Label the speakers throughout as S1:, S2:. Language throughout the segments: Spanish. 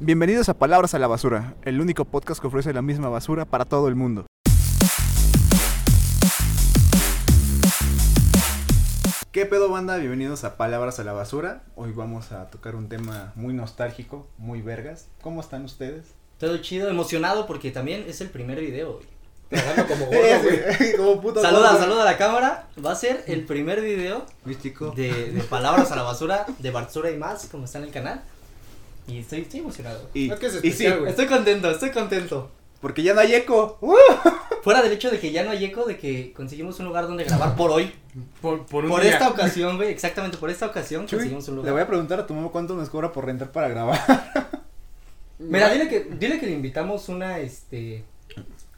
S1: Bienvenidos a Palabras a la Basura, el único podcast que ofrece la misma basura para todo el mundo. ¿Qué pedo banda? Bienvenidos a Palabras a la Basura. Hoy vamos a tocar un tema muy nostálgico, muy vergas. ¿Cómo están ustedes?
S2: Todo chido, emocionado porque también es el primer video, güey.
S3: Te agarro como gordo, güey.
S1: Como puto
S2: Saluda,
S1: gordo.
S2: saluda a la cámara. Va a ser el primer video
S1: Místico.
S2: de, de palabras a la basura, de basura y más, como está en el canal. Y estoy, estoy emocionado.
S1: Y,
S3: No, ¿qué se
S1: y sí,
S3: explica, güey?
S2: Estoy contento, estoy contento.
S1: porque ya no hay eco. ¡Uh!
S2: Fuera del hecho de que ya no hay eco, de que conseguimos un lugar donde grabar por hoy.
S3: Por, por un
S2: Por
S3: día.
S2: esta ocasión, güey, exactamente, por esta ocasión
S1: Chuy,
S2: conseguimos un
S1: le voy
S2: lugar.
S1: a preguntar a tu mamá cuánto nos cobra por rentar para grabar.
S2: Mira, dile que, dile que le invitamos una, este,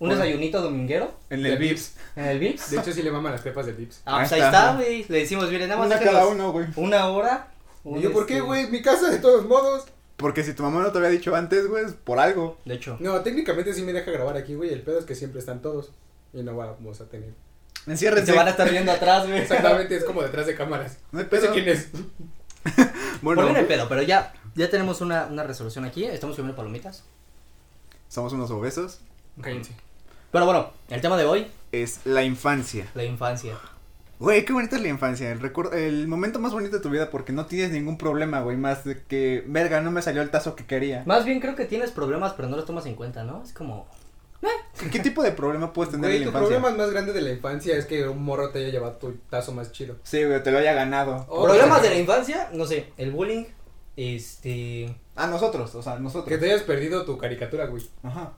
S2: un desayunito dominguero
S1: En
S3: el
S1: el
S3: Vips.
S1: Vips.
S2: en el Vips.
S3: De hecho, sí le maman las pepas del Vips.
S2: Ah,
S1: Ahí
S2: pues ahí
S1: está.
S2: está, güey. Le decimos, miren, nada más
S1: Una cada
S2: déjenos
S1: uno, güey.
S2: una hora.
S3: Y
S2: un,
S3: yo, ¿por qué,
S2: este,
S3: güey? Mi casa, de todos modos.
S1: Porque si tu mamá no te había dicho antes, güey, es por algo.
S2: De hecho.
S3: No, técnicamente sí me deja grabar aquí, güey. El pedo es que siempre están todos. Y no vamos a tener.
S2: Y
S1: Enciérrense.
S2: Se van a estar viendo atrás, güey.
S3: Exactamente, es como detrás de cámaras.
S1: No hay pedo.
S3: Pese quién es.
S1: Bueno,
S2: Ponle el pedo, pero ya, ya tenemos una, una resolución aquí. Estamos comiendo palomitas.
S1: somos unos obesos.
S3: Cállense.
S2: Pero bueno, el tema de hoy,
S1: Es la infancia.
S2: la infancia.
S1: Güey, qué bonita es la infancia. El, recuerdo, el momento más bonito de tu vida porque no tienes ningún problema, güey. Más de que, verga, no me salió el tazo que quería.
S2: Más bien creo que tienes problemas, pero no los tomas en cuenta, ¿no? Es como.
S1: ¿Qué, qué tipo de problema puedes tener
S3: Güey,
S1: en
S3: tu
S1: la infancia?
S3: problema más grande de la infancia es que un morro te haya llevado tu tazo más chido.
S1: Sí, güey, te lo haya ganado.
S3: Oh,
S2: problemas
S3: güey.
S2: de la infancia, no sé, el bullying, este.
S1: A nosotros, o sea, a
S3: Que
S1: nosotros.
S3: te hayas perdido tu caricatura, güey.
S1: Ajá.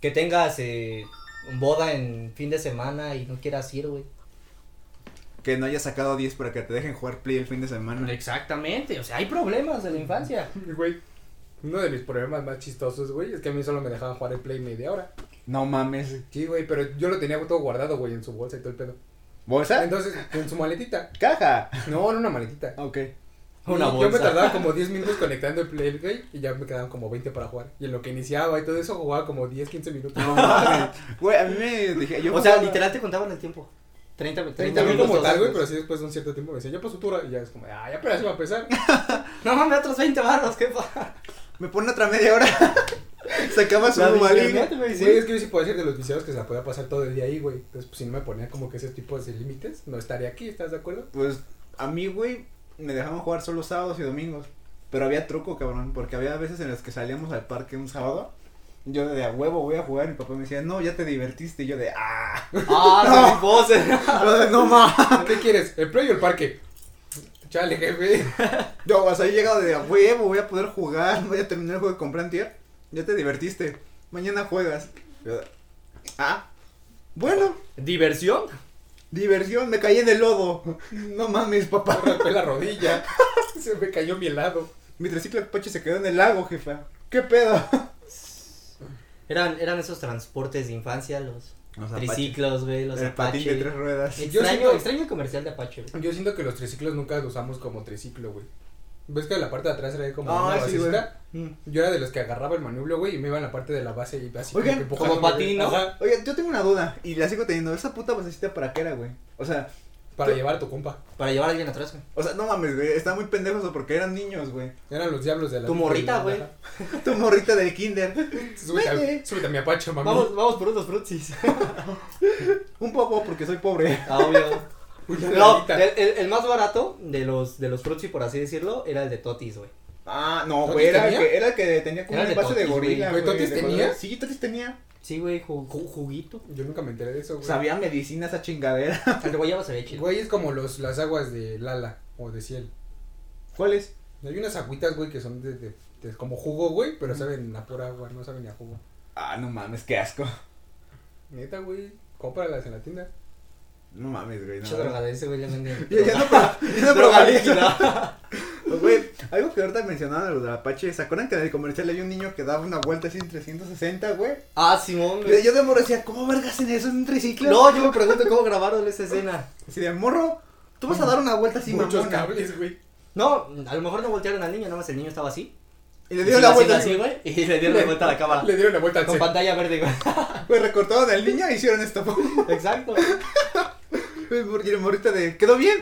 S2: Que tengas eh, boda en fin de semana y no quieras ir, güey.
S1: Que no hayas sacado 10 para que te dejen jugar play el fin de semana.
S2: Exactamente, o sea, hay problemas de la infancia.
S3: Güey. Uno de mis problemas más chistosos, güey, es que a mí solo me dejaban jugar el Play media hora.
S1: No mames.
S3: Sí, güey, pero yo lo tenía todo guardado, güey, en su bolsa y todo el pedo.
S1: ¿Bolsa?
S3: Entonces, en su maletita.
S1: ¡Caja!
S3: No, en una maletita.
S1: Ok.
S2: Una
S3: Y
S2: bolsa.
S3: Yo me tardaba como 10 minutos conectando el Play, güey, y ya me quedaban como 20 para jugar. Y en lo que iniciaba y todo eso, jugaba como 10, 15 minutos.
S1: No mames. Güey, a mí me dije. Yo
S2: O sea,
S1: jugaba-
S2: literal te contaban el tiempo. 30, 30,
S3: Y también
S2: minutos.
S3: como tal, güey, pero así después de un cierto tiempo me decían, ya pasó tu hora", Y ya es como, ah, ya pero así va a pesar.
S2: No mames, otros 20 barros, ¿qué pasa?
S1: Me pone otra media hora. Sacaba su
S2: La
S1: malín.
S2: internet, güey, sí.
S3: Güey, es que yo sí puedo decir de los viciados que se la podía pasar todo el día ahí, güey. Entonces, pues si no me ponía como que ese tipo de límites, no estaría aquí, ¿estás de acuerdo?
S1: Pues a mí, güey, me dejaban jugar solo sábados y domingos. Pero había truco, cabrón, porque había veces en las que salíamos al parque un sábado. Yo de a huevo voy a jugar, mi papá me decía, no, ya te divertiste. Y yo de, ah,
S2: Ah, son mis voces.
S1: Yo de, no más.
S3: ¿Qué quieres? ¿El play o el parque? Chale, jefe.
S1: Yo, o sea, he llegado de a huevo, voy a poder jugar, voy a terminar el juego que compré antier. Ya te divertiste, mañana juegas. Yo de, ah, bueno,
S2: ¿Diversión?
S1: diversión, me caí en el lodo. No mames, papá.
S3: Me raspé la rodilla. Se me cayó mi helado.
S1: Mi triciclo de Pache se quedó en el lago, jefa. ¿Qué pedo?
S2: Eran, eran esos transportes de infancia, los
S1: Los
S2: triciclos, güey, los
S1: el patín de
S2: Apache.
S1: tres ruedas.
S3: Yo
S2: Extraño,
S3: siento-
S2: extraño el comercial de Apache, güey.
S3: Yo siento que los triciclos nunca los usamos como triciclo, güey. ¿Ves que la parte de atrás era como
S1: Ah,
S3: una
S1: sí,
S3: basecita?
S2: Mm.
S3: Yo era de los que agarraba el manubrio, güey, y me iba en la parte de la base y así
S1: Oigan,
S3: que
S2: como
S3: empujándome,
S2: patín, ¿no?
S3: ajá,
S1: Oye, yo tengo una duda y la sigo teniendo. ¿Esa puta basecita para qué era, güey? O sea,
S3: para llevar a tu compa.
S2: Para llevar a alguien atrás, güey.
S1: o sea, no mames, güey. Está muy pendejo eso porque eran niños, güey.
S3: Eran los diablos de la...
S2: Tu morrita, güey.
S3: Ajá.
S1: Tu morrita del kinder.
S3: Súbete
S1: Vete.
S3: a, súbete a mi apache, mami.
S2: Vamos, vamos por unos frutsis.
S1: Un poco porque soy pobre.
S2: Ah, obvio.
S3: Una
S2: No,
S3: ladita.
S2: el, el, el más barato de los, de los frutsis, por así decirlo, era el de Totis, güey.
S1: Ah, no,
S3: ¿Totis
S1: güey. Era el,
S3: tenía?
S1: que, era el que tenía como
S2: Era
S1: un
S2: de
S1: envase de
S2: Totis,
S1: gorila,
S3: güey.
S1: güey.
S3: ¿Totis
S1: de
S3: tenía?
S1: gorila. Sí, Totis tenía.
S2: Sí, güey, ju- ju- juguito.
S3: Yo nunca me enteré de eso, güey.
S1: Sabía medicina esa chingadera.
S2: El de guayaba se ve chido.
S3: Güey, es como los, las aguas de Lala o de Ciel.
S1: ¿Cuál es?
S3: Hay unas agüitas, güey, que son de, de- de- como jugo, güey,
S2: Mm.
S3: pero saben a pura agua, no saben ni a jugo.
S1: Ah, no mames, qué asco.
S3: Neta, güey, cómpralas en la tienda.
S1: No mames, güey.
S2: Mucho
S1: No,
S2: drogado, ese güey ya vende.
S1: ya, ya no, pro- ya no probaría eso.
S2: Drogadicto.
S1: Pues, Güey, algo que ahorita mencionaban los del Apache, ¿se acuerdan que en el comercial había un niño que daba una vuelta así en 360, güey?
S2: Ah, Simón,
S1: Yo
S2: güey.
S1: yo de morro decía, ¿cómo vergas en eso en un triciclo?
S2: No, yo me pregunto cómo grabaron esa escena.
S1: Así de morro, tú vas a dar una vuelta así,
S3: Muchos
S1: mamona.
S3: cables, güey.
S2: No, a lo mejor no voltearon al niño, nada más el niño estaba así.
S1: Y le dieron
S2: Sí,
S1: la
S2: así,
S1: vuelta
S2: así,
S1: así.
S2: güey. Y le dieron la vuelta a la cámara.
S3: Le dieron la vuelta al
S2: Ah. Con
S3: set.
S2: pantalla verde, güey.
S1: Pues recortaron al niño e hicieron esto.
S2: Exacto.
S1: Y el morrito de, ¿quedó bien?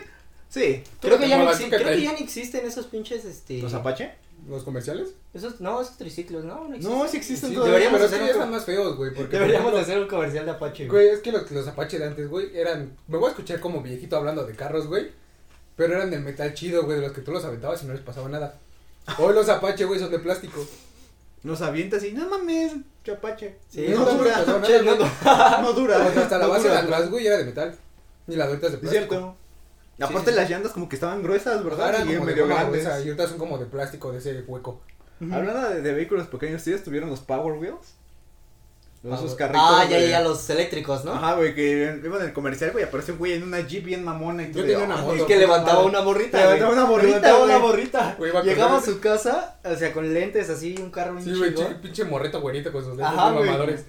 S1: Sí.
S2: Creo
S3: que
S2: que,
S3: te
S2: ya no
S3: muevas,
S2: exi-
S3: tú que
S2: creo
S3: te-
S2: que ya no existen esos pinches, este...
S1: ¿Los Apache?
S3: ¿Los comerciales?
S2: Esos, no, esos triciclos, no, no existen.
S1: No, sí existen
S2: Sí,
S1: todavía.
S2: deberíamos
S3: pero
S2: hacer
S3: sí,
S2: otro.
S3: están más feos, güey. Porque
S2: Deberíamos hacer un comercial de Apache. güey.
S3: Güey, es que los, los Apache de antes, güey, eran. Me voy a escuchar como viejito hablando de carros, güey. Pero eran del metal chido, güey, de los que tú los aventabas y no les pasaba nada. Hoy los Apache, güey, son de plástico.
S1: Nos avientas y no mames, chapache.
S2: Sí,
S1: no,
S3: no,
S1: dura,
S3: no, no,
S1: che,
S3: no,
S1: no,
S3: no.
S1: no dura.
S3: O sea, hasta la
S1: no
S3: base de
S1: dura.
S3: atrás, güey, era de metal. Y las vueltas de
S1: Es
S3: plástico.
S1: cierto. Aparte
S3: sí.
S1: las llantas como que estaban gruesas,
S3: Ajá,
S1: ¿verdad?
S3: eran
S1: Y
S3: como de
S1: medio
S3: goma
S1: grandes.
S3: gruesa, y ahorita son como de plástico de ese hueco.
S1: Ujú. Hablando de, de vehículos pequeños, ¿sí tuvieron los Power Wheels? Los esos
S3: Power-
S1: carritos.
S2: Ah, ya,
S1: de-
S2: ya, ya, los eléctricos, ¿no?
S1: Ajá, güey, que iba en el comercial, güey, apareció un güey en una Jeep bien mamona y tú
S3: Yo
S1: de,
S3: tenía una
S1: "Ah,
S3: moto.
S2: Y que levantaba una
S1: Te
S2: morrita.
S1: levantaba
S2: güey.
S1: una borrita,
S2: Levantaba una
S1: güey.
S2: borrita.
S3: Güey, iba a
S2: Llegaba a
S3: correr.
S2: su casa, o sea, con lentes así, un carro bien
S3: Sí, güey,
S2: chingón.
S3: chi- pinche morreto güerito con sus dedos
S2: Ajá, güey.
S3: mamadores.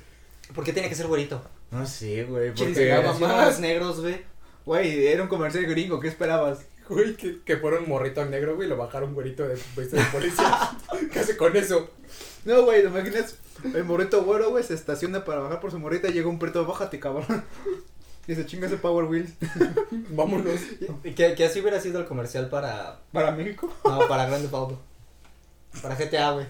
S2: ¿Por qué tiene que ser güerito?
S1: No sé, güey,
S3: llegaba
S1: porque...
S3: más.
S2: más negros, güey.
S1: Güey, era un comercial gringo, ¿qué esperabas?
S3: Güey, que, que fuera un morrito negro, güey, y lo bajaron güerito de puesto de policía. ¿Qué hace con eso?
S1: No, güey, ¿te imaginas? El morrito güero, güey, se estaciona para bajar por su morrita y llega un preto, bájate, cabrón. Y se chinga ese Power Wheels.
S3: Vámonos.
S2: Que, que así hubiera sido el comercial para.
S1: ¿Para México?
S2: No, para Grande Paulo. Para GTA, güey.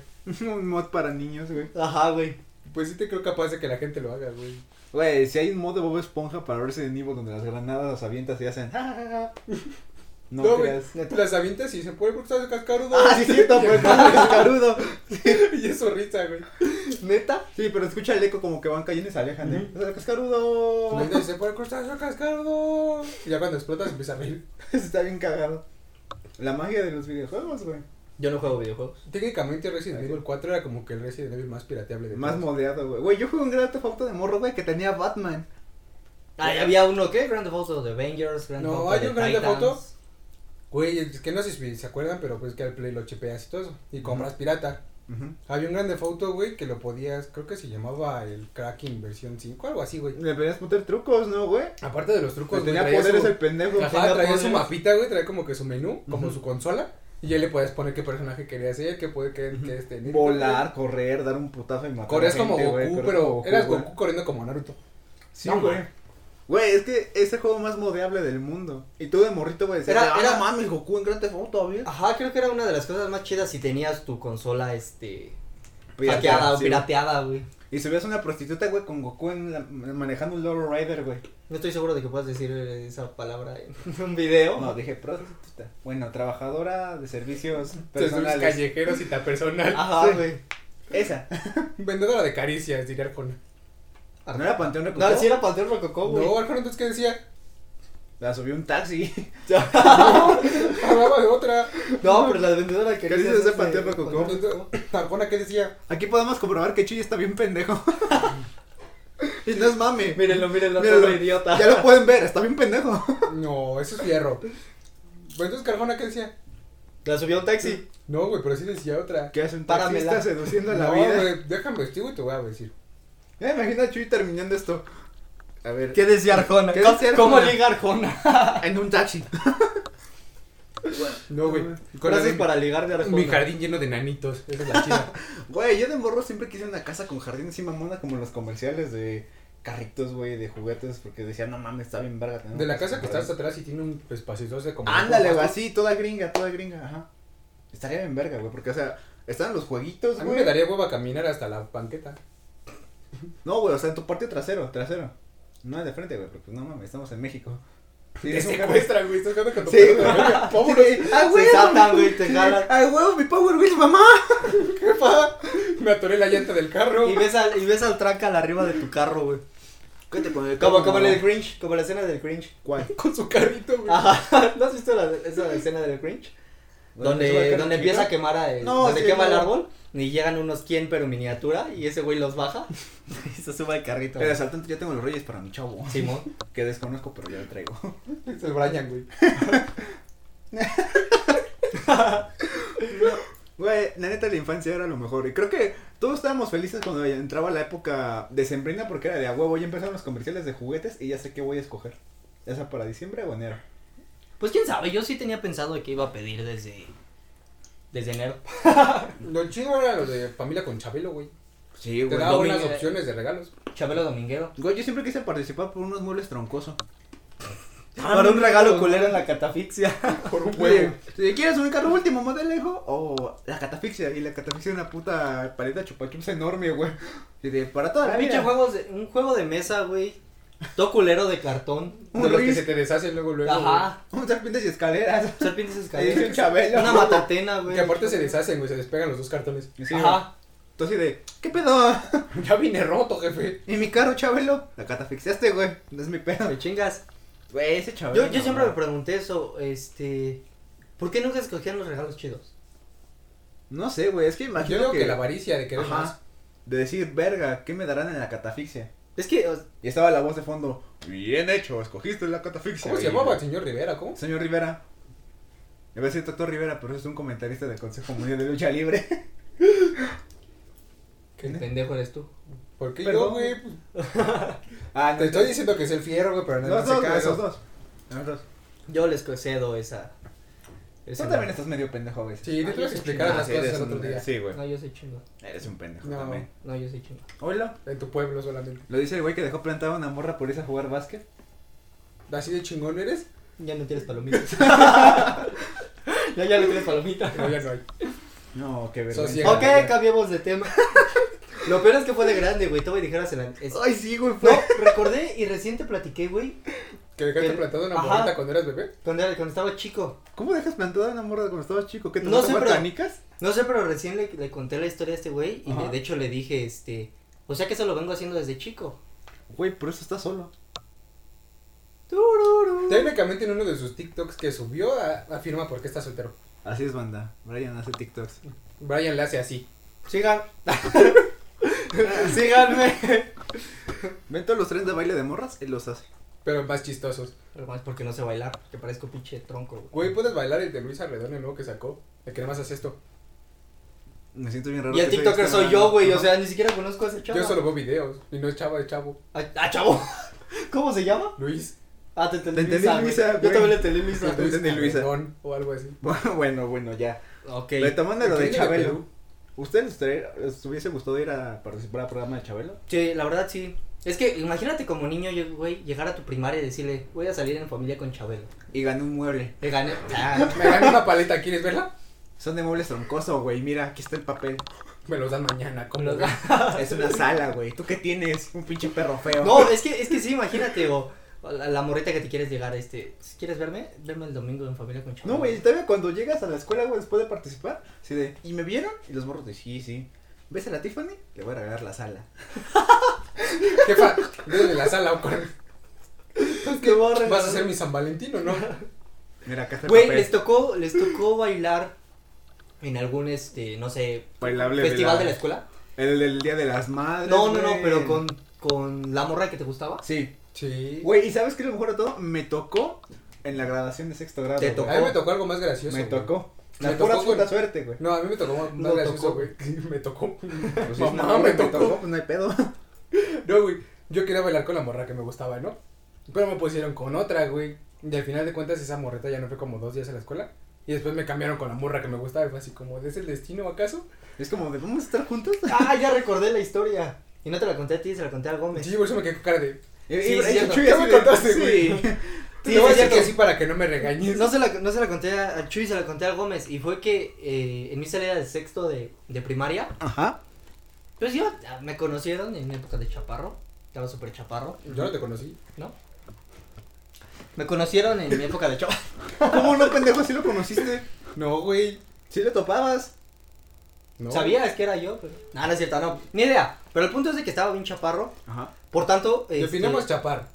S1: Un mod para niños, güey.
S2: Ajá, güey.
S3: Pues sí te creo capaz de que la gente lo haga, güey.
S1: Güey, si hay un mod de Bob Esponja para verse de Nivo donde las granadas las avientas y hacen... "Ja, ja, ja". No,
S3: No, güey,
S1: creas.
S3: las avientas y se puede porque estás cascarudo.
S1: Ah, sí, es cierto, pues, carudo.
S3: y eso risa, güey.
S2: ¿Neta?
S1: Sí, pero escucha el eco como que van cayendo y se alejan de...
S2: Ujú.
S1: "O sea, ¡Cascarudo!
S3: Avientas y se puede porque estás cascarudo. Y ya cuando explotas empieza a reír.
S1: Está bien cagado. La magia de los videojuegos, güey.
S2: Yo no juego videojuegos.
S3: Técnicamente Resident Evil 4 era como que el Resident Evil más pirateable de
S1: Más
S3: todos.
S1: modeado, güey. Güey, yo jugué un gran Theft Auto de morro, güey, que tenía Batman.
S2: Ah, ya había uno, ¿qué? Grande Paulo de Avengers, Grande
S3: No,
S2: Paulo.
S3: hay
S2: de
S3: un Grand Theft Auto.
S2: Titans.
S3: Güey, es que no sé si se acuerdan, pero pues que al Play lo chipeas y todo eso. Y compras pirata. Había un grande foto, güey, que lo podías, creo que se llamaba el Kraken versión 5, algo así, güey.
S1: Le podías poner trucos, ¿no, güey?
S3: Aparte de los
S1: Pues
S3: trucos, güey,
S1: tenía
S3: traía
S1: poderes
S3: su-
S1: el pendejo.
S3: Ajá,
S2: Tenía
S3: traía su
S2: poderes.
S3: mapita, güey, traía como que su menú, como
S1: Ujú.
S3: su consola. Y ya le podías poner qué personaje querías ser, qué poder que,
S1: Ujú.
S3: querías tener.
S1: Volar, correr, dar un putazo y matar.
S3: Corrías
S1: a
S3: como
S1: gente,
S3: Goku,
S1: güey, corrías
S3: pero
S1: como Goku,
S3: eras
S1: güey.
S3: Goku corriendo como Naruto.
S1: Sí,
S2: No,
S1: güey.
S2: man.
S1: Güey, es que es el juego más modeable del mundo. Y tú de morrito, güey, decías,
S2: Era-
S1: ah,
S2: era-
S1: no mames, Goku en Grand Theft Auto, güey.
S2: Ajá, creo que era una de las cosas más chidas si tenías tu consola, este.
S1: Pirateada,
S2: hackeada o
S1: sí,
S2: pirateada, güey.
S1: güey. Y subías una prostituta, güey, con Goku en la- manejando un Loro Rider, güey.
S2: No estoy seguro de que puedas decir eh, esa palabra en un video.
S1: No, dije prostituta. Bueno, trabajadora de servicios
S3: Entonces,
S1: personales.
S3: callejeros y ta personal.
S2: Ajá,
S1: Sí.
S2: güey.
S1: Esa.
S3: Vendedora de caricias, diría Arjona.
S1: ¿No era Panteón Rococó?
S2: No, sí era Panteón Rococó, güey.
S3: No, Arjona, entonces, ¿qué decía?
S1: La subió un taxi.
S3: Hablaba de otra.
S2: No, pero la vendedora que
S1: ¿Qué dices de Panteón Rococó? ¿Cómo?
S3: Entonces, Arjona, ¿qué decía?
S1: Aquí podemos comprobar que Chuy está bien pendejo. y no es mame.
S2: Mírenlo, mírenlo,
S1: Míralo.
S2: pobre idiota.
S1: Ya lo pueden ver, está bien pendejo.
S3: No, eso es fierro. Bueno, entonces, Arjona, ¿qué decía?
S2: La subió a un taxi.
S3: No, güey, pero sí decía otra.
S1: ¿Qué hace un
S2: Páramela.
S1: taxista seduciendo a la
S3: no,
S1: vida?
S3: güey, déjame vestir, güey, te voy a decir.
S1: Ya me imagino a Chuy terminando esto. A ver.
S2: ¿Qué decía Arjona?
S1: ¿Qué
S2: ¿Cómo,
S1: decía
S2: cómo
S1: Arjona?
S2: liga Arjona?
S1: En un taxi. Oh,
S3: No, güey. Con
S2: Frases
S3: la-
S2: para ligar de Arjona.
S3: Mi jardín lleno de nanitos. Esa es la chida.
S1: Güey, yo de morro siempre quise una casa con jardín así mamona como en los comerciales de carritos, güey, de juguetes, porque decía, no mames, está bien verga. tener
S3: De
S1: una
S3: la casa que
S1: con
S3: estás atrás y tiene un espacio de como.
S1: Ándale, güey, así, toda gringa, toda gringa, ajá. Estaría bien verga, güey, porque, o sea, estaban los jueguitos,
S3: A mí me
S1: güey.
S3: daría hueva caminar hasta la banqueta.
S1: No, güey, o sea, en tu parte trasero, trasero. No de frente, güey, porque pues, no mames, estamos en México. Sí, es un carro.
S3: güey. Estás jugando con
S1: Sí,
S3: perro
S1: güey.
S3: de verga.
S1: Sí,
S3: Vámonos.
S1: güey. ¡Ah,
S2: Se
S1: güey!
S2: saltan, güey, te jalan.
S1: ¡Ah, güey, mi Power Wheels, mamá!
S3: ¿Qué pasa? Me atoré la llanta del carro.
S2: Y ves al, y ves al trácala arriba de tu carro, güey.
S1: Cuente con el
S2: Como, como en el Grinch, como la escena del Grinch.
S1: ¿Cuál?
S3: Con su carrito, güey.
S2: Ajá, ¿no has visto la, esa escena del Grinch? Donde, donde empieza a quemar, a, eh,
S1: No,
S2: donde
S1: sí,
S2: quema el
S1: no.
S2: árbol y llegan unos 100 pero miniatura y ese güey los baja y se sube al carrito.
S1: El asaltante ya tengo los reyes para mi chavo.
S2: Simón.
S1: Que desconozco, pero ya lo traigo.
S3: Es el Brian, güey.
S1: Güey, la neta, la infancia era lo mejor. Y creo que todos estábamos felices cuando ya entraba la época decembrina porque era de a huevo. Ya empezaron los comerciales de juguetes y ya sé qué voy a escoger. Ya sea para diciembre o enero.
S2: Pues quién sabe, yo sí tenía pensado de que iba a pedir desde desde enero.
S3: Lo chingo era lo de familia con Chabelo, güey.
S1: Sí,
S3: Te daba buenas
S2: domingo-
S3: opciones de regalos.
S2: Chabelo Dominguero.
S1: Güey, yo siempre quise participar por unos muebles troncosos. Ah, Para un regalo culero en la catafixia.
S3: Por un
S1: Güey, Si quieres un carro último modelejo o la catafixia. Y la catafixia es una puta paleta chupachups enorme, güey. Y de para toda la
S2: Un pinche
S1: vida.
S2: juegos de- un juego de mesa, güey. Todo culero de cartón.
S3: De lo que
S1: Riz.
S3: se te deshace luego, luego.
S2: Ajá.
S1: Un serpientes y escaleras.
S2: Serpientes
S1: Y un
S2: escaleras.
S1: chabelo.
S2: Una matatena,
S3: güey.
S2: güey.
S3: Que aparte se deshacen, güey, se despegan los dos cartones.
S1: Sí, güey.
S2: Ajá.
S1: Entonces de, ¿qué pedo?
S3: Ya vine roto, jefe.
S1: ¿Y mi carro, chabelo? La catafixiaste, güey. No es mi pedo.
S2: Me chingas.
S1: Güey, ese chabelo.
S2: Yo, yo siempre me pregunté eso, este. ¿Por qué nunca escogían los regalos chidos?
S1: No sé, güey. Es que
S3: Yo
S1: imagino
S3: digo que...
S1: que.
S3: la avaricia de querer
S1: Ajá.
S3: más.
S1: De decir, verga, ¿qué me darán en la catafixia?
S2: Es que. o-
S1: Y estaba la voz de fondo. Bien hecho, escogiste la catafixia.
S3: ¿Cómo se
S1: Y-
S3: llamaba el señor Rivera? ¿Cómo?
S1: Señor Rivera. A ver si Toto Rivera, pero es un comentarista del Consejo Mundial de Lucha Libre.
S2: ¿Qué pendejo eres tú?
S3: ¿Por qué
S1: Perdón.
S3: yo, güey? Pues,
S1: Ah,
S3: Te estoy diciendo que es el fierro, güey, pero
S1: Los
S3: nadie
S1: dos,
S3: se
S1: güey,
S3: caso.
S1: esos dos. Los dos.
S2: Yo les concedo esa. esa
S1: Tú también estás medio pendejo, güey.
S3: Sí, te
S2: Ah,
S3: tuve
S2: sí,
S3: que explicar
S2: sí,
S3: las
S1: eres
S3: cosas el
S1: un-
S3: otro día.
S1: Sí, güey.
S2: No, yo soy chingo.
S1: Eres un pendejo
S3: No.
S1: también.
S2: No, yo soy chingo.
S1: Oílo.
S3: En tu pueblo solamente.
S1: Lo dice el güey que dejó plantada una morra por irse a jugar básquet.
S3: ¿Así de chingón eres?
S2: Ya no tienes palomitas. ya, ya no tienes palomitas.
S3: No, ya no hay.
S1: No, qué
S3: Socia-
S1: vergüenza.
S2: Ok, cambiemos de tema. Lo peor es que fue de grande, güey. Tú me dijeras en la. es-
S1: Ay, sí, güey,
S2: No,
S1: fue.
S2: recordé y recién te platiqué, güey,
S3: ¿Que dejaste
S2: Que-
S3: plantado una
S2: Ajá.
S3: morrita cuando eras bebé?
S2: cuando, era- cuando estaba chico.
S1: ¿Cómo dejas plantada una morra cuando estabas chico? ¿Qué te
S2: No
S1: vas a
S2: sé,
S1: jugar
S2: pero-
S1: canicas?
S2: No sé, pero recién le, le conté la historia a este güey y le-
S1: Ajá.
S2: de hecho le dije, este, o sea que eso lo vengo haciendo desde chico.
S1: Güey, por eso estás solo.
S2: Tururú.
S3: Técnicamente en uno de sus TikToks que subió a- afirma por qué está soltero.
S1: Así es, banda. Brian hace TikToks.
S3: Brian le hace así.
S2: Sigan. Síganme.
S1: ¿Ven todos los trenes de baile de morras? Él los hace.
S3: Pero más chistosos.
S2: Pero más porque no sé bailar, que parezco pinche tronco, güey.
S3: Güey, ¿puedes bailar el de Luis Arredón, el nuevo que sacó? El que nada más hace esto.
S1: Me siento bien raro.
S2: Y el
S1: que soy
S2: TikToker
S1: este
S2: soy
S1: hablando.
S2: yo, güey, o
S1: Ajá.
S2: sea, ni siquiera conozco a ese chavo.
S3: Yo solo veo videos y no es chavo, es chavo.
S2: Ah, ah, chavo. ¿Cómo se llama?
S3: Luis.
S2: Ah, te entendí,
S1: Te entendí,
S2: güey.
S1: Luisa,
S2: Yo
S1: güey.
S2: también le entendí Luisa.
S1: Te entendí, Luisa.
S3: Arredón, O algo así.
S1: Bueno, bueno, bueno, ya.
S2: ok.
S1: Retomando lo
S3: ¿Quién
S1: de
S3: es de
S1: Chabelo.
S3: Perú?
S1: ¿Ustedes les, traer- les hubiese gustado ir a participar al programa de Chabelo?
S2: Sí, la verdad sí. Es que imagínate como niño, yo, güey, llegar a tu primaria y decirle, voy a salir en familia con Chabelo.
S1: Y gané un mueble.
S2: Le gané. Ah,
S3: Me gané una paleta, ¿quieres verla?
S1: Son de muebles troncoso, güey. Mira, aquí está el papel.
S3: Me los dan mañana, ¿cómo
S2: Los
S3: ves?
S1: Es una sala, güey. ¿Tú qué tienes? Un pinche perro feo.
S2: No, es que, es que sí, imagínate, o, o la, la morrita que te quieres llegar, este, si quieres verme, verme el domingo en familia con Chabelo.
S1: No, güey, todavía cuando llegas a la escuela, güey, después de participar, así de, ¿y me vieron? Y los morros de, sí, sí. ¿Ves a la Tiffany? Le voy a regalar la sala.
S3: Jefa, desde la sala o con...
S2: qué barra.
S3: Vas a ser mi San Valentino, ¿no?
S1: Mira, acá está el
S2: Güey,
S1: este papel.
S2: les tocó, les tocó bailar en algún, este, no sé,
S1: Bailable
S2: festival de la escuela.
S1: El del Día de las Madres,
S2: No, no, no,
S1: güey.
S2: pero con, con la morra que te gustaba.
S1: Sí.
S3: Sí.
S1: Güey, ¿y sabes qué es lo mejor de todo? Me tocó en la graduación de sexto grado.
S2: Te
S1: güey.
S2: tocó.
S3: A mí me tocó algo más gracioso.
S1: Me
S3: güey.
S1: tocó. La
S3: Me
S1: pura
S3: tocó,
S1: puta
S3: güey.
S1: suerte, güey.
S3: No, a mí me tocó más, más
S2: No
S3: gracioso,
S2: tocó.
S3: güey. Me tocó.
S1: Pues sí,
S3: Mamá,
S1: no,
S3: me
S1: güey,
S3: tocó.
S1: pues no hay pedo.
S3: No, güey. Yo quería bailar con la morra que me gustaba, ¿no? Pero me pusieron con otra, güey. Y al final de cuentas, esa morreta ya no fue como dos días a la escuela. Y después me cambiaron con la morra que me gustaba. Y fue así como, ¿es el destino acaso?
S1: Es como, de, ¿vamos a estar juntos?
S2: Ah, ya recordé la historia. Y no te la conté a ti, se la conté al Gómez.
S3: Sí, por eso me quedé con cara de.
S1: Y- y-
S2: sí,
S1: y-
S2: sí,
S1: y-
S2: no.
S1: Chuy
S3: Ya
S1: así
S3: me
S1: de,
S3: contaste,
S1: sí.
S3: güey.
S2: Sí,
S3: te voy a
S2: es
S3: decir que
S2: cierto.
S3: así para que no me regañes.
S2: No se, la, no se la conté a a Chuy, se la conté al Gómez. Y fue que eh, en mi salida de sexto de, de primaria,
S1: Ajá.
S2: Pues yo, ah, me conocieron en época de chaparro, estaba súper chaparro,
S3: Yo no te conocí.
S2: ¿no? Me conocieron en mi época de chaparro.
S1: ¿Cómo no, pendejo? ¿Sí lo conociste?
S3: No, güey.
S1: ¿Sí le topabas?
S3: No.
S2: Sabías que era yo, pero... No, no es cierto, no, ni idea. Pero el punto es de que estaba bien chaparro,
S1: Ajá.
S2: por tanto... este,
S3: Definamos chapar.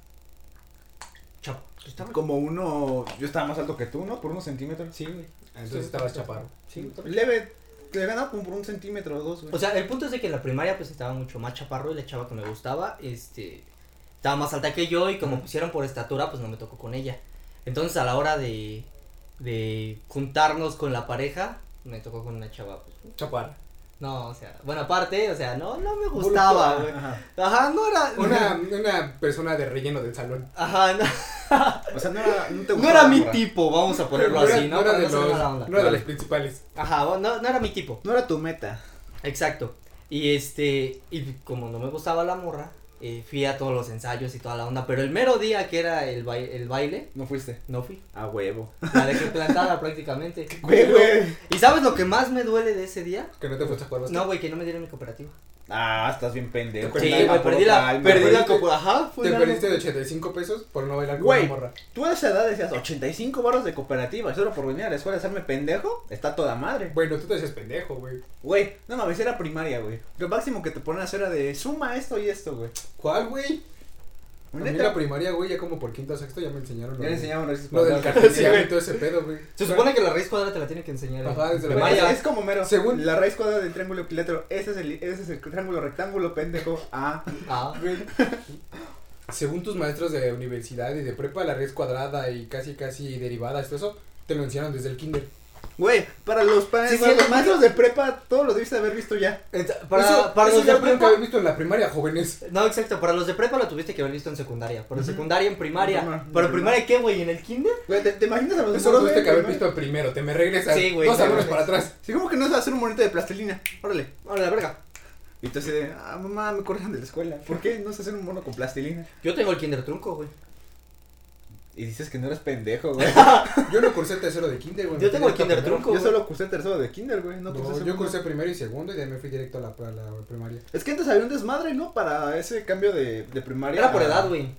S2: chap- estaba-
S1: Como uno, yo estaba más alto que tú, ¿no? Por unos centímetros.
S2: Sí, güey.
S3: Entonces estabas chaparro.
S2: Sí, güey.
S1: Leve, le ganaba como por un centímetro o dos, güey.
S2: O sea, el punto es de que en la primaria pues estaba mucho más chaparro y la chava que me gustaba, este, estaba más alta que yo y como pusieron por estatura pues no me tocó con ella. Entonces a la hora de, de juntarnos con la pareja, me tocó con una chava pues,
S3: Chapar.
S2: No, o sea, bueno, aparte, o sea, no, no me gustaba, güey.
S1: Ajá.
S2: Ajá, no era.
S3: Una, una persona de relleno del salón.
S2: Ajá, no,
S1: O sea, no era, no te
S2: no
S1: gustaba
S2: era
S1: la
S2: mi
S1: morra.
S2: tipo, vamos a ponerlo
S3: era-
S2: así, ¿no?
S3: era
S2: Para
S3: de
S2: no
S3: los,
S2: ser mala onda.
S3: no era de los
S1: Vale.
S3: principales. Ah,
S2: Ajá, no, no era mi tipo.
S1: No era tu meta.
S2: Exacto. Y este, y como no me gustaba la morra, eh, fui a todos los ensayos y toda la onda, pero el mero día que era el, bai- el baile,
S1: No fuiste.
S2: no fui.
S1: A huevo.
S2: La dejé plantada prácticamente.
S1: Güey, güey.
S2: ¿Y sabes lo que más me duele de ese día?
S3: Que no te fuiste a jugar básquet.
S2: No, güey, que no me dieron mi cooperativa.
S1: Ah, estás bien pendejo.
S3: Pues
S2: Sí,
S3: nada,
S2: güey,
S1: puro
S2: perdí la,
S1: calma,
S2: perdí la
S1: güey.
S2: copo- Ajá, fue
S3: Te
S2: una-
S3: perdiste de 85 pesos por no bailar con
S1: Güey.
S3: una morra.
S1: Tú a esa edad decías 85 barros de cooperativa, y solo por venir a la escuela a hacerme pendejo, está toda madre.
S3: Bueno, tú te decías pendejo, güey.
S1: Güey, no mames, era primaria, güey. Lo máximo que te ponen a hacer era de suma esto y esto, güey.
S3: ¿Cuál, güey? A mí en la
S1: Neta,
S3: primaria, güey, ya como por quinto o sexto ya me enseñaron.
S1: ya
S3: lo
S1: le
S3: de-
S1: enseñaban raíces
S3: Lo del
S1: cuadradas.
S3: cartel y todo ese pedo, güey.
S2: Se supone que la raíz cuadrada te la tienen que enseñar.
S3: Ajá, desde la
S1: Güey,
S2: primaria.
S1: es como mero.
S3: Según-
S1: la raíz cuadrada del triángulo equilátero, ese es el, ese es el triángulo rectángulo, pendejo. Ah,
S2: Ah,
S3: Güey, Según tus maestros de universidad y de prepa, la raíz cuadrada y casi casi derivadas, todo eso, te lo enseñaron desde el kinder.
S1: güey, para los para,
S2: Sí,
S1: para
S2: sí,
S1: los
S2: sí.
S1: maestros de prepa, todo lo debiste haber visto ya.
S2: para,
S3: eso,
S2: para
S3: eso
S2: los de
S3: ya lo pudieron
S2: prepa.
S3: haber visto en la primaria, jóvenes.
S2: No, exacto, para los de prepa lo tuviste que haber visto en secundaria. Por
S1: Ujú.
S2: secundaria en primaria.
S1: En primaria,
S2: ¿Pero
S1: en
S2: en primaria qué, güey? ¿En el kinder?
S1: Güey, ¿te, te imaginas a los
S3: Eso lo
S1: morros,
S3: tuviste que
S1: güey,
S3: haber
S1: primero?
S3: visto en primero, te me regresas.
S2: Sí, güey,
S3: Dos
S2: te
S3: salones
S2: regresas.
S3: para atrás.
S1: Sí, como que no vas a hacer un monito de plastilina. Órale.
S2: No, la verga.
S1: Y tú así de, ah, mamá, me corren de la escuela. ¿Por qué no sé hacer un mono con plastilina?
S2: Yo tengo el kinder trunco, güey.
S1: Y dices que no eres pendejo, güey.
S3: Yo no cursé tercero de kinder, güey.
S2: Yo tengo el
S3: Directo a
S2: kinder
S3: primero.
S2: trunco.
S1: Yo solo cursé tercero de kinder, güey. No,
S3: No,
S1: cursé
S3: yo
S1: segundo.
S3: cursé primero y segundo y de ahí me fui directo a la, a la primaria.
S1: Es que antes había un desmadre, ¿no? Para ese cambio de, de primaria.
S2: Era por
S1: a-
S2: edad, güey.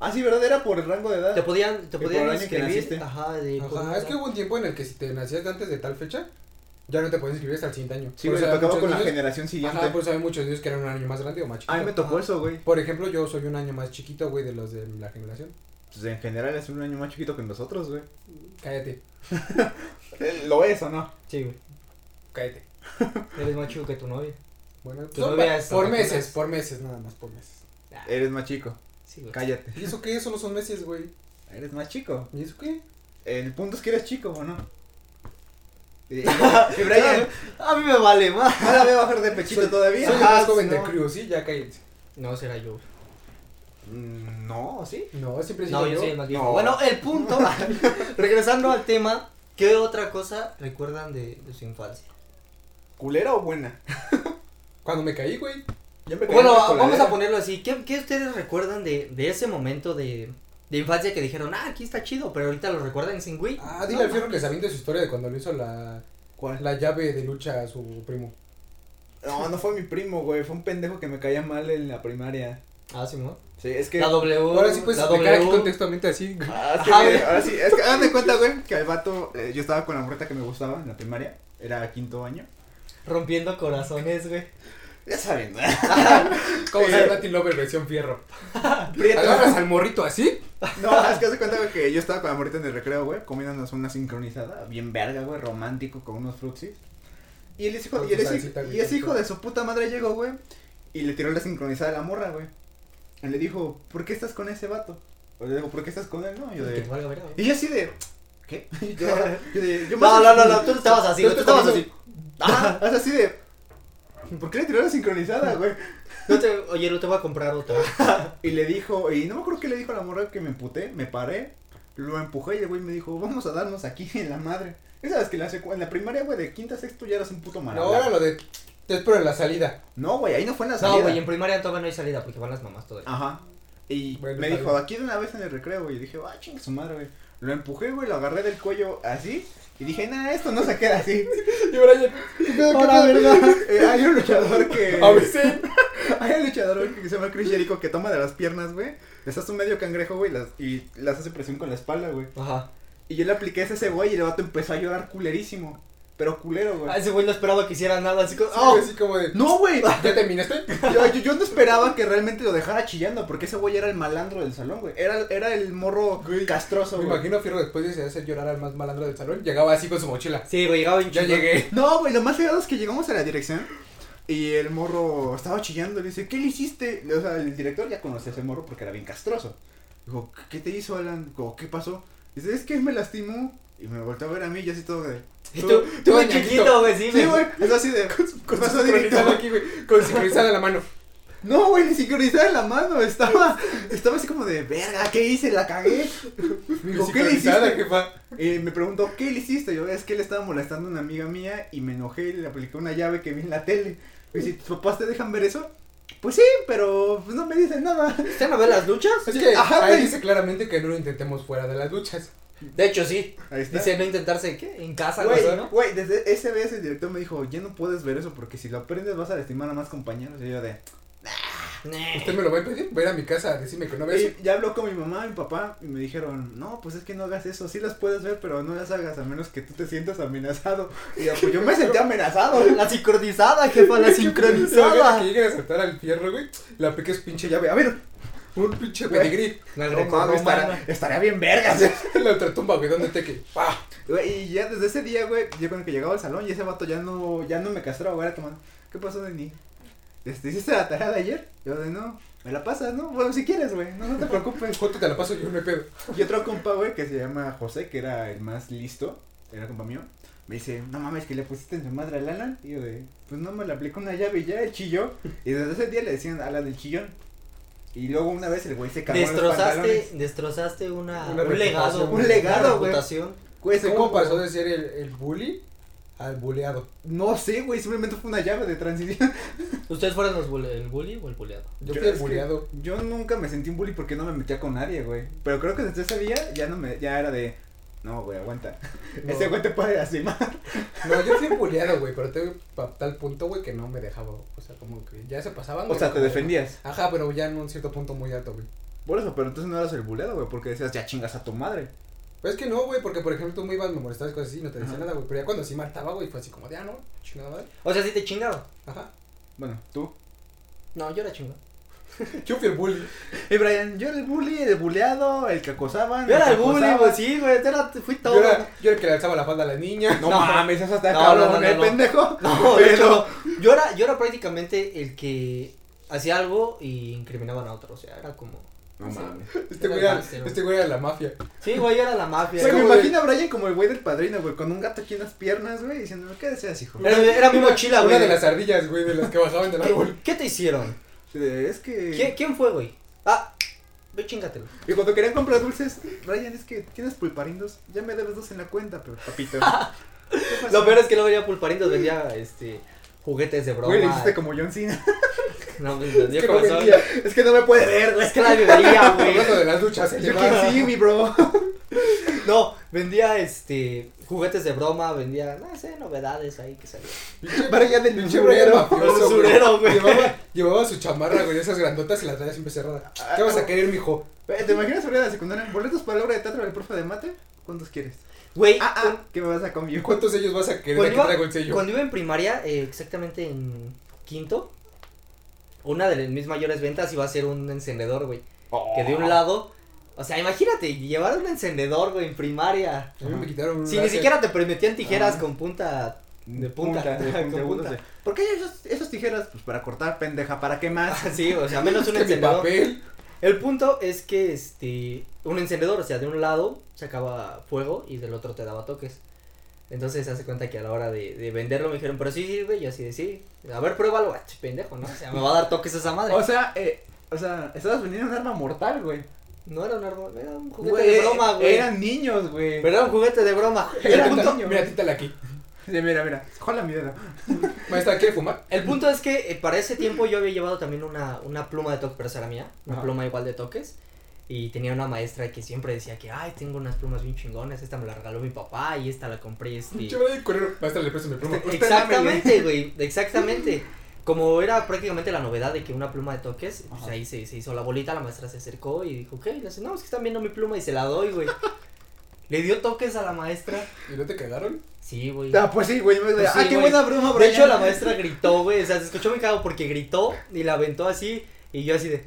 S1: Ah, sí, ¿verdad? Era por el rango de edad.
S2: Te podían, te
S1: Ah. Y por
S2: podían
S1: el año que naciste.
S2: inscribir. Ajá, de. por
S3: Ajá,
S2: una
S3: es que
S2: edad.
S3: hubo un tiempo en el que si te nacías de antes de tal fecha, ya no te puedes inscribir hasta el siguiente año.
S1: Sí,
S3: Por
S1: güey,
S3: eso
S1: se
S3: hay
S1: acabó
S3: muchos
S1: con la
S3: niños-
S1: generación siguiente.
S3: Ajá, por eso hay muchos niños que eran un año más grande o más chiquito.
S1: A mí me tocó eso, güey.
S3: Por ejemplo, yo soy un año más chiquito, güey, de los de la generación.
S1: Pues en general es un año más chiquito que nosotros, güey.
S3: Cállate,
S1: Eh, ¿Lo es o no?
S2: Sí, güey.
S3: cállate.
S2: Eres más chico que tu novia.
S3: Bueno,
S2: Tu
S3: son
S2: novia
S3: pa-
S2: es
S3: por
S2: Santa
S3: meses,
S2: Claus.
S3: por meses, nada más por meses.
S2: Ah,
S1: Eres más chico.
S2: sí, güey.
S1: Cállate.
S3: ¿Y eso qué? Eso no son meses, güey.
S1: Eres más chico.
S3: ¿Y eso qué?
S1: El punto es que eres chico, ¿o no? Y, y- y Brian,
S2: Brian, a mí me vale más.
S1: no la veo bajar de pechito todavía. Ah,
S3: Soy el
S2: Ajá,
S3: más joven de
S2: no.
S3: crew, sí, ya cállate.
S2: No, será yo.
S1: Mm, No, ¿sí?
S3: No, siempre he sido
S2: No, yo soy el más viejo.
S1: No.
S2: Bueno, el punto. regresando al tema, ¿qué otra cosa recuerdan de, de su infancia?
S1: ¿Culera o buena?
S3: Cuando me caí, güey.
S1: Ya me caí
S2: Bueno,
S1: en la
S2: vamos
S1: coladera.
S2: a ponerlo así. ¿Qué, qué ustedes recuerdan de, de ese momento de, de infancia que dijeron, ah, aquí está chido, pero ahorita lo recuerdan sin güey?
S3: Ah, dile al fierro que se aviente su historia de cuando le hizo la,
S1: ¿Cuál?
S3: la llave de lucha a su primo.
S1: No, no fue mi primo, güey. Fue un pendejo que me caía mal en la primaria.
S2: Ah, sí, ¿no?
S1: Sí, es que.
S2: La W.
S3: Ahora sí puedes
S2: Oh, la
S3: explicar aquí
S2: W.
S3: contextuamente así. güey.
S1: Ah, es que,
S2: Ajá,
S1: güey,
S2: güey.
S1: ahora sí, es que hazme cuenta, güey, que al vato, eh, yo estaba con la morrita que me gustaba en la primaria, era quinto año.
S2: Rompiendo corazones, güey.
S1: Ya saben, ¿no?
S3: Como
S1: Sí.
S3: ser Latin Lover versión fierro.
S1: Prieto.
S3: Agarras al morrito así.
S1: No, es que hace cuenta, güey, que yo estaba con la morrita en el recreo, güey, comiéndonos una sincronizada, bien verga, güey, romántico, con unos fruxis. Y el hijo,
S3: Con
S1: y el
S3: su
S1: ese-
S3: salsita,
S1: y ese
S3: güey,
S1: hijo de su puta madre llegó, güey, y le tiró la sincronizada a la morra, güey. Y le dijo, ¿por qué estás con ese vato? O le digo, ¿por qué estás con él? No, yo
S2: Que
S1: de...
S2: te valga verga, güey.
S1: Y yo así de... ¿Qué? Yo, yo de... Yo
S2: No,
S1: más-
S2: no, no, no, tú estabas así,
S1: Yo
S2: güey, tú
S1: estoy
S2: estabas así.
S1: comiendo- Ajá, es así de... ¿Por qué le tiró la sincronizada, güey?
S2: No te, oye, no te voy a comprar otra.
S1: Y le dijo, y no me acuerdo qué le dijo a la morra que me emputé, me paré, lo empujé y el güey me dijo, vamos a darnos aquí en la madre. Y sabes que en la, secu- en la primaria, güey, de quinta a sexto ya eras un puto
S3: No, ahora
S1: maravilla.
S3: lo de. Te espero en la salida.
S1: No, güey, ahí no fue en la salida.
S2: No, güey, en primaria todavía no hay salida porque van las mamás todavía.
S1: Ajá. Y
S3: Bueno,
S1: me
S3: está
S1: dijo,
S3: bien.
S1: aquí de una vez en el recreo, güey. Y dije, ah, chingue su madre, güey. Lo empujé, güey, lo agarré del cuello así. Y dije, nada, esto no se queda así.
S3: Y Brian,
S1: Ahora, ¿verdad? Eh, hay un luchador que.
S3: a veces.
S1: Hay un luchador que se llama Chris Jericho que toma de las piernas, güey. Les hace un medio cangrejo, güey, las- y las hace presión con la espalda, güey.
S2: Ajá.
S1: Y yo le apliqué ese cebolla y el vato empezó a llorar culerísimo. Pero culero,
S2: Ah,
S1: güey.
S2: ese güey no esperaba que hiciera nada, así como,
S3: Ah,
S2: "Oh".
S3: así como de.
S1: No, güey.
S3: ¿Ya terminaste?
S1: Yo, yo- yo no esperaba que realmente lo dejara chillando porque ese güey era el malandro del salón, güey. Era, era el morro
S3: Güey,
S1: castroso,
S3: Me
S1: güey.
S3: imagino a Fierro después de hacer llorar al más malandro del salón. Llegaba así con su mochila.
S2: Sí, güey, llegaba bien
S3: Ya
S2: chingón.
S3: llegué.
S1: No, güey, lo más cagado es que llegamos a la dirección y el morro estaba chillando. Le dice, ¿qué le hiciste? O sea, el director ya conocía a ese morro porque era bien castroso. Dijo, "¿Qué- ¿qué te hizo, Alan? Digo, ¿Qué pasó? Dice, es que me lastimó. Y me volteó a ver a mí y yo así todo de...
S2: Y tú, tú bien
S3: ñaquito.
S2: chiquito, güey, sí,
S1: Sí,
S2: güey.
S1: güey, es así de...
S3: Con
S1: pasó
S3: su
S1: directo.
S3: sincronizada aquí, güey. Con sincronizada en la mano.
S1: No, güey, ni sincronizada en la mano. Estaba, estaba así como de, verga, ¿qué hice? La cagué. Me dijo, ¿qué le
S3: Sincronizada,
S1: hiciste?
S3: jefa.
S1: Eh, me preguntó, ¿qué le hiciste? Yo, es que le estaba molestando a una amiga mía y me enojé y le apliqué una llave que vi en la tele. Me dice, ¿tus papás te dejan ver eso? Pues sí, pero pues, no me dicen nada.
S2: ¿Usted no ve las duchas?
S3: Es que
S1: Ajá,
S3: ahí
S1: güey.
S3: dice claramente que no lo intentemos fuera de las duchas.
S2: De hecho, sí.
S1: Ahí está.
S2: Dice no intentarse, ¿qué? En casa, algo
S1: Güey,
S2: así, ¿no?
S1: güey, desde ese vez el director me dijo, ya no puedes ver eso porque si lo aprendes vas a lastimar a más compañeros. Y yo de...
S2: Nah.
S3: ¿Usted Este me lo va a impedir? Ver a mi casa, decirme que no ve eso.
S1: Y ya habló con mi mamá y mi papá y me dijeron, no, pues es que no hagas eso, sí las puedes ver, pero no las hagas a menos que tú te sientas amenazado. Y yo, pues yo me sentí amenazado.
S2: Ah, La sincronizada, jefa, la
S3: Imagínate Que
S2: sincronizada.
S3: lleguen a saltar al fierro, güey. La piques pinche llave. A ver, un pinche
S1: Güey.
S3: pedigrí.
S2: No,
S1: No,
S2: el récord
S1: mames,
S2: romano.
S1: estaría, estaría bien vergas.
S3: La otra tumba, güey, ¿dónde te que? ¡Pah!
S1: Güey, y ya desde ese día, güey, yo con el que llegaba al salón y ese vato ya no, ya no me castraba, güey, era como, ¿qué pasó, Dani? Este, ¿hiciste la tarea de ayer? Yo de, no, me la pasas, ¿no? Bueno, si quieres, güey, no, no te preocupes.
S3: Joto te la paso yo, no hay pedo.
S1: Y otro compa, güey, que se llama José, que era el más listo, era compa mío, me dice, no mames, que le pusiste en su madre al Alan. Y yo de, pues no me le aplicó una llave y ya, el chilló. Y desde ese día le decían Alan del chillón. Y luego una vez el güey se cagó en los
S2: Destrozaste,
S1: pantalones.
S2: destrozaste una,
S3: Una
S2: un legado.
S3: reputación.
S1: Un legado,
S2: una
S1: güey.
S2: reputación.
S1: Güey, ese
S3: ¿Cómo
S1: compa-
S3: pasó de ser el, el bully al buleado?
S1: No sé, güey, simplemente fue una llave de transición.
S2: ¿Ustedes fueron los bule- el bully o el buleado?
S3: Yo fui el
S1: es que
S3: buleado.
S1: Yo nunca me sentí un bully porque no me metía con nadie, güey. Pero creo que desde ese día ya no me, ya era de, no, güey, aguanta.
S3: No.
S1: Ese güey te puede lastimar.
S3: No, yo fui el buleado, güey, pero tengo para tal punto, güey, que no me dejaba. O sea, como que ya se pasaban.
S1: O
S3: güey,
S1: sea, te
S3: como-
S1: defendías.
S3: Ajá, pero ya en un cierto punto muy alto, güey.
S1: Por eso, pero entonces no eras el buleado, güey, porque decías, ya chingas a tu madre.
S3: Pues es que no, güey, porque por ejemplo tú me ibas, me molestabas cosas así, no te decía
S1: Ajá.
S3: nada, güey. Pero ya cuando sí martaba, güey, fue así como de, ah, no, chingada madre.
S2: O sea, sí te chingaron.
S3: Ajá.
S1: Bueno, tú.
S2: No, yo era chingado.
S3: Yo fui el bully.
S1: Y Brian, yo era el bully, el buleado, el que acosaban.
S2: Yo era
S1: que
S2: el bully,
S1: acosaban.
S2: güey, sí, güey. yo era- Fui todo.
S3: Yo era, yo era el que le alzaba la falda a la niña.
S1: No,
S2: No.
S1: mames, eso está
S2: No,
S1: cabrón,
S2: no, no, no,
S1: ¿eh,
S2: no.
S1: pendejo?
S2: No, de
S1: pero.
S2: hecho, yo era, yo era prácticamente el que hacía algo y incriminaban a otro. O sea, era como.
S1: No mames.
S3: Este
S2: Era
S3: güey
S2: el
S3: era,
S2: máster, güey.
S3: este güey era la mafia.
S2: Sí, güey, yo era la mafia.
S1: Güey, me
S2: Era,
S1: imagino a Brian como el güey del padrino, güey, con un gato aquí en las piernas, güey, diciéndome, ¿qué deseas, hijo?
S2: era- era mi
S3: Una-
S2: mochila,
S3: Una
S2: güey.
S3: de las ardillas, güey, de las que bajaban del árbol.
S2: ¿Qué, qué te hicieron?
S1: Sí, de, Es que.
S2: ¿Qui- ¿Quién fue, güey? Ah, ve chingatelo.
S1: Y cuando querían comprar dulces, Brian, es que tienes pulparindos, ya me debes dos en la cuenta, pero papito. ¿Qué pasó?
S2: Lo peor es que no venía pulparindos, vendía este, juguetes de broma.
S1: Güey, le hiciste como John Cena.
S2: No, me
S3: Es
S2: vendía
S3: que no
S2: como son.
S3: vendía.
S1: es que no me puede ver, güey.
S2: Es que la bebía, güey.
S3: Hablando de las duchas,
S1: You
S3: el
S1: can see me, bro.
S2: No, vendía este juguetes de broma, vendía, no sé, novedades ahí que salían.
S3: Brian del
S1: pinche
S3: usurero.
S1: Brian
S3: mafioso, güey.
S2: Usurero, güey.
S3: Llevaba, llevaba su chamarra, güey, de esas grandotas y las traía siempre cerrada. ¿Qué vas a querer, mijo?
S1: Güey, Eh, ¿Te imaginas sobre la secundaria? ¿Boletos para la obra de teatro del profe de mate? ¿Cuántos quieres?
S2: Güey,
S1: Ah, ah, ¿qué me vas a comer?
S3: ¿Cuántos sellos vas a querer?
S2: cuando,
S3: Aquí
S2: iba,
S3: traigo el sello.
S2: cuando iba en primaria, eh, exactamente en quinto, una de mis mayores ventas iba a ser un encendedor, güey. Que
S3: Ah.
S2: de un lado, o sea, imagínate, llevar un encendedor, güey, en primaria.
S3: A mí me quitaron un
S2: Si ni
S3: láser.
S2: siquiera te permitían tijeras
S1: Ah.
S2: con punta.
S1: De
S2: punta,
S1: de
S2: con
S1: punta.
S2: punta.
S1: sí. ¿Por qué esas, esas tijeras? Pues para cortar, pendeja, ¿para qué más?
S2: Sí, o sea, menos un
S3: Es que mi
S2: encendedor.
S3: papel.
S2: El punto es que este un encendedor, o sea, de un lado sacaba fuego y del otro te daba toques. Entonces se hace cuenta que a la hora de, de venderlo me dijeron, pero sí sirve, y así de sí. A ver, pruébalo, ah, ch, pendejo, ¿no? O sea, me va a dar toques esa madre.
S1: O sea, eh, o sea, estabas vendiendo un arma mortal, güey.
S2: no era un árbol, era un juguete
S1: Güey,
S2: de broma, güey.
S1: Eran niños, güey.
S2: Pero era un juguete de broma.
S1: Era
S2: El
S1: un
S2: punto,
S1: niño.
S3: Mira, títala aquí.
S1: Sí, Mira, mira, jola mi dedo.
S3: Maestra, ¿quiere fumar?
S2: el punto es que eh, para ese tiempo yo había llevado también una, una pluma de toques, pero esa era mía, una
S1: Ajá.
S2: pluma igual de toques. Y tenía una maestra que siempre decía que, ay, tengo unas plumas bien chingonas, esta me la regaló mi papá y esta la compré, este...
S3: Pinche Brian Correro. Maestra, le presto mi pluma.
S1: Usted
S2: Exactamente, güey, exactamente. Como era prácticamente la novedad de que una pluma de toques, pues
S1: Ajá.
S2: ahí se, se hizo la bolita, la maestra se acercó y dijo, ok, le dice, no, es que están viendo mi pluma y se la doy, güey. le dio toques a la maestra.
S3: ¿Y no te cagaron?
S2: Sí, güey.
S1: Ah, pues sí, güey. me-
S2: Pues sí,
S1: ah, qué
S2: güey.
S1: buena broma,
S2: De
S1: Brian.
S2: hecho, la maestra gritó, güey, o sea, se escuchó muy cago porque gritó y la aventó así y yo así de...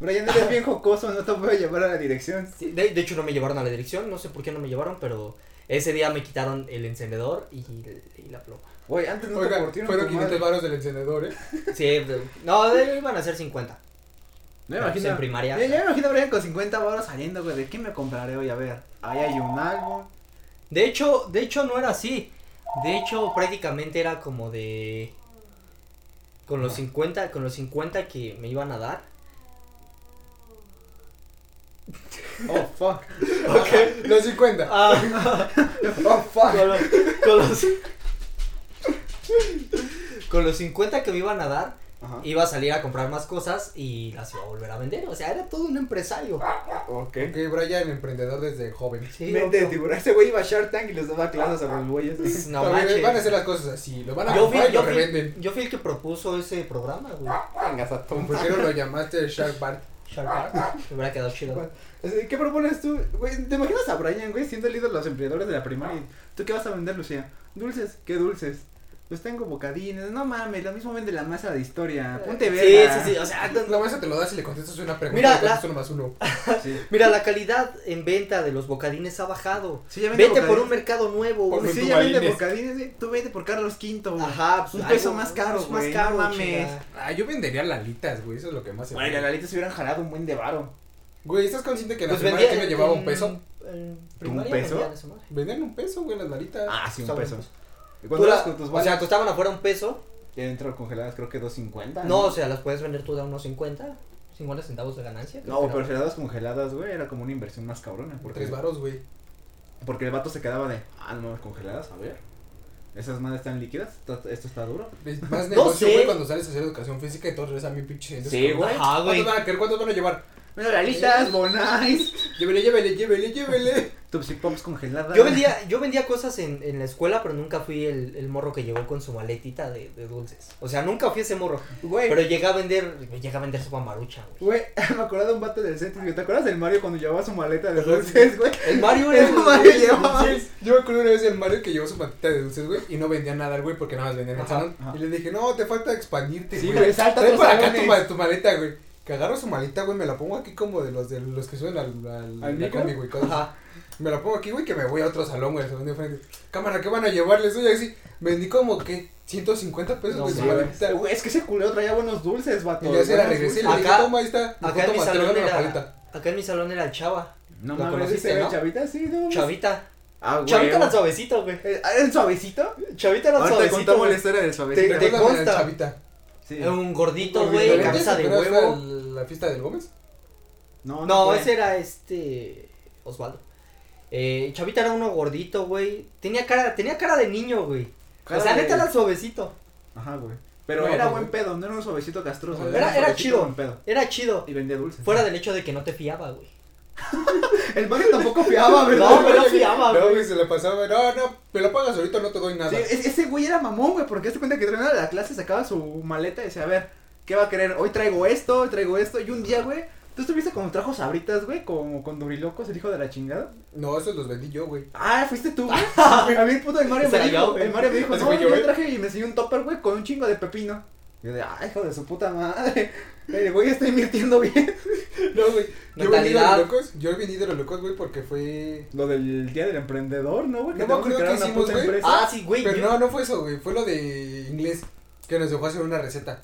S1: Brian, eres bien jocoso, no te voy a llevar a la dirección.
S2: sí, De, de hecho, no me llevaron a la dirección, no sé por qué no me llevaron, pero ese día me quitaron el encendedor y, y la pluma.
S1: Güey, antes no te
S3: Oiga,
S1: curtieron
S3: fueron
S1: tu madre.
S3: 500 varos del encendedor, ¿eh?
S2: Sí, pero- no, de- iban a ser 50.
S1: No
S2: Pero, pues, en primaria.
S1: Ya, ya me imagino a Brian con 50 baros saliendo, güey. ¿De qué me compraré hoy? A ver, ahí hay un álbum.
S2: De hecho, de hecho no era así. De hecho, prácticamente era como de con los 50, con los 50 que me iban a dar.
S1: Oh, fuck.
S3: Ok. Los 50.
S2: Ah,
S1: Oh, fuck.
S2: con, los, con los con los 50 que me iban a dar,
S1: Ajá.
S2: iba a salir a comprar más cosas y las iba a volver a vender. O sea, era todo un empresario.
S1: Ok.
S3: Ok, Brian, emprendedor desde joven.
S2: Sí,
S1: Mente de
S2: obvio.
S1: tiburón. Ese güey iba a Shark Tank y les daba clases a los güeyes.
S2: No
S3: También
S2: manches.
S3: van a hacer las cosas así, lo van a
S2: Yo fui,
S3: comprar y
S2: yo,
S3: lo
S2: fui-
S3: revenden.
S2: yo fui el que propuso ese programa, güey.
S1: Vengas a
S2: Ah.
S3: Como por qué no lo llamaste Shark Bar.
S2: Shark Tank. Me hubiera quedado chido.
S1: Así, ¿Qué propones tú? Güey, ¿Te imaginas a Brian, güey, siendo el líder de los emprendedores de la primaria? ¿Tú qué vas a vender, Lucía? ¿Dulces? ¿Qué dulces? Pues tengo bocadines. No mames, lo mismo vende la masa de historia. Ponte
S2: Sí,
S1: verga.
S2: sí, sí. O sea,
S3: La mesa te lo das y le contestas una pregunta
S2: Ah, Mira,
S3: y le contestas
S2: la-
S3: uno más uno.
S1: sí.
S2: mira, la calidad en venta de los bocadines ha bajado.
S1: Sí, ya vende
S2: Vete por
S1: bocadines.
S2: un mercado nuevo,
S3: Por
S2: güey.
S3: un
S1: Sí, ya vende
S3: Tubalines.
S1: bocadines. sí. Tú vende por Carlos V. güey.
S2: Ajá, pues,
S1: Un
S2: algo-
S1: peso más caro,
S2: es
S1: güey, no
S2: Más caro,
S1: mames.
S2: chinga.
S3: Ah, yo vendería lalitas, güey, eso es lo que más se
S1: Güey,
S3: vende.
S1: la Lalita se hubieran jalado un buen de varo.
S3: Güey, ¿estás consciente que en la
S2: Pues
S3: primaria
S2: vendía-
S3: que me llevaba un
S2: en-
S3: peso?
S2: en primaria
S1: peso?
S2: vendían esa madre.
S3: Vendían un peso, güey, las lalitas.
S1: Ah, sí,
S2: Saben.
S1: ¿Y
S2: Tú
S1: cuánto
S2: la-
S1: las con tus
S2: o sea,
S1: balas?
S2: costaban afuera un peso.
S1: Ya dentro congeladas creo que 2.50.
S2: No, o sea, las puedes vender tú de unos 50, 50 centavos de ganancia.
S1: No,
S2: creo que
S1: pero
S2: era.
S1: si las congeladas, güey, era como una inversión más cabrona.
S3: Por
S1: Porque,
S3: tres varos, güey.
S1: porque el vato se quedaba de, ah, no, congeladas, a ver. Esas madres están líquidas, esto, esto está duro.
S3: Es Más
S2: No
S3: negocio,
S2: sé.
S3: güey, cuando sales a hacer educación física y todos regresan a mi pinche centro.
S1: Sí, güey.
S2: Ajá, güey.
S3: ¿Cuántos van a querer? ¿Cuántos van a llevar?
S1: Bueno, realistas, bonais.
S3: Llévele, llévele, llévele, llévele.
S1: Tupsi Pops congeladas.
S2: Yo vendía, yo vendía cosas en, en la escuela, pero nunca fui el, el morro que llegó con su maletita de, de dulces. O sea, nunca fui ese morro.
S1: Güey,
S2: Pero llegué a vender, llegué a vender sopa marucha, güey.
S1: güey, me acordaba de un vato del Cetis, güey. ¿Te acuerdas del Mario cuando llevaba su maleta de dulces, güey?
S2: El Mario era
S1: El Mario llevaba.
S3: Sí, Yo me acuerdo una vez el Mario que llevó su patita de dulces, güey, y no vendía nada, güey, porque nada más vendían en el
S2: Ajá,
S3: salón.
S1: ajá.
S3: Y le dije, no, te falta expandirte,
S1: Sí, güey, salta
S3: Trae
S1: tus
S3: para acá tu,
S1: salones.
S3: ma- tu maleta, güey. Que agarro su maleta, güey, me la pongo aquí como de los de los que suben al, al,
S1: ¿Al
S3: la
S1: micro?
S3: combi, güey, cosas así.
S2: Ajá.
S3: Me la pongo aquí, güey, que me voy a otro salón, güey, al salón de frente. Cámara, ¿qué van a llevarles? Oye, así, vendí como que 150 pesos
S2: No
S3: de su
S2: mames.
S3: maleta. güey.
S1: Pues, Güey, es que ese culero traía buenos dulces, vato.
S3: Y yo se la
S1: buenos
S3: regresé y le
S1: dulces.
S3: dije,
S2: Acá-
S3: toma, ahí está. Me
S2: Acá en, mi
S3: toma, te
S2: salón
S3: regalo la
S2: era,
S3: paleta.
S2: acá en mi salón era el chava,
S1: No
S2: Lo
S1: mames,
S2: conociste,
S1: ese
S2: ¿no?
S1: chavita, sí, no. mames.
S2: chavita.
S1: Ah, güey.
S2: Chavita era suavecito, güey.
S1: ¿Era suavecito?
S2: Chavita era
S1: Ahorita contamos
S2: suavecito,
S1: este- la
S2: güey.
S1: historia del
S2: Te-
S1: suavecito.
S2: te-
S3: Recuérdame la
S2: consta.
S3: chavita.
S1: Sí.
S2: Era Un gordito,
S3: Porque
S2: güey,
S3: ahorita
S2: cabeza de
S3: se acuerda
S2: huevo.
S3: hasta La fiesta del Gómez.
S2: No,
S1: fue.
S2: ese era este Osvaldo. Eh, Chavita era uno gordito, güey. Tenía cara, tenía cara de niño, güey. O
S1: Cara
S2: sea,
S1: de-
S2: neta era suavecito.
S1: Ajá, güey. Pero
S3: No,
S1: era
S3: pues,
S1: buen
S3: güey.
S1: pedo, no era un suavecito castroso.
S3: Era-
S1: un
S2: era
S1: suavecito
S2: chido.
S1: buen pedo.
S2: Era chido.
S1: Y vendía dulces.
S2: Fuera del hecho de que Pues no te fiaba, güey.
S1: El Mario tampoco fiaba, ¿verdad?
S2: No, pero
S1: Ah, güey?
S2: fiaba,
S3: No,
S2: güey.
S3: güey, se la pasaba. No, no, me la pagas ahorita, no te doy nada.
S1: Sí, es- ese güey era mamón, güey, porque se cuenta que terminaba la clase, sacaba su maleta y decía, a ver, ¿qué va a querer? Hoy traigo esto, hoy traigo esto. Y un día, güey, tú estuviste con trajos sabritas, güey, como con dorilocos, el hijo de la chingada.
S3: No, esos los vendí yo, güey.
S1: Ah, fuiste tú, güey. a mí el puto del Mario me
S2: Será yo,
S1: dijo,
S2: güey.
S1: el Mario me dijo,
S3: Ese
S1: no,
S3: güey yo,
S1: yo
S3: güey.
S1: traje y me enseñó un topper, güey, con un chingo de pepino. Y yo de, ay, hijo de su puta madre. El güey está invirtiendo bien.
S3: No, güey. Yo vendí de
S2: Mentalidad.
S3: los locos. Yo vendí de los locos, güey, porque fue.
S1: Lo del día del emprendedor, ¿no, güey?
S3: No
S1: te
S3: me acuerdo
S1: crearon
S3: qué
S1: una
S3: hicimos,
S1: puta
S3: güey.
S1: empresa.
S2: Ah, sí, güey.
S3: Pero
S2: yo-
S3: no, no fue eso, güey. Fue lo de inglés. Que nos dejó hacer una receta.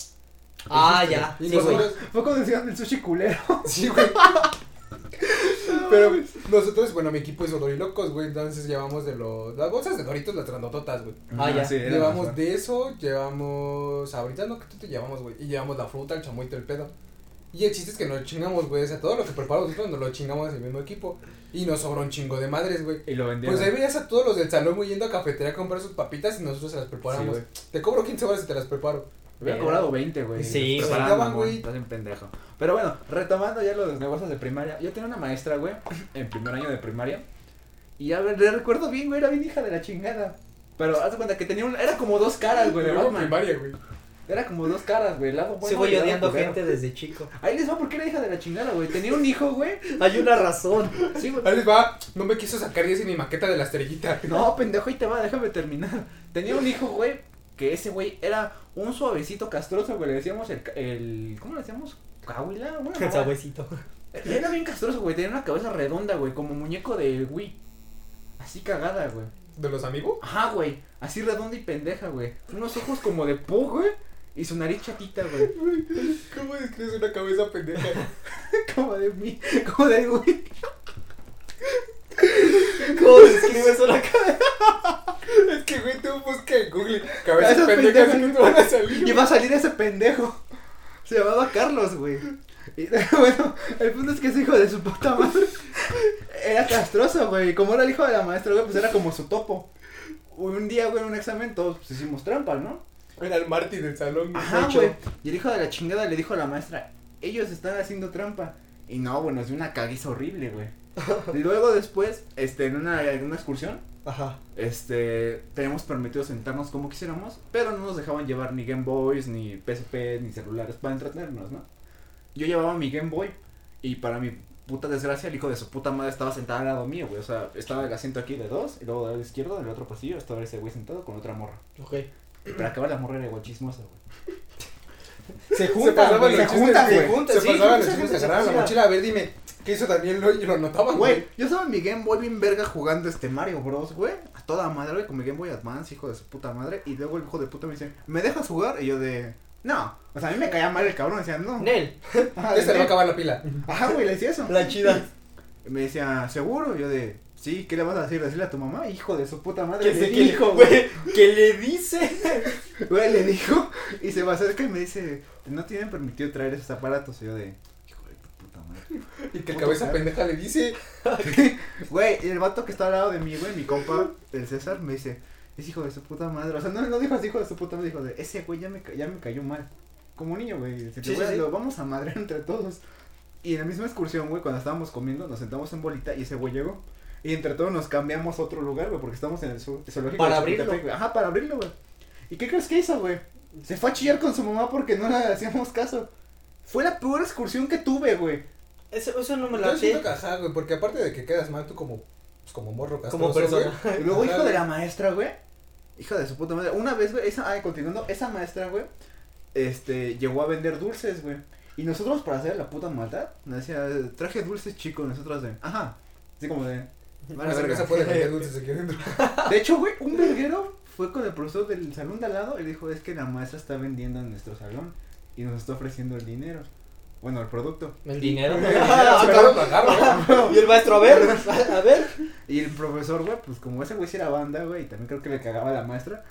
S2: Ah, ya.
S3: Y
S2: Sí, güey.
S3: nosotros.
S1: Fue cuando hicieron el sushi culero.
S3: Sí, güey. Pero nosotros, bueno, mi equipo hizo dorilocos, güey. Entonces llevamos de los. Las bolsas de doritos, las grandototas, güey.
S2: Ah, ya.
S1: era
S3: Llevamos
S1: más
S3: de eso, llevamos. Ahorita no, que tú te llevamos, güey. Y llevamos la fruta, el chamoy, el pedo. Y el chiste es que nos lo chingamos, güey. O sea, todo lo que preparamos nosotros nos lo chingamos del mismo equipo. Y nos sobró un chingo de madres, güey.
S1: Y lo vendieron.
S3: Pues ahí veías a todos los del salón, güey, yendo a cafetería a comprar sus papitas y nosotros se las preparamos.
S1: Sí, güey.
S3: te cobro 15 horas y te las preparo. Eh,
S1: Hubiera cobrado 20, güey.
S2: Sí,
S1: Los
S2: güey.
S1: preparaban,
S3: Estaban,
S1: mamón,
S3: güey.
S1: Estás en pendejo. Pero bueno, retomando ya los negocios de primaria. Yo tenía una maestra, güey, en primer año de primaria. Y ya le recuerdo bien, güey, era bien hija de la chingada. Pero haz de cuenta que tenía un... Era como dos caras, güey, de
S3: Luego
S1: Batman.
S3: primaria, güey.
S1: Era como dos caras, güey. el lado bueno
S2: Sí,
S1: y
S2: voy
S1: el lado
S2: odiando
S1: culero.
S2: gente desde chico.
S1: Ahí les va porque era hija de la chingada, güey. Tenía un hijo, güey.
S2: Hay una razón.
S1: Sí, güey.
S3: Ahí les va, no me quiso sacar 10 en mi maqueta de la estrellita.
S1: No, pendejo, y te va, déjame terminar. Tenía un hijo, güey, que ese güey era un suavecito castroso, güey. Le decíamos el. ca- el ¿Cómo le decíamos? Cahuila, güey.
S2: El sabuesito.
S1: Eh, Era bien castroso, güey. Tenía una cabeza redonda, güey, como muñeco de Wii. Así cagada, güey.
S3: ¿De los amigos?
S1: Ajá, güey. Así redonda y pendeja, güey. Unos ojos como de Pug, güey. Y su nariz chatita, güey.
S3: ¿Cómo describes una cabeza pendeja?
S1: Como de mí. Como de Wii.
S2: ¿Cómo describes una cara?
S3: Es que, güey, tú busca en Google
S1: Cabezas
S3: cabezas pendejas y
S1: pendejas.
S3: no te van a salir.
S1: Y
S3: güey.
S1: va a salir ese pendejo. Se llamaba Carlos, güey. Y, bueno, el punto es que ese hijo de su puta madre era castroso, güey. Y Como era el hijo de la maestra, güey, pues era como su topo. Un día, güey, en un examen, todos pues, hicimos trampa, ¿no?
S3: Era el Marty del salón. güey.
S1: Ajá,
S3: Ocho.
S1: güey. Y el hijo de la chingada le dijo a la maestra, ellos están haciendo trampa. Y no, bueno, es una caguiza horrible, güey. Y luego después, este, en una, en una excursión,
S2: Ajá.
S1: este, teníamos permitido sentarnos como quisiéramos, pero no nos dejaban llevar ni Game Boys, ni PSP, ni celulares para entretenernos, ¿no? Yo llevaba mi Game Boy y para mi puta desgracia el hijo de su puta madre estaba sentado al lado mío, güey. O sea, estaba el asiento aquí de dos y luego del lado izquierdo, del otro pasillo, estaba ese güey sentado con otra morra.
S2: Ok.
S1: Y para acabar la morra era igual chismosa, güey.
S2: Se
S3: Se
S2: juntan,
S3: pasaban
S2: güey.
S3: los
S2: Se
S3: chistes,
S2: juntan,
S3: güey.
S2: se juntan.
S3: Se
S2: sí,
S3: pasaban
S2: mucha
S3: los chistes,
S2: gente se
S3: agarraban la
S2: junta.
S3: mochila. A ver, dime, ¿qué hizo también lo, y lo notaban,
S1: Güey, yo estaba en mi Game Boy bien verga jugando este Mario Bros, güey. A toda madre, güey, con mi Game Boy Advance, hijo de su puta madre. Y luego el hijo de puta me dice, ¿me dejas jugar? Y yo de, no. O sea, a mí me caía mal el cabrón, me decía, no.
S2: Nel,
S1: Ajá,
S3: Ya se
S1: ah,
S3: le va a
S1: de-
S3: acabar Este la pila.
S1: Ajá, güey, le decía eso.
S2: la chida.
S1: Y Me decía, ¿seguro? Y yo de, sí, ¿qué le vas a decir? Decirle a tu mamá, hijo de su puta madre.
S2: Que
S1: le
S2: se que,
S1: dijo,
S2: güey, que le dice.
S1: Güey, le dijo, y se me acerca y me dice, no tienen permitido traer esos aparatos. Y yo de, hijo de tu puta madre.
S3: Y que el
S1: Puto
S3: cabeza
S1: perro.
S3: pendeja le dice.
S1: Güey, el vato que está al lado de mí, güey, mi compa, el César, me dice, es hijo de su puta madre. O sea, no, no dijo así, hijo de su puta madre, dijo de, ese güey ya me, ca- ya me cayó mal. Como niño, güey. Se
S2: Sí, sí, sí.
S1: Lo vamos a madrear entre todos. Y en la misma excursión, güey, cuando estábamos comiendo, nos sentamos en bolita y ese güey llegó. Y entre todos nos cambiamos a otro lugar, güey, porque estamos en el zoo- zoológico.
S2: Para
S1: de
S2: abrirlo.
S1: Chapultepec, güey. Ajá, para abrirlo, güey. ¿Y qué crees que hizo, güey? Se fue a chillar con su mamá porque no le hacíamos caso. Fue la peor excursión que tuve, güey.
S2: Eso, eso no me la
S3: Yo siento
S2: sé.
S3: que ajá, güey, porque aparte de que quedas mal tú como, pues, como morro castroso,
S2: Como persona.
S3: güey.
S1: Y luego,
S3: Ajá,
S1: hijo de
S3: güey.
S1: la maestra, güey. Hijo de su puta madre. Una vez, güey, esa, ay, continuando, esa maestra, güey, este, llegó a vender dulces, güey. Y nosotros, para hacer la puta maldad, nos decía, traje dulces, chico, nosotros de, ajá. Así como de, vale,
S3: Más
S1: verga.
S3: cerveza Pues, puede vender dulces aquí adentro.
S1: De hecho, güey, un verguero fue con el profesor del salón de al lado y le dijo, es que la maestra está vendiendo en nuestro salón y nos está ofreciendo el dinero. Bueno, el producto.
S2: El dinero.
S3: Ah, claro, pagarlo.
S2: y el maestro, a ver, a ver.
S1: Y el profesor, güey, pues como ese güey sí era banda, güey, y también creo que le cagaba a la maestra,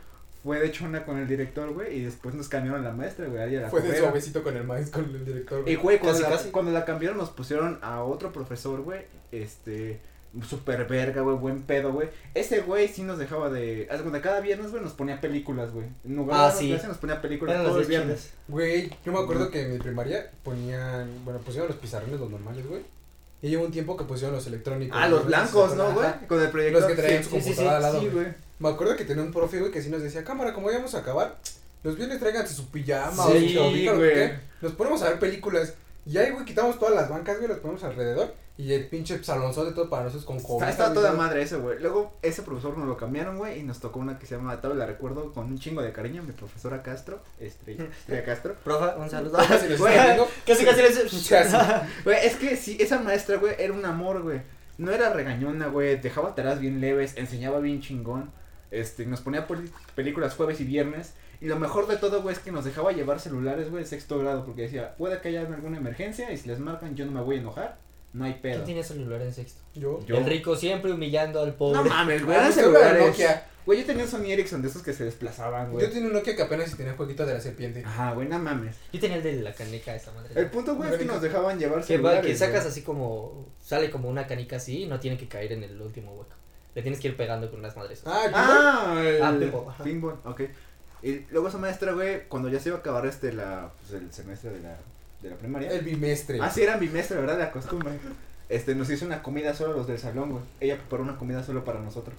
S1: fue de chona con el director, güey, y después nos cambiaron a la maestra, güey, ahí a la
S3: Fue de
S1: culera.
S3: suavecito con el maestro, con el director.
S1: Y
S3: güey.
S1: güey, cuando,
S2: Casi,
S1: la,
S2: casi.
S1: cuando la cambiaron nos pusieron a otro profesor, güey, este, super verga, güey, buen pedo, güey. Ese güey sí nos dejaba de, haz de cuenta, cada viernes, güey, nos ponía películas, güey. En lugar de
S2: Ah,
S1: darnos
S2: sí.
S1: clase, nos ponía películas
S2: Eran
S1: todos
S2: los
S1: los viernes.
S2: viernes.
S3: Güey, yo me acuerdo que en mi primaria ponían, bueno, pusieron los pizarrones, los normales, güey. Y llevo un tiempo que pusieron los electrónicos.
S1: Ah, los
S3: güey,
S1: blancos, ¿no,
S3: ajá.
S1: güey? Con el proyector.
S3: Los que traían
S1: sí.
S3: su
S2: sí, sí,
S3: computadora al lado.
S1: Sí,
S3: güey.
S1: güey.
S3: Me acuerdo que tenía un profe, güey, que sí nos decía, cámara, como ya vamos a acabar, los viernes tráiganse su pijama o
S2: Sí,
S3: su chavita, lo que
S1: güey.
S3: sea, Nos ponemos a ver películas. Y ahí, güey, quitamos todas las bancas, güey, las ponemos alrededor. Y el pinche salonzote todo para nosotros con
S1: Está,
S3: cobijas,
S1: está
S3: güey,
S1: toda
S3: todo.
S1: madre ese, güey. Luego, ese profesor nos lo cambiaron, güey, y nos tocó una que se llama, tal vez la recuerdo con un chingo de cariño, mi profesora Castro, Estrella, Estrella Castro.
S2: Profa, un saludo.
S3: Profa, si nos
S1: Güey,
S3: está viendo,
S2: Casi, casi le dice.
S3: Casi.
S1: Güey, es que sí, esa maestra, güey, era un amor, güey. No era regañona, güey, dejaba tareas bien leves, enseñaba bien chingón. Este, nos ponía poli- películas jueves y viernes. Y lo mejor de todo, güey, es que nos dejaba llevar celulares, güey, de sexto grado, porque decía, puede que haya alguna emergencia y si les marcan yo no me voy a enojar, no hay
S2: ¿Quién
S1: pedo.
S2: tiene celular en sexto?
S3: Yo.
S1: Yo.
S2: El rico siempre humillando al
S1: No
S2: pobre.
S1: mames, güey,
S3: Ah,
S1: eran
S3: yo tengo la
S1: celulares.
S3: Nokia.
S1: Güey, yo tenía un Sony Ericsson de esos que se desplazaban, güey. Ah.
S3: Yo tenía un Nokia que apenas si tenía jueguito de la serpiente.
S1: Ajá, güey, no mames.
S2: Yo tenía el de la canica esa madre.
S1: El punto, güey, es que nos dejaban llevar
S2: Que, va-
S1: celulares.
S2: que sacas
S1: güey.
S2: así como. Sale como una canica así y no tiene que caer en el último hueco. Le tienes que ir pegando con unas madres.
S3: Ah, ¿no?
S1: Ah,
S2: Ah,
S1: el
S2: pinball, ajá.
S1: pinball, ok. Y luego esa maestra, güey, cuando ya se iba a acabar este, la, pues, el semestre de la, de la primaria.
S3: el bimestre.
S1: Ah, sí, era mi maestra, ¿verdad? La costumbre. Este, nos hizo una comida solo los del salón, güey. Ella preparó una comida solo para nosotros.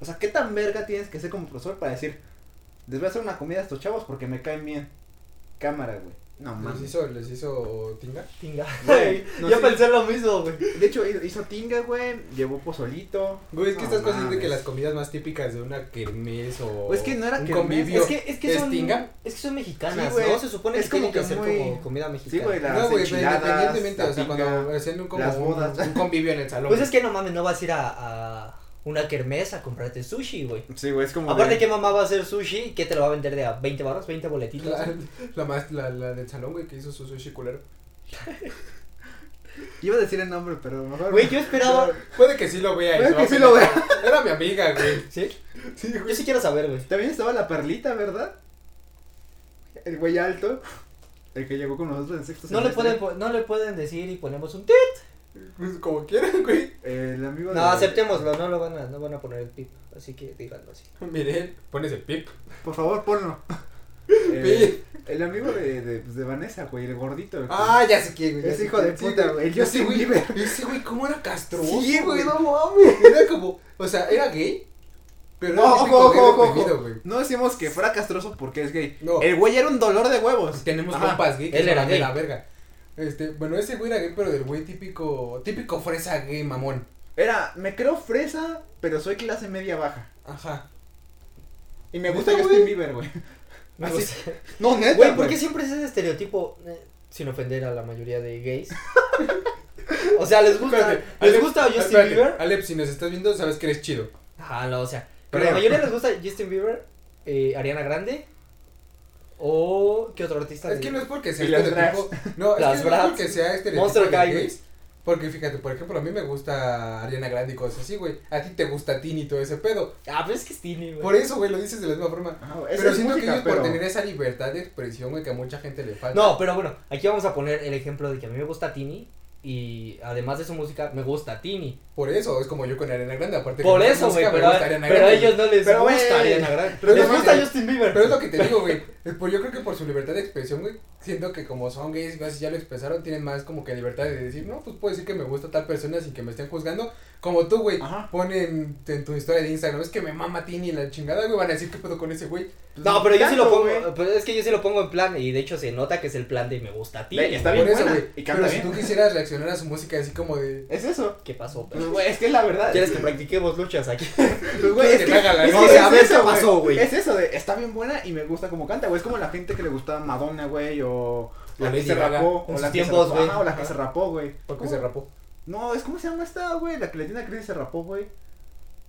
S1: O sea, ¿qué tan verga tienes que ser como profesor para decir, les voy a hacer una comida a estos chavos porque me caen bien? Cámara, güey. No
S3: Les
S1: mames.
S3: hizo, les hizo tinga.
S2: Tinga.
S1: Güey, no
S2: Yo
S1: sé.
S2: pensé lo mismo, güey.
S1: De hecho, hizo hizo tinga, güey. Llevó pozolito.
S3: Güey, es que
S1: No
S3: estás consciente
S1: mames.
S3: que las comidas más típicas de una kermés o.
S1: Pues es que no era
S3: un
S1: kermés,
S3: convivio.
S2: Es que, es que
S3: ¿Es
S2: son.
S3: tinga?
S2: Es que son mexicanas,
S1: Sí, güey.
S2: ¿no? Se supone
S1: Es
S2: que
S1: como
S2: tienen que,
S1: que
S2: hacer
S1: muy-
S2: como comida mexicana.
S1: Sí, güey, las
S3: No, güey, pero
S1: enchiladas.
S3: independientemente,
S1: la
S3: o sea,
S1: tinga.
S3: cuando hacían un, como
S1: las
S3: un-
S1: bodas.
S3: un convivio en el salón.
S2: Pues es que no mames, no vas a ir a, a una kermés a comprarte sushi, güey.
S1: Sí, güey, es como.
S2: Aparte,
S1: de-
S2: ¿qué mamá va a hacer sushi y qué te lo va a vender de a 20 barros, 20 boletitos?
S3: La, la, más- la, la del salón, güey, que hizo su sushi culero.
S1: Iba a decir el nombre, pero mejor.
S2: Güey, yo esperaba.
S3: Puede que sí lo vea. y
S1: Puede
S3: se va
S1: que
S3: a
S1: sí lo
S3: ofender. Era mi amiga, güey.
S2: ¿Sí?
S3: Sí, güey.
S2: Yo sí quiero saber, güey.
S1: También estaba la perlita, ¿verdad? El güey alto. El que llegó con nosotros en sexto
S2: No le,
S1: semestre.
S2: pueden, po- no le pueden decir y ponemos un tip.
S3: Pues como quieran, güey.
S1: El amigo
S2: No,
S1: de-
S2: aceptémoslo, no lo van a, no van a poner el pip. Así que díganlo así.
S3: Miren, pones el pip.
S1: Por favor, ponlo. Eh, el amigo de, de, pues, de Vanessa, güey, el gordito. güey.
S3: Ah, ya sé quién, güey. ya
S1: Ese
S3: sé
S1: hijo de
S3: quién, sí,
S1: puta, güey. Yo
S3: Ese
S1: sí,
S3: güey.
S1: Bieber.
S3: Ese güey, ¿cómo era castroso?
S1: Sí, güey, no
S3: mames. Era como, o sea, era gay. Pero
S1: No,
S3: era el
S1: ojo,
S3: típico gay
S1: ojo, ojo,
S3: reprimido,
S1: ojo.
S3: güey.
S1: No decimos que fuera castroso porque es gay.
S3: No.
S1: El güey era un dolor de huevos.
S3: Tenemos
S1: Ajá.
S3: compas gay. que
S2: Él
S3: son
S2: era
S3: de
S2: gay.
S3: La verga. Este, bueno, ese güey era gay, pero del güey típico, típico fresa gay mamón.
S1: Era, me creo fresa, pero soy clase media baja.
S3: Ajá.
S1: Y me
S3: ¿Neta,
S1: gusta
S3: güey?
S1: Justin Bieber, güey.
S2: Me
S1: Así-
S2: gusta.
S1: No, neta,
S2: Güey, ¿por qué siempre es ese estereotipo? eh, sin ofender a la mayoría de gays. o sea, les gusta.
S3: Espérate,
S2: ¿Les
S3: Alep,
S2: gusta Justin
S3: espérate,
S2: Bieber?
S3: Alep, si nos estás viendo, sabes que eres chido.
S2: Ajá, no, o sea. Pero
S1: Creo.
S2: la mayoría les gusta Justin Bieber, eh, Ariana Grande. O. ¿Qué otro artista?
S3: Es
S2: de-
S3: que no es porque sea
S1: Y las
S3: estereotipo. No, es
S2: Las
S3: que no es
S2: bras.
S3: porque sea estereotipo.
S2: Monster
S3: de
S2: Guy, güey.
S3: gays, Porque fíjate, por ejemplo, a mí me gusta Ariana Grande y cosas así, güey. A ti te gusta Tini y todo ese pedo.
S2: Ah, pero es que es Tini, güey.
S3: Por eso, güey, lo dices de la misma forma.
S1: Ajá, esa
S3: pero
S1: es
S3: siento
S1: música,
S3: que ellos
S1: pero-
S3: por tener esa libertad de expresión, güey, que a mucha gente le falta.
S2: No, pero bueno, aquí vamos a poner el ejemplo de que a mí me gusta Tini. Y además de su música, me gusta Tini.
S3: Por eso, es como yo con Ariana Grande, aparte
S2: Por
S3: que me
S2: eso,
S3: gusta
S2: güey.
S3: música,
S2: Pero,
S3: me gusta Ariana
S2: pero a
S3: Grande.
S2: ellos no les
S1: Pero,
S2: gusta
S1: güey,
S2: Ariana Grande.
S3: pero
S2: les
S3: no
S2: gusta
S3: mames.
S2: Justin Bieber.
S3: Pero es lo que te digo, güey. es por- Yo creo que por su libertad de expresión, güey, siento que como son gays, y así ya lo expresaron, tienen más como que libertad de decir, no, pues puedo decir que me gusta tal persona sin que me estén juzgando. Como tú, güey,
S1: Ajá.
S3: ponen en tu historia de Instagram, es que me mama Tini la chingada, güey, van a decir qué pedo con ese güey.
S2: No, pero yo sí lo
S1: Tanto,
S2: pongo,
S1: güey.
S2: pero es que yo sí lo pongo en plan, y de hecho se nota que es el plan de me gusta a ti.
S1: Ve, está
S3: Por
S1: bien
S3: eso,
S1: buena,
S3: güey.
S1: y
S3: Pero
S1: canta
S3: si
S1: bien.
S3: tú quisieras reaccionar a su música así como de.
S1: Es eso.
S2: ¿Qué pasó?
S1: Pues, güey, es que es la verdad.
S2: ¿Quieres que practiquemos luchas aquí?
S1: Pues, güey, es
S3: que
S1: que,
S3: te haga la
S1: es
S2: noche.
S1: que
S2: A ver
S1: es
S2: qué
S1: eso, güey.
S2: pasó, güey.
S1: Es eso de, está bien buena y me gusta cómo canta, güey. Es como la gente que le gustaba Madonna, güey, o la que
S2: Lady
S1: se
S2: Gaga.
S1: rapó,
S2: En
S1: o
S2: sus
S1: la que se
S2: tiempos,
S1: rapó,
S2: güey.
S1: ajá, o la que se rapó, güey.
S3: Porque
S1: ¿Cómo?
S3: se rapó.
S1: No, es como se llama esta, güey, la que le tiene a Chris y se rapó, güey.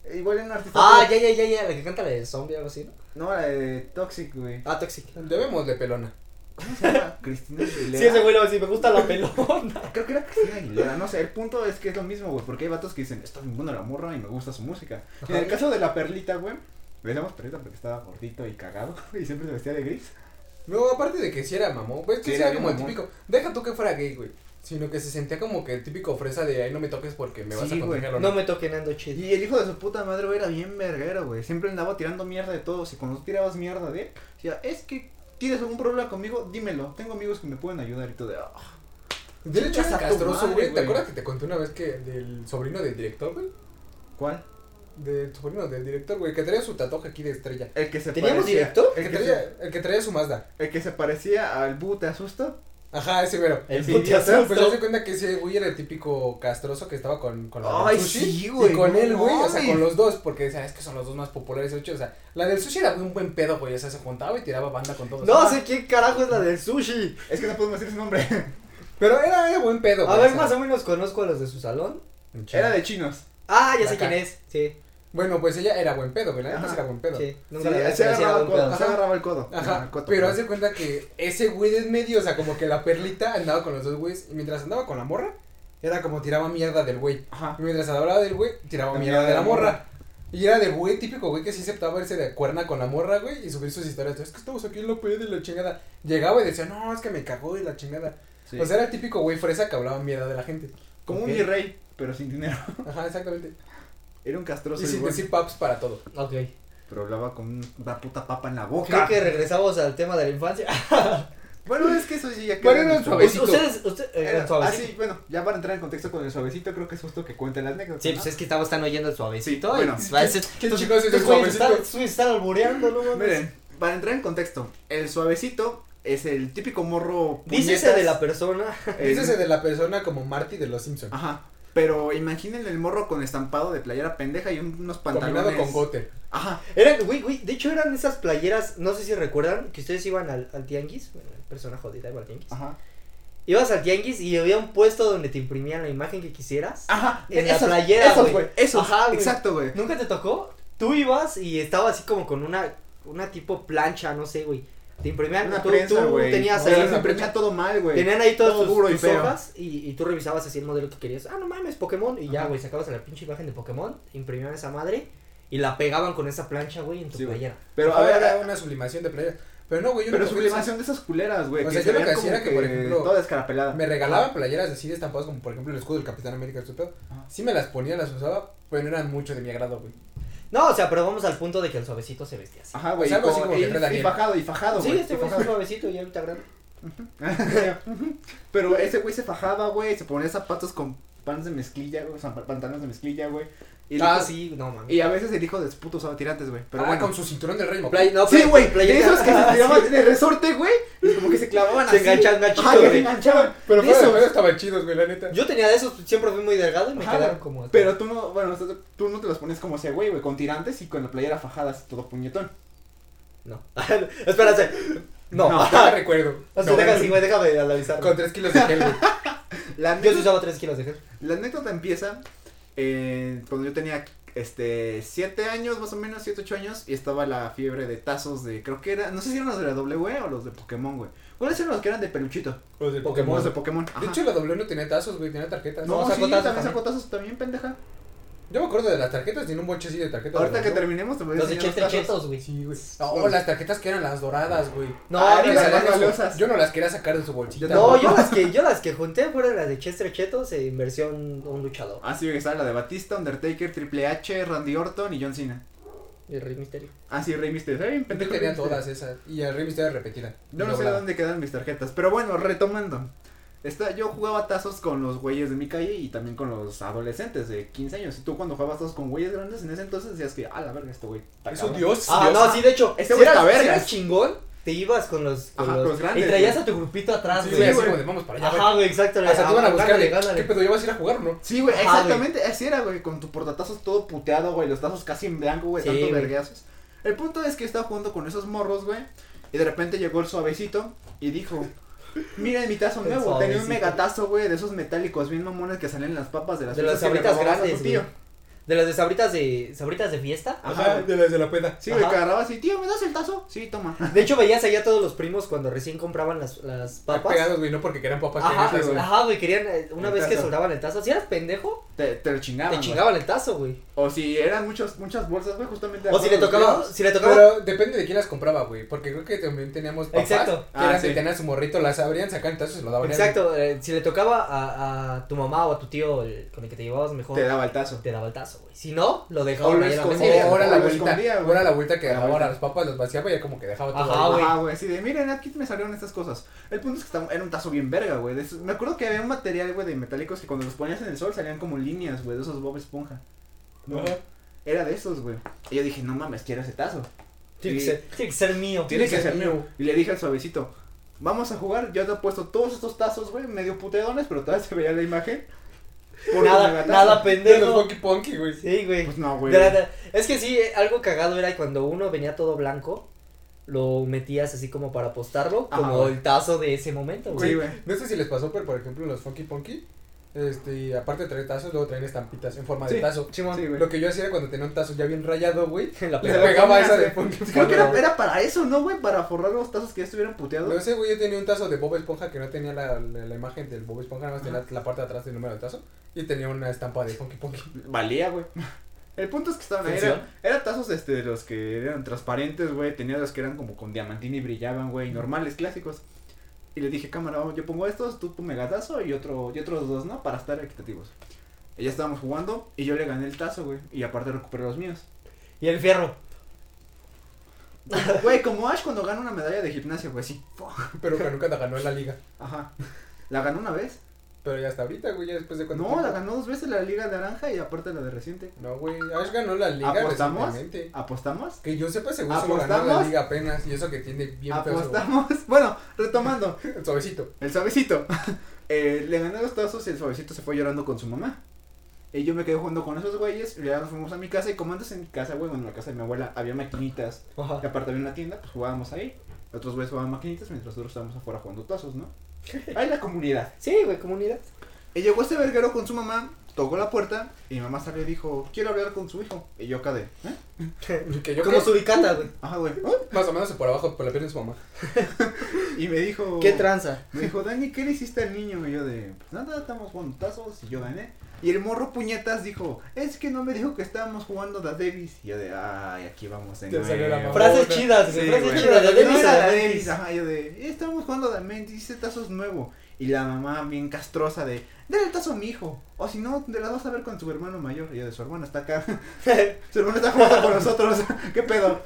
S1: Eh, Igual era una artista.
S2: ah,
S1: güey.
S2: ya, ya, ya, ya, la que canta la de zombie o algo así, ¿no?
S1: No, la de Toxic, güey.
S2: Ah, Toxic.
S3: Debemos de pelona.
S1: ¿Cómo se llama? Cristina Aguilera.
S2: Sí, ese güey lo va a decir, me gusta la pelona.
S1: Creo que era Cristina Aguilera, no sé, el punto es que es lo mismo, güey, porque hay vatos que dicen, está bien buena la morra y me gusta su música. En el caso de la perlita, güey, le decíamos perlita porque estaba gordito y cagado y siempre se vestía de gris.
S3: No, aparte de que si era mamón, pues que
S1: Sí,
S3: sí
S1: era
S3: era como el
S1: bien mamón.
S3: típico. Deja tú que fuera gay, güey. Sino que se sentía como que el típico fresa de ahí no me toques porque me vas
S1: Sí,
S3: a
S1: güey.
S3: contagiar o
S2: No me toquen, ando chido.
S1: Y el hijo de su puta madre, güey, era bien verguero, güey, siempre andaba tirando mierda de todos y cuando tú tirabas mierda de él, decía, es que tienes algún problema conmigo, dímelo, tengo amigos que me pueden ayudar y todo de, "Ah".
S3: De hecho,
S1: Chingas
S3: era
S1: a tu
S3: castroso,
S1: madre,
S3: güey. ¿Te
S1: güey.
S3: acuerdas que te conté una vez que del sobrino del director, güey?
S1: ¿cuál?
S3: Del sobrino del director, güey. Que traía su tatuaje aquí de estrella.
S1: El que se
S2: ¿Teníamos
S1: parecía,
S2: directo?
S1: El
S3: El que
S1: que, se,
S3: traía, el que traía su Mazda.
S1: el que se parecía al Bu, ¿te asusta?
S3: Ajá, ese güero.
S2: El
S1: Sí,
S2: puto
S1: ya sabes,
S3: Pues haz
S2: asusto.
S3: de cuenta que ese güey era el típico castroso que estaba con, con la del
S1: Ay,
S3: sushi
S1: sí, güey,
S3: Y con
S1: no
S3: él, güey, o sea,
S1: mames.
S3: con los dos, porque decían, es que son los dos más populares, de hecho, o sea, la del sushi era un buen pedo, güey, o sea, se juntaba y tiraba banda con todos.
S2: No sé quién carajo es la del sushi.
S1: Es que no podemos decir su nombre,
S3: Pero era, era buen pedo,
S2: A
S3: güey,
S2: ver,
S3: o
S2: más
S3: sea,
S2: o menos conozco a los de su salón.
S3: un chingo.
S1: era de chinos.
S2: Ah, ya sé
S3: Acá.
S2: quién es. Sí,
S3: Bueno, pues ella era buen pedo, güey, la neta
S1: Ajá,
S3: sí era buen pedo.
S2: sí.
S1: Sí,
S2: Nunca la había
S1: se
S2: conocido,
S1: agarraba, el
S2: nunca la-
S1: codo, se agarraba el codo.
S3: Ajá,
S1: Ah, el coto,
S3: pero
S1: perdón.
S3: haz de cuenta que ese güey del medio, o sea, como que la perlita andaba con los dos güeyes, y mientras andaba con la morra, era como tiraba mierda del güey.
S1: Ajá.
S3: Y mientras hablaba del güey, tiraba
S1: La
S3: mierda de la morra. Y era de güey típico, güey, que sí aceptaba irse de cuerna con la morra, güey, y subir sus historias. Es que estamos aquí en la peda y la chingada. Llegaba y decía, no, es que me cagó y la chingada.
S1: Sí.
S3: O sea, era el típico güey fresa que hablaba mierda de la gente.
S1: como
S2: ok.
S1: un virrey, pero sin dinero.
S3: Ajá, exactamente.
S1: Era un castroso
S3: Y
S1: el
S3: sin
S1: güey,
S3: decir paps para todo.
S2: Ah, Ok.
S1: pero hablaba con una puta papa en la boca.
S2: Creo que regresamos al tema de la infancia.
S1: Bueno, es que eso sí ya queda
S3: ¿Cuál era el
S1: en nuestro-
S3: suave? Suavecito.
S2: Ustedes, ustedes, eh,
S1: Era- ah,
S2: suavecito.
S1: sí, bueno, ya para entrar en contexto con el suavecito, creo que es justo que cuenten las anécdotas.
S2: Sí, pues es que estamos están oyendo el suavecito.
S1: Sí, bueno.
S2: y va a ser-
S3: ¿Qué
S2: estos-
S3: chingados es el
S2: estos güeyes
S3: suavecito?
S2: están- estos güeyes están albureando, no mames.
S1: Miren, para entrar en contexto, el suavecito es el típico morro.
S2: Dícese
S1: puñetas,
S2: de la persona.
S1: el-
S3: Dícese de la persona como Marty de los Simpsons.
S1: Ajá. Pero imaginen el morro con estampado de playera pendeja y un- unos
S3: Combinado
S1: pantalones.
S3: con gote.
S1: Ajá.
S2: Eran, güey, güey, de hecho eran esas playeras, no sé si recuerdan, que ustedes iban al, al tianguis, bueno, persona jodida iba al tianguis.
S1: Ajá.
S2: Ibas al tianguis y había un puesto donde te imprimían la imagen que quisieras.
S1: Ajá.
S2: En la playera,
S1: Esos,
S2: güey.
S1: güey. Esos.
S2: Ajá, güey.
S1: Exacto, güey.
S2: ¿Nunca te tocó? Tú ibas y estaba así como con una, una tipo plancha, no sé, güey. Te imprimían,
S1: Una
S2: tú,
S1: prensa,
S2: tú
S1: güey.
S2: tenías
S1: O sea,
S2: ahí
S1: se imprimía todo mal, güey.
S2: Tenían ahí todas
S1: Todo
S2: tus,
S1: duro y
S2: tus
S1: feo.
S2: hojas y, y tú revisabas así el modelo que querías. Ah, no mames, Pokémon. Y ya,
S1: Ajá.
S2: güey, sacabas la pinche imagen de Pokémon, imprimían esa madre y la pegaban con esa plancha, güey, en tu
S1: Sí, güey.
S2: playera.
S1: Pero a ver,
S3: era una sublimación de playera. Pero no, güey, yo
S1: pero
S3: no
S1: sublimación de esas culeras, güey.
S3: O
S1: que
S3: sea,
S1: se
S3: yo lo
S1: vean
S3: que hacía
S1: como
S3: era que, por ejemplo,
S1: Toda descarapelada.
S3: Me
S1: Ah.
S3: regalaban playeras así estampadas como por ejemplo el escudo del Capitán América, su pedo.
S1: Ajá.
S3: Sí me las ponía, las usaba, pero no eran mucho de mi agrado, güey.
S2: No, o sea, pero vamos al punto de que el suavecito se vestía así.
S1: Ajá, güey.
S3: O sea,
S1: y
S3: algo así
S1: como-
S3: como que
S1: y-
S3: trae la
S1: y
S3: piel.
S1: fajado, y fajado,
S2: sí,
S1: Ah, güey.
S2: este
S1: y
S2: güey es
S1: fajado.
S2: un suavecito y ahorita grande.
S1: Pero ese güey se fajaba, güey, se ponía zapatos con pants de mezclilla, güey, o sea, pa- pantalones de mezclilla, güey. Y el
S2: Ah,
S1: hijo-
S2: sí, no mames.
S1: Y a veces el hijo de puto usaba tirantes, güey, pero
S3: ah,
S1: bueno.
S3: con su cinturón del rey.
S2: O play- no,
S1: Sí,
S2: pero-
S1: güey,
S2: playera-
S1: de esos que se
S2: Ah,
S1: tiraban
S2: sí.
S1: de resorte, güey, y como que se clavaban
S2: Se
S1: así.
S2: enganchaban gachito,
S1: Ajá, ya se
S2: güey.
S1: enganchaban.
S3: Pero
S1: De
S3: fuera de
S1: esos.
S3: pedo estaban chidos, güey, la neta.
S2: Yo tenía de esos, siempre fui muy delgado y me
S1: Ajá,
S2: quedaron
S1: güey.
S2: como.
S1: Pero tú no, bueno, o sea, tú no te los pones como ese güey, güey, con tirantes y con la playera fajada así todo puñetón.
S2: No. Espérate. No.
S1: No.
S3: No me recuerdo.
S2: O sea,
S3: No,
S2: deja así, güey, déjame analizar.
S3: Con tres kilos de gel, güey.
S1: La
S2: Yo sí
S1: anécdota,
S2: usaba 3 kilos de gel.
S1: la anécdota empieza eh, cuando yo tenía este siete años, más o menos, siete, ocho años, y estaba la fiebre de tazos de, creo que era, no sé si eran los de la W o los de Pokémon, güey. ¿Cuáles eran los que eran de peluchito?
S3: Los del
S2: Pokémon.
S1: Los de Pokémon.
S3: Pokémon.
S1: Ajá.
S3: De hecho, la W no tenía tazos, güey, tenía tarjetas.
S1: no,
S2: no,
S1: sí,
S2: sacó
S1: también
S2: tazos
S1: sacó tazos también, pendeja.
S3: Yo me acuerdo de las tarjetas, tenía un buen chasis de tarjetas.
S1: Ahorita que
S3: ¿no?
S1: terminemos te voy a
S2: Los de
S1: enseñar
S2: Chester
S1: tazos.
S2: Chetos, güey.
S3: Sí, güey. No, las tarjetas que eran las doradas, güey.
S2: No,
S1: Ah, las
S2: no, no,
S1: más
S3: Salían de su-
S1: valiosas.
S3: Yo no las quería sacar de su bolsita.
S1: Yo
S2: No,
S1: tampoco.
S2: yo las que, yo las que junté fueron las de Chester Chetos en versión un luchador.
S1: Ah, sí, güey, estaba la de Batista, Undertaker, Triple H, Randy Orton y John Cena.
S2: Y El Rey Misterio.
S1: Ah, sí, Rey Mysterio. Ay,
S3: Yo
S1: pendejo, Rey
S3: tenía
S1: Mysterio.
S3: todas esas. Y el Rey Misterio repetida.
S1: Yo no sé
S3: Doblada.
S1: dónde quedan mis tarjetas. Pero bueno, retomando. Está, yo jugaba tazos con los güeyes de mi calle y también con los adolescentes de 15 años. Y tú cuando jugabas tazos con güeyes grandes en ese entonces decías que, ah, la verga, este güey. está
S3: Es un
S1: cabrón".
S3: dios.
S2: Ah,
S3: dios.
S2: no, sí, de hecho.
S1: Este
S2: si
S1: güey
S2: eras,
S1: está
S2: si
S1: vergas.
S2: eras chingón, te ibas con los. Con
S1: Ajá,
S2: los,
S1: con los grandes,
S2: Y traías
S1: güey.
S2: a tu grupito atrás,
S3: Sí,
S2: güey.
S3: güey, así
S1: güey.
S3: como de, vamos para allá.
S2: Ajá, güey, exacto.
S3: güey. Hasta te
S2: ah,
S3: iban a buscar
S2: gánale,
S3: de,
S2: gánale.
S3: ¿qué pedo? ¿Ya vas a ir a jugar o no?
S1: Sí, güey,
S2: Ajá,
S1: exactamente, así era, güey, con tu portatazos todo puteado, güey, los tazos casi en blanco, güey,
S2: Sí,
S1: tanto
S2: güey.
S1: vergueazos. El punto es que estaba jugando con esos morros, güey, y de repente llegó el suavecito y dijo, miren mi tazo
S2: El
S1: nuevo, tenía un
S2: suavecito.
S1: megatazo, güey, de esos metálicos bien mamones que salen en las papas de las
S2: De las
S1: fiestas que le
S2: sabritas
S1: robabas a tu
S2: grandes,
S1: tío.
S2: güey. De las de sabritas de, sabritas de fiesta.
S1: Ajá, güey.
S3: de las de la peda.
S1: Sí, güey,
S2: Ajá.
S1: que agarraba así, tío, ¿me das el tazo? Sí, toma.
S2: De hecho, veías allá a todos los primos cuando recién compraban las, las papas.
S3: Pegados, güey, no porque querían papas.
S2: Ajá, pues,
S3: querían
S1: güey.
S3: tazos.
S2: ajá, güey, querían, eh, una
S1: El
S2: vez que
S1: tazo.
S2: soldaban el tazo, si eras pendejo,
S1: Te, te lo chingaban,
S2: te
S1: güey.
S2: chingaban el tazo, güey.
S1: O si eran muchas, muchas bolsas, güey, justamente.
S2: O si le tocaba, si le tocaba,
S3: Pero depende de quién las compraba, güey. Porque creo que también teníamos papás.
S2: Exacto.
S3: Que
S1: Ah,
S3: eran
S1: sí.
S3: que tenían su morrito, las abrían, sacaban tazos y se lo daban. a él.
S2: exacto, eh, si le tocaba a, a tu mamá o a tu tío el- con el que te llevabas mejor,
S1: Te daba el tazo.
S2: te daba el tazo, güey. Si no, lo
S1: O
S2: dejaban
S1: lo
S2: ahí en la
S1: escondían.
S2: mesa.
S3: ahora
S1: o
S3: la
S1: lo
S3: vuelta,
S1: escondía, güey.
S3: ahora la vuelta que
S1: La
S3: ahora
S1: vuelta.
S3: las papas las vaciaba y ya como que dejaba todo.
S2: Ajá,
S3: ahí.
S2: güey.
S1: Ah, güey, así de, miren, aquí me salieron estas cosas. El punto es que estaba- era un tazo bien verga, güey. de esos- Me acuerdo que había un material, güey, de metálicos que cuando los ponías en el sol salían como líneas, güey, de esos Bob Esponja. No,
S3: Ajá.
S1: Era de esos, güey. Y yo dije, no mames, quiero ese tazo.
S2: Tiene que
S1: Sí.
S2: ser, tiene que ser mío.
S1: Tiene que
S3: ser
S1: ser mío.
S3: mío.
S1: Y le dije al suavecito, vamos a jugar. Yo te he puesto todos estos tazos, güey, medio puteadones, pero todavía se veía la imagen. Por tu
S2: Nada,
S1: megatazo.
S2: nada
S3: De los
S2: pendejo.
S3: Funky Punky, güey.
S2: Sí, güey.
S1: Pues no, güey.
S2: De la- de- es que sí, eh, algo cagado era cuando uno venía todo blanco, lo metías así como para apostarlo,
S1: Ajá,
S2: como
S1: güey.
S2: el tazo de ese momento, güey.
S1: Sí, güey.
S3: No sé si les pasó, pero por ejemplo, los Funky Punky, este, aparte de traer tazos, luego traen estampitas en forma
S1: Sí.
S3: de tazo.
S2: Simón.
S1: Sí, güey.
S3: Lo que yo hacía era cuando tenía un tazo ya bien rayado, güey.
S2: La
S3: Le
S1: Pero
S2: pegaba.
S3: pegaba
S1: ponías,
S3: esa de
S1: güey.
S3: Funky
S1: Creo que
S3: Punky.
S1: era, era para eso, ¿no, güey? Para forrar los tazos que ya estuvieran puteados.
S3: No sé, güey, yo tenía un tazo de Bob Esponja que no tenía la, la, la imagen del Bob Esponja, nada más tenía la parte de atrás del número del tazo. Y tenía una estampa de Funky Punky.
S1: Valía, güey. El punto es que estaban ahí. Eran,
S2: Funciona.
S1: eran tazos este, de los que eran transparentes, güey. Tenía los que eran como con diamantina y brillaban, güey. Normales, clásicos. Y le dije, cámara, vamos, yo pongo estos, tú tu megatazo y, otro, y otros dos, ¿no? Para estar equitativos. Y ya estábamos jugando y yo le gané el tazo, güey. Y aparte recuperé los míos.
S2: Y el fierro.
S1: Como- Güey, como Ash cuando gana una medalla de gimnasio, güey, sí.
S3: Pero que nunca la ganó en la liga.
S1: Ajá. ¿La ganó una vez?
S3: Pero ya hasta ahorita, güey, ya después de cuando.
S1: No, la ganó dos veces la Liga Naranja y aparte la de reciente.
S3: No, güey, Ash ganó la liga
S1: ¿Apostamos?
S3: recientemente.
S1: ¿Apostamos?
S3: Que yo sepa, seguro solo ganó la
S1: ¿Apostamos?
S3: liga apenas. Y eso que tiene bien feo su-
S1: Apostamos. Bueno, retomando,
S3: Suavecito.
S1: el suavecito. Eh, le gané los tazos y el suavecito se fue llorando con su mamá. Y yo me quedé jugando con esos güeyes. Y ya nos fuimos a mi casa. Y como antes en mi casa, güey, bueno, en la casa de mi abuela había maquinitas. Y
S2: Ajá.
S1: aparte había una tienda, pues jugábamos ahí. Otros güeyes jugaban maquinitas mientras nosotros estábamos afuera jugando tazos, ¿no? Ahí la comunidad.
S2: Sí, güey, comunidad.
S1: Y llegó este verguero con su mamá, tocó la puerta. Y mi mamá salió y dijo: Quiero hablar con su hijo. Y yo cadé. ¿Eh?
S3: Que yo
S2: Como
S3: creo-
S2: suricata, güey.
S1: Ajá, güey.
S3: Más o menos por abajo, por la pierna de su mamá.
S1: Y me dijo:
S2: ¿Qué tranza?
S1: Me dijo, Dani, ¿qué le hiciste al niño? Y yo de, pues nada, estamos jugando tazos y yo gané. Y el morro puñetas dijo, es que no me dijo que estábamos jugando la Davis. Y yo de, ay, aquí vamos de
S3: Te salió la
S1: nuevo".
S3: mamá.
S2: Frases
S3: Otra.
S2: chidas,
S1: Sí,
S2: güey.
S1: güey.
S2: frases chidas. La
S1: No
S2: Davis
S1: era
S2: a la
S1: la
S2: Davis.
S1: Davis, ajá, yo de, "Eh, estábamos jugando la Davis, ese tazo es nuevo. Y la mamá bien castrosa de, dale el tazo a mi hijo. O si no, te la vas a ver con su hermano mayor. Y yo de su hermano está acá. su hermano está jugando con nosotros. ¿Qué pedo?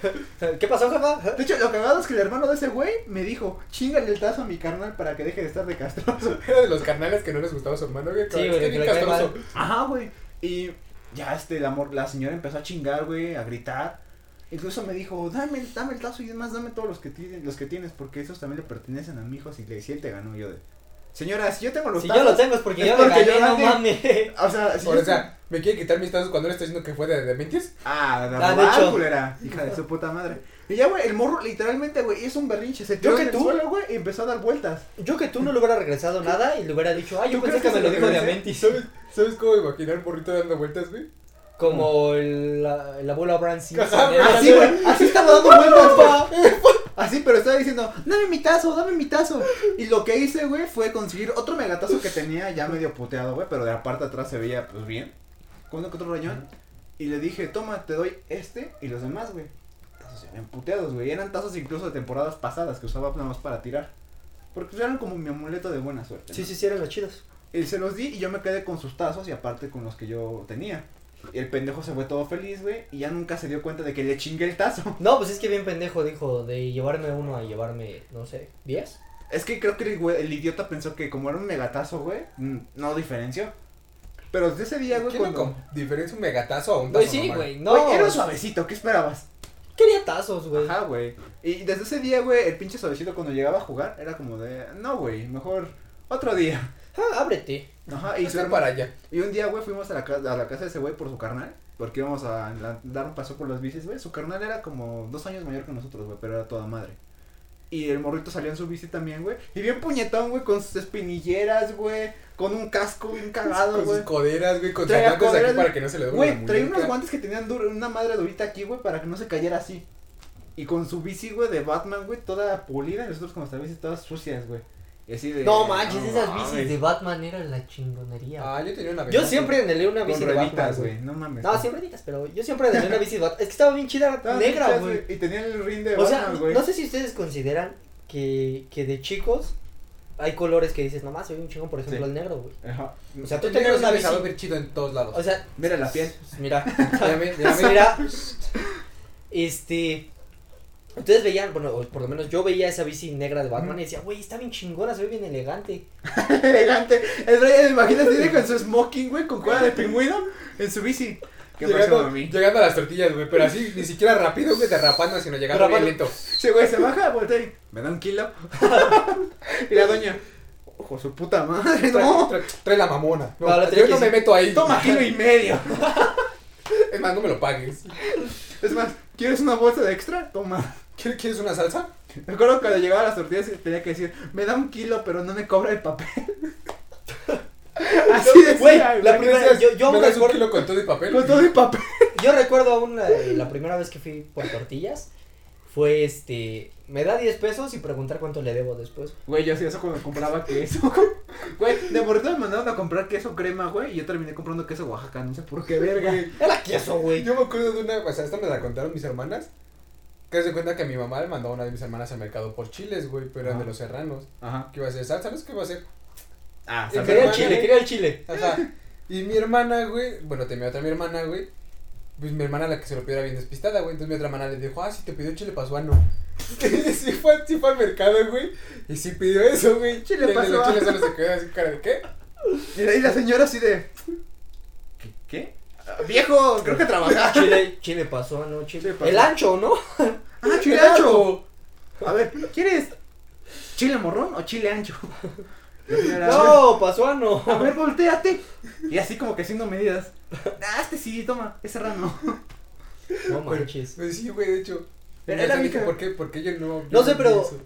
S4: ¿Qué pasó, jefa?
S1: De hecho, lo cagado es que el hermano de ese güey me dijo, chingale el tazo a mi carnal para que deje de estar de castroso.
S3: Era de los carnales que no les gustaba su hermano, güey.
S2: Sí,
S3: es
S2: güey,
S3: que
S2: que
S3: bien
S2: le cae
S3: castroso.
S2: mal.
S1: Ajá, güey. Y ya este, la, mor- la señora empezó a chingar, güey, a gritar. Incluso me dijo, dame, el- dame el tazo y demás, dame todos los que, tienes, los que tienes, porque esos también le pertenecen a mi hijo. Si, le, si él te ganó, Y yo de... Señora, si yo tengo los
S2: Si yo
S1: tazos...
S2: lo tengo es porque
S1: Es
S2: yo lo
S1: porque
S2: gané,
S1: yo
S2: no
S1: gané.
S2: mames.
S1: O sea, si yo-
S3: O sea, me quiere quitar mis tazos cuando le estoy diciendo que fue de, de mentiras.
S1: Ah,
S2: Ah,
S1: la
S2: de
S1: verdad,
S2: hecho.
S1: culera. Hija de su puta madre. Y ya, güey, el morro literalmente, güey, es un berrinche. Se
S4: Creo
S1: tiró
S4: que
S1: en el
S4: tú-
S1: suelo, güey, y empezó a dar vueltas.
S2: Yo que tú no le hubiera regresado nada y le hubiera dicho, ay, yo
S1: ¿Tú
S2: pensé que
S1: crees
S2: me
S1: que
S2: lo
S1: se lo
S2: dijo de
S1: regresé?
S2: Amentis.
S3: ¿Sabes, ¿Sabes cómo imaginar al morrito dando vueltas, güey?
S2: Como el, la, el abuelo Abraham Simpson.
S3: Ajá,
S2: ¿eh?
S3: güey.
S1: Así, güey, así estaba dando vueltas, güey. Así, pero estaba diciendo, dame mi tazo, dame mi tazo. Y lo que hice, güey, fue conseguir otro megatazo que tenía ya medio puteado, güey, pero de la parte de atrás se veía, pues, bien. Con uno que otro rañón. Y le dije, toma, te doy este y los demás, güey. Tazos se ven puteados, güey. Eran tazos incluso de temporadas pasadas que usaba nada más para tirar. Porque pues, eran como mi amuleto de buena suerte. ¿no?
S4: Sí, sí, sí, eran los chidos.
S1: Y se los di y yo me quedé con sus tazos y aparte con los que yo tenía. Y el pendejo se fue todo feliz, güey, y ya nunca se dio cuenta de que le chingué el tazo.
S2: No, pues es que bien pendejo dijo de llevarme uno a llevarme, no sé, 10.
S1: Es que creo que el, güey- el idiota pensó que como era un megatazo, güey, mm, no diferenció. Pero desde ese día, güey,
S3: ¿Qué no
S1: cuando...
S3: com- diferencia un megatazo a un
S2: Güey,
S3: tazo?
S2: Pues sí,
S3: normal?
S2: güey, no.
S1: No, era un suavecito, ¿qué esperabas?
S2: Quería tazos, güey.
S1: Ajá, güey. Y desde ese día, güey, el pinche suavecito cuando llegaba a jugar era como de, no, güey, mejor otro día.
S2: Ah, ábrete.
S1: Ajá, y
S3: Y
S1: su
S3: ser
S1: hermano...
S3: para allá.
S1: Y un día, güey, fuimos a la, ca- a la casa de ese güey por su carnal, porque íbamos a la- dar un paso por las bicis, güey. Su carnal era como dos años mayor que nosotros, güey, pero era toda madre. Y el morrito salió en su bici también, güey. Y bien puñetón, güey, con sus espinilleras, güey. Con un casco bien cagado,
S3: Con sus
S1: Ah, güey.
S3: coderas, güey, con
S1: Traía
S3: chamacos aquí
S1: coderas,
S3: para que no se le duele la
S1: Güey, traía
S3: muñeca.
S1: unos guantes que tenían duro- una madre durita aquí, güey, para que no se cayera así. Y con su bici, güey, de Batman, güey, toda pulida. Y nosotros con nuestras bicis todas sucias, güey. Y así de...
S2: No manches, esas
S1: mames.
S2: bicis de Batman eran la chingonería.
S3: Ah, yo tenía una
S2: yo
S3: ventaja.
S2: siempre anhelé una bici
S1: Con
S2: de Batman,
S1: rueditas,
S2: güey.
S1: güey. No mames.
S2: No, siempre digas, pero yo siempre anhelé una bici de Batman. Es que estaba bien chida,
S1: Estaban
S2: negra,
S1: hechas,
S2: güey.
S1: Y tenía el ring de
S2: O sea,
S1: Batman, güey.
S2: no sé si ustedes consideran que, que de chicos hay colores que dices, nomás soy un chingón, por ejemplo,
S1: Sí.
S2: el negro, güey.
S1: Ajá.
S2: O sea, tú
S3: El negro
S2: tenías una
S3: siempre
S2: bici.
S3: se va a ver chido en todos lados.
S2: O sea,
S1: Mira la piel.
S2: mira.
S3: Ya me- ya me-
S2: Mira, este. Ustedes veían, bueno, o por lo menos yo veía esa bici negra de Batman y decía, güey, está bien chingona, se ve bien elegante.
S1: Elegante. El Brian, imagínate, tiene con su smoking, güey, con cola de pingüino en su bici. Qué
S3: llegando,
S1: pasó, mami.
S3: llegando a las tortillas, güey, pero así, ni siquiera rápido, güey, derrapando, sino llegando bien
S2: Derrapando.
S3: lento.
S1: Sí, güey, se baja, voltea y me da un kilo. y la doña, ojo, su puta madre,
S3: Trae,
S1: no.
S3: trae- trae la mamona. No,
S2: No, la
S3: yo
S2: tenía
S3: no
S2: que-
S3: me meto ahí.
S1: Toma kilo y medio.
S3: Es más, no me lo pagues.
S1: Es más, ¿quieres una bolsa de extra? Toma.
S3: ¿Quieres, quieres una salsa?
S1: Me acuerdo cuando llegaba a las tortillas que tenía que decir, me da un kilo, pero no me cobra el papel. Así decía,
S2: Güey, la
S1: güey.
S2: primera-
S3: Gracias,
S2: yo- yo
S3: ¿Me
S2: me
S3: das un
S2: acuerdo-
S3: kilo con todo y papel?
S1: Con todo el papel.
S2: Yo recuerdo una, eh, la primera vez que fui por tortillas, fue este, me da 10 pesos y preguntar cuánto le debo después.
S1: Güey, yo hacía eso cuando compraba queso. Güey, de morrito me mandaron a comprar queso crema, güey, y yo terminé comprando queso Oaxaca, no sé por qué, verga.
S2: Era queso, güey.
S3: Yo me acuerdo de una, o sea, esta me la contaron mis hermanas. Que se cuenta que mi mamá le mandó a una de mis hermanas al mercado por chiles, güey, pero eran
S1: Ajá.
S3: de los serranos.
S1: Ajá.
S3: ¿Qué iba a hacer? ¿Sabes ¿Sabes qué iba a hacer?
S1: Ah,
S3: Y
S1: salsa
S3: quería
S1: de
S2: Quería el
S1: tomate.
S2: chile, quería el chile.
S3: Ajá. Y mi hermana, güey, bueno, tenía otra mi hermana, güey. Pues mi hermana la que se lo pidió era bien despistada, güey. Entonces mi otra hermana le dijo, ah, si te pidió chile pasuano. Y sí fue, sí fue al mercado, güey. Y sí pidió eso, güey.
S1: Chile
S3: Y el de los
S1: pasuano.
S3: chiles solo se quedó así, cara de qué.
S1: Y ahí la señora así de. ¿Qué? qué? Ah, viejo, creo que trabajar.
S2: Chile, chile pasó, ¿no? Chile.
S1: Chile pasó.
S2: El ancho, ¿no?
S1: Ah, chile ancho. A ver, ¿quieres chile morrón o chile ancho? La señora,
S2: No, pasó, no.
S1: A ver, volteate. Y así como que haciendo medidas. Ah, este sí, toma, es serrano.
S2: No manches.
S3: Pues sí, güey, de hecho.
S1: Pero
S3: Y
S1: era
S3: yo
S1: mi
S3: dije,
S1: cara-
S3: ¿Por qué? ¿Por qué yo no? yo
S2: No sé,
S3: vi
S2: pero-
S3: eso?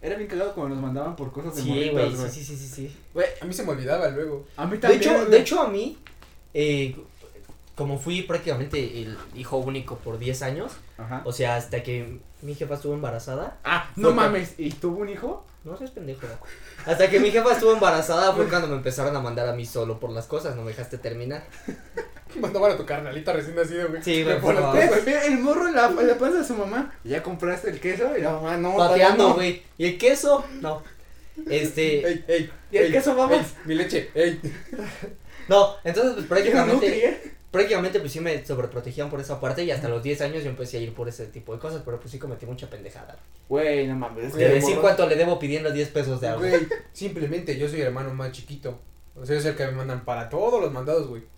S1: Era bien cagado cuando nos mandaban por cosas de
S2: Sí,
S1: morritos,
S2: güey, sí, sí, sí, sí, sí.
S1: Güey,
S3: A mí se me olvidaba luego.
S1: A mí
S2: De
S1: también.
S2: hecho,
S1: güey.
S2: de hecho a mí, eh, como fui prácticamente el hijo único por 10 años,
S1: Ajá.
S2: o sea, hasta que mi jefa estuvo embarazada,
S1: Ah,
S2: no
S1: no mames. ¿Y tuvo un hijo?
S2: no seas pendejo, Daco. hasta que mi jefa estuvo embarazada fue cuando me empezaron a mandar a mí solo por las cosas, no me dejaste terminar.
S3: Mandaban a tu carnalita recién nacido, güey.
S2: Sí, güey,
S3: Me
S2: por
S3: ponen-
S2: favor.
S1: Ve, ve, el morro en la, en la panza de su mamá. Ya compraste el queso y la mamá no. todavía
S2: Pateando,
S1: no.
S2: güey. ¿Y el queso? No. Este,
S3: Ey, ey,
S4: ¿Y el
S3: ey,
S4: queso, mamas?
S3: ey, mi leche, ey.
S2: no, entonces pues
S4: Llega
S2: prácticamente,
S4: Nutri, ¿eh?
S2: prácticamente pues sí me sobreprotegían por esa parte y hasta los 10 años yo empecé a ir por ese tipo de cosas, pero pues sí cometí mucha pendejada.
S4: Güey, no mames. es
S2: De
S4: que de
S2: decir
S4: morro-
S2: cuánto le debo pidiendo 10 pesos de algo.
S3: Güey, simplemente yo soy el hermano más chiquito. O sea, es el que me mandan para todos los mandados, güey.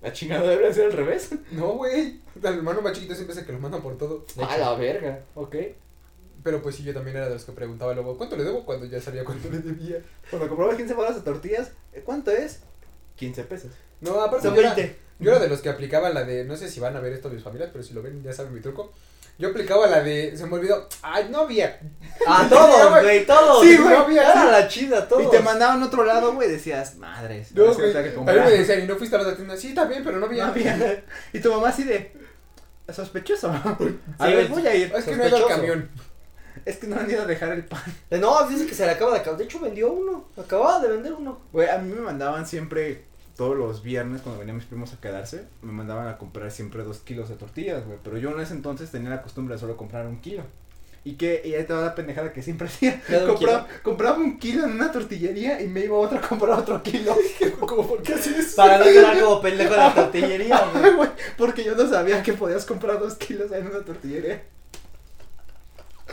S4: La chingada debe ser al revés.
S3: No, güey. El hermano más chiquito siempre es el que lo mandan por todo.
S2: De
S4: A
S2: hecho.
S4: la verga. Ok.
S3: Pero pues sí, yo también era de los que preguntaba luego, ¿cuánto le debo? Cuando ya sabía cuánto le debía.
S1: Cuando comprabas 15 bolas de tortillas, ¿eh, ¿cuánto es? 15 pesos.
S3: No, aparte
S4: Son
S3: yo era,
S4: 20.
S3: yo era de los que aplicaba la de, no sé si van a ver esto mis familias, pero si lo ven ya saben mi truco. Yo aplicaba la de, se me olvidó, ay, no había.
S2: A todos, güey, todos.
S3: Sí, güey, había,
S2: Era
S3: sí.
S2: la chida, todos.
S1: Y te mandaban a otro lado, güey, decías, madres.
S3: No,
S1: no sé,
S3: güey.
S1: tengo que
S3: A mí
S1: comprar.
S3: me decían, ¿y no fuiste a la otra tienda? Sí, también, pero no había.
S1: No había. Y tu mamá así de, sospechoso. A
S2: Sí,
S1: ver,
S2: güey.
S1: voy a ir.
S3: Es que no era el
S2: Sospechoso.
S3: camión.
S1: Es que no han ido a dejar el pan.
S2: Eh, No, dice que se le acaba de acabar. De hecho, vendió uno. Acababa de vender uno.
S1: Güey, a mí me mandaban siempre, todos los viernes cuando venían mis primos a quedarse, me mandaban a comprar siempre dos kilos de tortillas, güey. Pero yo en ese entonces tenía la costumbre de solo comprar un kilo. Y que, y ahí te va la pendejada que siempre hacía.
S2: Cada un
S1: Compraba, compraba un kilo en una tortillería y me iba a otra a comprar otro kilo.
S3: ¿Cómo por qué haces eso?
S2: Para no quedar como pendejo en la tortillería, güey.
S1: Ay, güey, Porque yo no sabía que podías comprar dos kilos en una tortillería.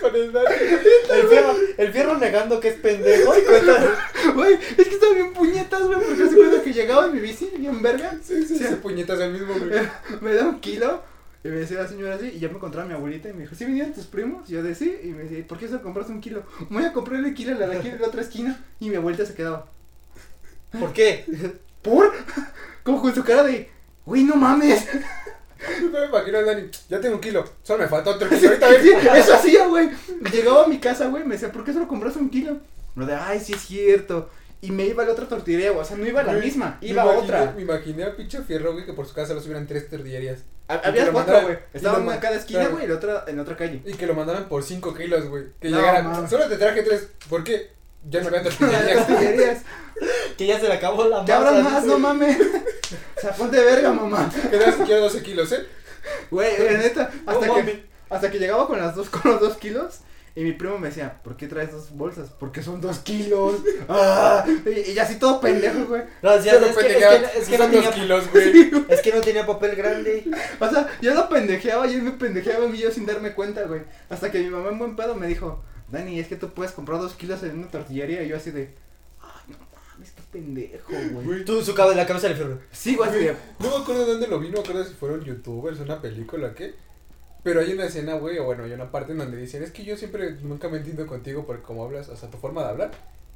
S3: Con el dato.
S2: El fierro, el fierro negando que es pendejo y cuenta.
S1: Güey, es que estaba bien puñetas, güey, porque se cuenta que llegaba en mi bici, bien verga.
S3: Sí, sí, sí, puñetas el mismo, güey.
S1: me da un kilo y me decía la señora así y yo me encontraba a mi abuelita y me dijo, ¿sí vinieron tus primos? Y yo decía, sí, y me decía, "¿Y ¿por qué se compraste un kilo? Me voy a comprar el kilo en la de aquí de la otra esquina y mi abuelita se quedaba,
S2: ¿Por qué?
S1: ¿por? Como con su cara de, güey, no mames.
S3: Yo me imagino al Dani, ya tengo un kilo, solo me faltó otro kilo, ahorita ven.
S1: Sí, eso hacía, güey. Llegaba a mi casa, güey, me decía, ¿por qué solo compraste un kilo? No de, ay, sí es cierto. Y me iba a la otra tortillería, güey, o sea, no iba a la
S3: Güey,
S1: misma,
S3: me
S1: iba a
S3: imaginé-
S1: otra.
S3: Me imaginé a pinche fierro, güey, que por su casa solo subieran tres tortillerías.
S1: Ha-
S3: y te
S1: Había
S3: lo
S1: cuatro,
S3: mandaron.
S1: güey.
S3: Y
S1: Estaba
S3: lo
S1: una en cada esquina,
S3: mandaron.
S1: güey, y la otra en otra calle.
S3: Y que lo mandaran por cinco kilos, güey. Que
S1: No,
S3: llegaran,
S1: mames.
S3: solo te traje tres. ¿Por qué? Ya no había
S1: Las
S3: tortillerías.
S1: tortillerías.
S2: Que ya se le acabó la masa.
S1: Te abran
S2: dice.
S1: más, no mames. O sea, ponte verga, mamá.
S3: Quedas siquiera 12 kilos, ¿eh?
S1: Güey, la neta, hasta,
S2: No mames.
S1: que, hasta que llegaba con las dos, con los dos kilos, y mi primo me decía, ¿por qué traes dos bolsas? Porque son dos kilos. Ah, y, y así todo pendejo, güey.
S2: No, decía,
S3: Solo
S2: es, que, es,
S3: pendejeaba,
S2: que, es que no
S3: son
S2: tenía,
S3: dos kilos, güey.
S2: es que no tenía papel grande.
S1: O sea, yo lo pendejeaba y él me pendejeaba a mí yo sin darme cuenta, güey. Hasta que mi mamá en buen pedo me dijo, Dani, es que tú puedes comprar dos kilos en una tortillería. Y yo así de, ay, no mames, qué pendejo, güey.
S2: Tú, su cabeza, la cabeza del fierro.
S1: Sí, güey, así de,
S3: No me acuerdo de dónde lo vi, no me acuerdo si fueron youtubers, una película, ¿qué? Pero hay una escena, güey, o bueno, hay una parte en donde dicen, es que yo siempre, nunca me entiendo contigo porque como hablas, o sea, tu forma de hablar,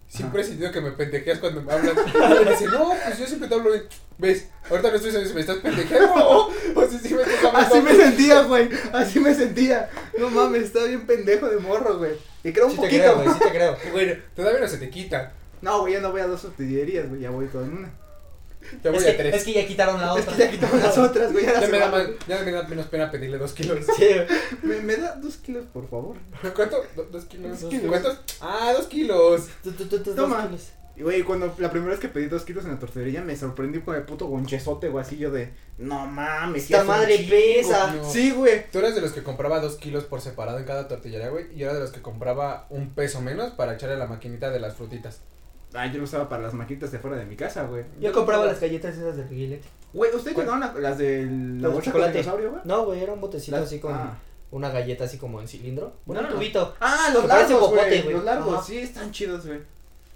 S3: siempre he sentido que me pendejeas cuando me hablas. Y me dice, no, pues yo siempre te hablo bien. ¿Ves? Ahorita no estoy sabiendo si me estás pendejeando o, o si sí me estás hablando.
S1: Así me sentía, güey. Así me sentía. No mames, estaba bien pendejo de morro, güey. Y creo un
S2: Sí te
S1: poquito,
S2: creo, güey,
S1: güey.
S2: sí te creo.
S3: Bueno, todavía no se te quita.
S1: No, güey, ya no voy a dos tortillerías, güey. Ya voy con una.
S3: Ya voy
S2: Es
S3: a
S2: que,
S3: tres.
S2: es que ya quitaron la
S1: Es
S2: otra.
S1: que ya quitamos las otras, güey. Ya,
S3: ya,
S1: las
S3: me da
S1: semana-
S3: más- ya me da menos pena pedirle dos kilos.
S2: Sí, güey.
S1: me, me da dos kilos, por favor.
S3: ¿Cuánto? Do- dos kilos.
S2: Dos kilos.
S3: ¿Cuántos? Ah, dos kilos.
S2: Tú, tú, tú, tú,
S1: Toma.
S2: dos kilos.
S1: Y, güey, cuando la primera vez que pedí dos kilos en la tortillería, me sorprendí con el puto gonchezote, güey. Así yo de, no mames,
S2: Esta
S1: ya son
S2: madre
S1: chi-".
S2: pesa.
S3: no.
S1: Sí, güey.
S3: Tú eras de los que compraba dos kilos por separado en cada tortillería, güey. Y yo era de los que compraba un peso menos para echarle a la maquinita de las frutitas.
S1: Ah, yo lo usaba para las maquinitas de fuera de mi casa, güey.
S2: Yo compraba las galletas esas ¿eh? del Gillette.
S1: Güey, ¿ustedes
S2: ¿Cuál?
S1: llegaron a las de la
S2: Las de
S1: bolsa
S2: chocolate.
S1: con dinosaurio, güey?
S2: No, güey, era un botecito
S1: Las-
S2: así con
S1: ah.
S2: una galleta así como en cilindro. Bueno,
S1: No,
S2: un
S1: no, no.
S2: tubito.
S1: Ah,
S2: Que
S1: los
S2: parece
S1: largos,
S2: popote,
S1: güey.
S2: güey.
S1: Los largos,
S2: Ajá.
S1: sí, están chidos, güey.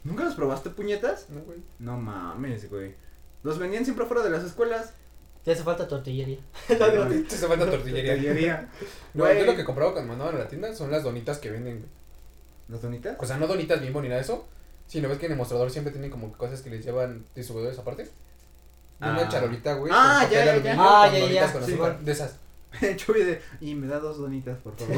S1: ¿Nunca los probaste, puñetas?
S3: No, güey.
S1: No mames, güey. Los vendían siempre fuera de las escuelas.
S2: Te hace falta tortillería.
S1: Tortillería.
S3: Te hace falta tortillería. No,
S1: Ah. Güey.
S3: yo lo que compraba cuando mandaban a la tienda son las donitas que venden, güey.
S1: ¿Las donitas?
S3: O sea, no donitas bimbo ni nada de eso. Sino ves que en el mostrador siempre tienen como que cosas que les llevan distribuidores aparte. Y
S1: Ah.
S3: Una charolita, güey.
S1: Ah,
S3: con papel
S1: ya, ya, ya.
S3: aluminio,
S2: Ah,
S3: con
S2: ya, ya,
S3: donitas,
S2: ya.
S3: con
S2: Sí,
S3: azúcar,
S2: bueno.
S3: de esas.
S1: Chuy de, y me da dos donitas, por favor.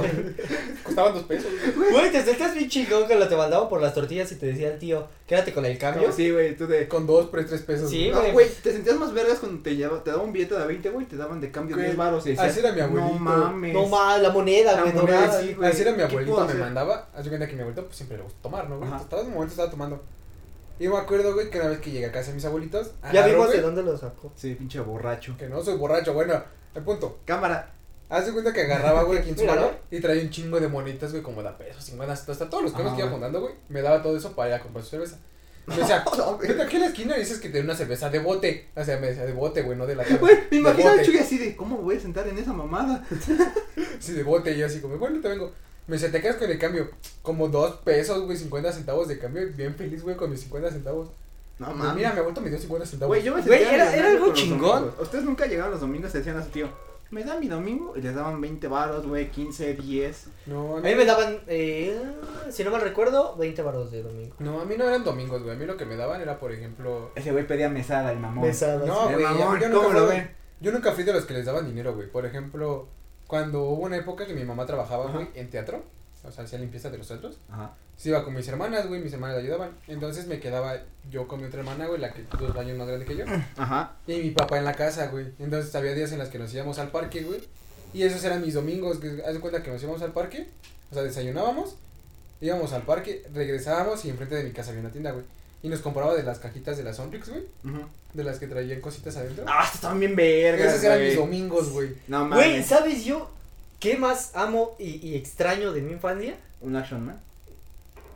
S3: Costaban dos pesos.
S2: Güey, te sentías bien chingón cuando te mandaban por las tortillas y te decía el tío, quédate con el cambio.
S1: No, sí, güey, tú de...
S3: Con dos, por tres pesos.
S2: Sí,
S1: No, güey, te sentías más vergas cuando te llevaba, te daban un billete de 20, güey, te daban de cambio
S3: Güey,
S1: 10 varos y decías,
S3: así Ah, era mi abuelito.
S1: No mames.
S2: No más, la moneda,
S1: La
S2: güey,
S1: moneda,
S2: dorada.
S1: sí. güey,
S3: Así era mi
S1: ¿qué
S3: abuelito,
S1: puedo
S3: me
S1: hacer?
S3: mandaba. Haz de cuenta que mi abuelito pues, siempre le gusta tomar, ¿no? Güey?
S1: Ajá.
S3: Entonces, Todo el momento estaba tomando. Y me acuerdo, güey, que una vez que llegué a casa de mis abuelitos.
S2: Ya
S3: agarró,
S2: vimos de
S3: güey,
S2: dónde lo sacó.
S1: Sí, pinche borracho.
S3: Que no soy borracho, bueno, el punto.
S1: Cámara.
S3: Haz de cuenta que agarraba, güey, aquí en su
S4: Mira,
S3: mano y traía un chingo de monitas, güey, como de a pesos, 50, hasta todos los
S2: Ajá,
S3: pesos que iba
S2: güey.
S3: juntando, güey, me daba todo eso para ir a comprar su cerveza. Me decía, vete aquí a la esquina y dices que te doy una cerveza de bote. O sea, me decía de bote, güey, no de la caja.
S1: Güey, me
S3: De
S1: imagino al
S3: bote.
S1: Chuy así de, ¿cómo voy a sentar en esa mamada?
S3: Sí, de bote. Y yo así como, bueno, te vengo. Me decía, te quedas con el cambio. Como dos pesos, güey, 50 centavos de cambio. y Bien feliz, güey, con mis 50 centavos.
S1: No
S3: Pues
S1: mames.
S3: mira, mi abuelito me dio 50 centavos.
S1: Güey, yo me
S2: Güey,
S1: sentía
S2: era-
S1: millonario
S2: era algo
S1: con los
S2: chingón.
S1: domingos. Ustedes nunca llegaban los domingos y decían a su tío, me da mi domingo y les daban 20 baros, güey, 15, 10.
S3: No,
S2: A
S3: a
S2: mí
S3: mí,
S2: me daban, eh, si no mal recuerdo, 20 baros de domingo.
S3: no, a mí no eran domingos, güey. A mí lo que me daban era, por ejemplo.
S1: Ese güey pedía mesada, el mamón.
S2: Pesadas.
S3: No,
S1: El
S3: güey,
S1: mamón,
S3: yo nunca
S1: ¿cómo lo
S3: fui-
S1: ven?
S3: Yo nunca fui de los que les daban dinero, güey. Por ejemplo, cuando hubo una época que mi mamá trabajaba,
S1: Ajá.
S3: güey, en teatro. O sea, hacía limpieza de los teatros.
S1: Ajá.
S3: Se iba con mis hermanas, güey, mis hermanas le ayudaban. Entonces me quedaba yo con mi otra hermana, güey, la que dos años más grande que yo.
S1: Ajá.
S3: Y mi papá en la casa, güey. Entonces había días en las que nos íbamos al parque, güey. Y esos eran mis domingos, que haz de cuenta que nos íbamos al parque, o sea, desayunábamos, íbamos al parque, regresábamos y enfrente de mi casa había una tienda, güey. Y nos compraba de las cajitas de las Sonrix, güey,
S1: ujú.
S3: de las que traían cositas adentro.
S1: Ah, estos estaban bien vergas,
S3: Esos eran
S1: güey.
S3: mis domingos, güey.
S1: No mames.
S2: Güey, ¿sabes yo qué más amo y, y extraño de mi infancia?
S1: ¿Un Action Man?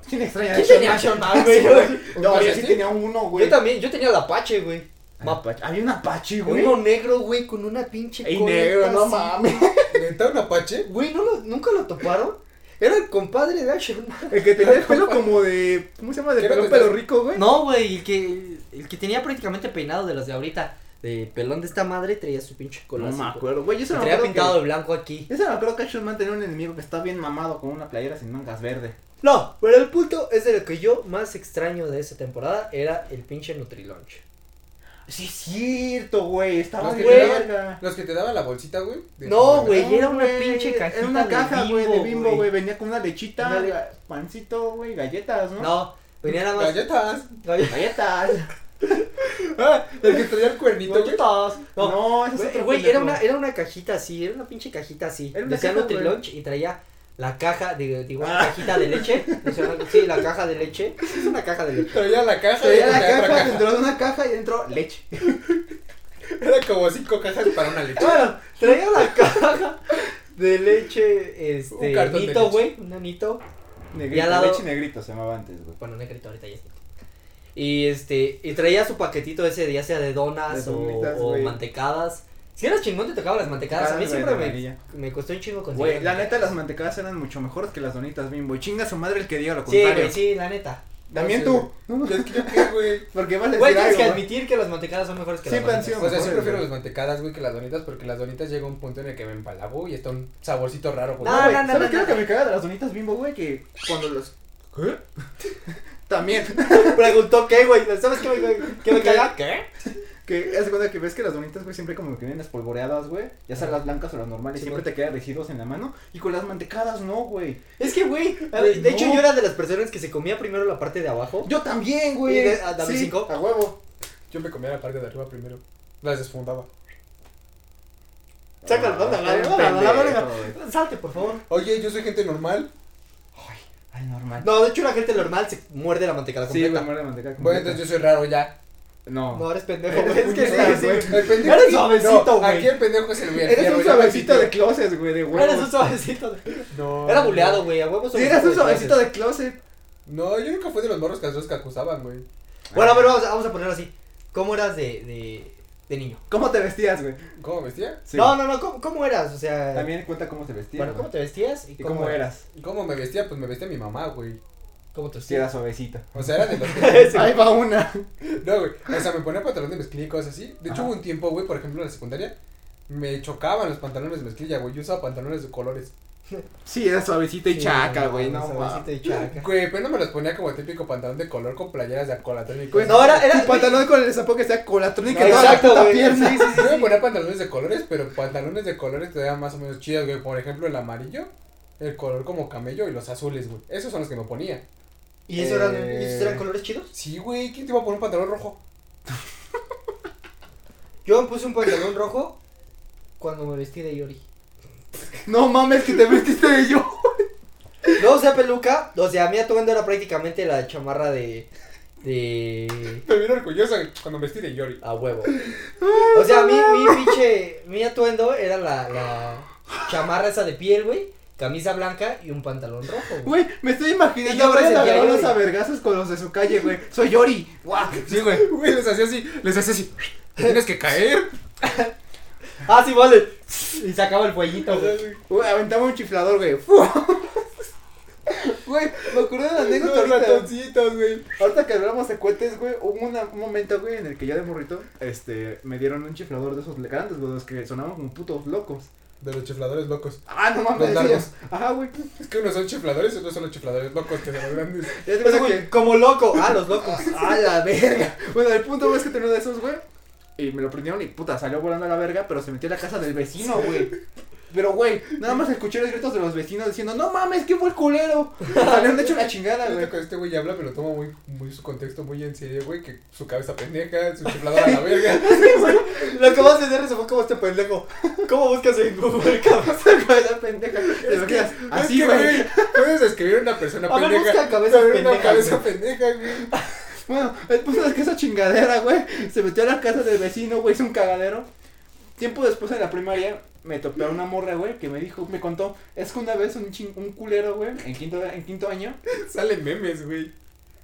S1: ¿Quién extraña
S2: ¿Quién
S1: Action
S2: tenía
S1: Man?
S2: Action Man, Ah, güey?
S1: No, yo sí
S3: ¿Pasaste?
S1: tenía uno, güey.
S2: Yo también, yo tenía el Apache, güey.
S1: Un Apache. Había un Apache, güey.
S2: Ah. Uno negro, güey, con una pinche
S1: Ey,
S2: coleta
S1: negro, no
S2: así.
S1: mames.
S3: ¿Neta un apache?
S2: Güey, ¿no lo- ¿nunca lo toparon? Era el compadre de Action Man.
S1: El que tenía el pelo como de. ¿Cómo se llama? De
S3: Quiero
S1: pelón
S3: pensar-
S1: pelo rico, güey.
S2: No, güey, el que, el que tenía prácticamente peinado de los de ahorita. De pelón de esta madre traía su pinche cola.
S1: No
S2: así,
S1: me
S2: güey.
S1: acuerdo, güey. Yo
S2: Se
S1: solo me
S2: traía
S1: acuerdo
S2: pintado
S1: que.
S2: de blanco aquí.
S1: Yo solo me acuerdo que Action Man tenía un enemigo que está bien mamado con una playera sin mangas verde.
S2: No, pero el punto es de lo que yo más extraño de esa temporada era el pinche Nutrilunch.
S1: Sí, es cierto, güey. Estaba
S3: Los
S1: de
S3: que
S1: verga.
S3: Los que te daban la bolsita, güey. de-
S2: No, güey, era una
S1: güey,
S2: pinche cajita.
S1: Era una
S2: de
S1: caja, güey, de bimbo, güey. Venía con una
S2: Una
S1: lechita,
S2: le-
S1: ga- pancito, güey, galletas, ¿no?
S2: No, venía nada más.
S3: Galletas.
S1: Galletas.
S3: Ah, el que traía el cuernito, güey.
S2: Galletas. No,
S1: No, ese es
S2: Güey,
S1: otro
S2: Güey, era
S1: pendejo.
S2: una, era una cajita así, era una pinche cajita así.
S1: Era una
S2: Decía
S1: caja, Ah.
S2: Nutrilunch y traía la caja, de, digo, una cajita de leche. Decía, no, sí, la caja de leche. Es una caja de leche.
S3: Traía la caja.
S1: Traía
S3: y
S1: la
S3: otra
S1: caja, dentro de una caja y dentro leche.
S3: Era como cinco cajas para una leche.
S2: Bueno, traía la caja de leche,
S3: Un
S2: este,
S3: cartón de
S2: nito,
S3: leche.
S2: güey, un anito. Y
S1: Negrito,
S2: al lado-
S1: leche y negrito se llamaba antes, güey.
S2: Bueno, negrito, ahorita ya es negrito. Y este, y traía su paquetito ese, ya sea de donas
S1: De
S2: o,
S1: donitas,
S2: o
S1: güey.
S2: mantecadas. Si eras chingón, te tocaban las mantecadas. A mí
S1: Mantecadas,
S2: siempre
S1: güey, de
S2: me,
S1: vainilla.
S2: me costó un chingo conseguir.
S1: Güey, la neta, las mantecadas eran mucho mejores que las donitas bimbo. Y chinga su madre el que diga lo
S2: Sí,
S1: contrario.
S2: güey, sí, la neta.
S1: También
S3: No sé,
S1: tú. No,
S3: Yo es que yo qué, güey.
S1: Porque vas a decir
S2: Güey, tienes que
S1: algo, güey.
S2: admitir que las mantecadas son mejores que
S1: Siempre han
S2: las
S1: sido
S3: O
S2: mantecadas.
S3: sea, sí
S1: Mejores,
S3: Pues prefiero
S1: güey.
S3: las mantecadas, güey, que las donitas, porque las donitas llega un punto en el que me empalago y está un saborcito raro, güey.
S1: No,
S2: Pues No,
S1: güey,
S2: no, no,
S1: ¿Sabes
S2: no,
S1: qué es lo
S2: no.
S1: que me caga de las donitas bimbo, güey? Que cuando los... ¿Qué? También.
S2: Preguntó qué, güey. ¿Sabes qué me, qué me caga? ¿Qué?
S1: Que hace cuenta que ves que las donitas, güey, siempre como que vienen espolvoreadas, güey. Ya sean las blancas o las normales,
S2: Sí,
S1: siempre te
S2: güey.
S1: quedan residuos en la mano. Y con las mantecadas, no, güey.
S2: Es que, güey, a
S1: Güey,
S2: ver, de hecho
S1: no.
S2: yo era de las personas que se comía primero la parte de abajo.
S1: Yo también,
S2: ¿Y
S1: güey.
S2: de- a- dame cinco?
S1: a huevo.
S3: Yo me comía la parte de arriba primero. Las desfundaba.
S2: Sácalo,
S1: Ah,
S2: sácalo,
S1: eres
S2: sácalo, la verga.
S1: pendejo, güey.
S2: Salte, por favor.
S3: Oye, yo soy gente normal.
S1: Ay, al normal.
S2: No, de hecho la gente normal se muerde la mantecada
S1: Sí,
S2: completa.
S1: güey, muerde manteca
S3: Bueno,
S1: completa.
S3: entonces yo soy raro ya.
S1: No.
S2: No, eres pendejo,
S3: Eres
S2: güey. Es que
S3: un-
S2: sí,
S1: puñetas,
S2: sí.
S1: güey.
S3: El pendejo.
S2: Eres suavecito,
S3: No,
S2: güey.
S3: Aquí el pendejo es el güey.
S1: Eres un suavecito de closet, güey, de huevos.
S2: Eres un suavecito.
S3: No.
S2: Era buleado, güey. A huevos.
S1: Sí, eres un suavecito de closet.
S3: No, yo nunca fui de los morros caseros que acusaban, güey.
S2: Bueno, a ver, vamos, a- vamos a ponerlo así. ¿Cómo eras de, de, de niño?
S1: ¿Cómo te vestías, güey?
S3: ¿Cómo vestía?
S1: Sí.
S2: No, no, no. ¿cómo, cómo eras? O sea.
S1: También cuenta cómo te vestías.
S2: Bueno, ¿cómo te vestías?
S1: ¿Y cómo eras?
S3: ¿Cómo me vestía? Pues me vestía mi mamá, güey.
S2: ¿Cómo te
S1: Si
S2: vestías?
S1: eras suavecito.
S3: O sea, era de los que...
S1: Ahí va una.
S3: No, güey. O sea, me ponía pantalones de mezclilla y cosas así. De hecho,
S1: Ajá.
S3: hubo un tiempo, güey, por ejemplo, en la secundaria, me chocaban los pantalones de mezclilla, güey. Yo usaba pantalones de colores.
S1: Sí, eras suavecito y
S2: Sí,
S1: chaca, güey. No, mames.
S2: Suavecito y chaca.
S3: Güey, pero no me los ponía como típico pantalón de color con playeras de acolatón y
S1: Güey,
S3: cosas.
S2: No, era- era-
S1: tu pantalón con el sapo que sea colatón y que
S3: No,
S1: toda la
S2: exacto,
S1: puta
S2: güey.
S1: pierna.
S2: Sí, sí, sí.
S3: Yo me ponía pantalones de colores, pero pantalones de colores te daban más o menos chidos, güey. Por ejemplo, el amarillo, el color como camello y los azules, güey. Esos son los que me ponía.
S2: ¿Y eso eran,
S1: Eh.
S2: esos eran colores chidos?
S3: Sí, güey, ¿quién te iba a poner un pantalón rojo?
S2: Yo me puse un pantalón rojo cuando me vestí de Yori.
S1: No mames, que te vestiste de yo.
S2: No usé peluca, o sea, mi atuendo era prácticamente la chamarra de. de.
S3: Me vino orgulloso cuando me vestí de Yori.
S1: Ah,
S2: a huevo. O sea, mi, mi pinche. mi atuendo era la. la chamarra esa de piel, güey, camisa blanca y un pantalón rojo, güey.
S1: Güey, me estoy
S2: Y
S1: imaginando
S2: yo
S1: ahora
S2: presentía a
S1: agarrar
S2: Yori.
S1: los avergazos con los de su calle, güey. Soy Yori. ¡Guau!
S3: Sí, güey. Güey, les hacía así, les hacía así. Te tienes que caer.
S2: Ah, sí, vale. Y sacaba el fuellito, güey.
S1: Güey, aventaba un chiflador, güey. ¡Fu! Güey, me acuerdo de la anécdota
S3: Los
S1: ahorita.
S3: ratoncitos, güey.
S1: Ahorita que hablamos de cohetes, güey, hubo una- un momento, güey, en el que ya de morrito, este, me dieron un chiflador de esos grandes, güey, los que sonaban como putos locos.
S3: De los chifladores locos.
S1: Ah, no
S3: Los
S1: mames.
S3: largos.
S1: sí. Ajá, güey.
S3: Es que unos son chifladores y otros son los chifladores locos que se los grandes.
S1: Ya te
S2: Ese
S1: cuenta
S2: güey,
S1: que...
S2: Como loco. Ah, los locos. Ah, la verga.
S1: Bueno, el punto, güey, es que tenía uno de esos, güey. Y me lo prendieron y puta, salió volando a la verga, pero se metió a la casa del vecino, güey. Pero, güey, nada más escuché los gritos de los vecinos diciendo, no mames, ¿qué fue el culero? Y Salieron de hecho la chingada, Ah, güey.
S3: Ahorita que este güey habla, me lo tomo muy, muy su contexto muy en serio, güey, que su cabeza pendeja, su chiflador a la verga.
S2: Lo que más de se fue como este pendejo. ¿Cómo buscas en Google, cabrón?
S1: Esa pendeja. Te lo quedas Así, güey.
S3: Puedes describir una persona
S2: A ver,
S3: pendeja.
S2: busca cabezas
S3: pero una
S2: pendejas,
S3: cabeza pendeja, güey.
S1: Bueno, el punto es que esa chingadera, güey, se metió a la casa del vecino, güey, hizo un cagadero. Tiempo después en la primaria me topé a una morra, güey, que me dijo, me contó, es que una vez un, chin- un culero, güey, en quinto, en quinto año,
S3: Salen memes, güey.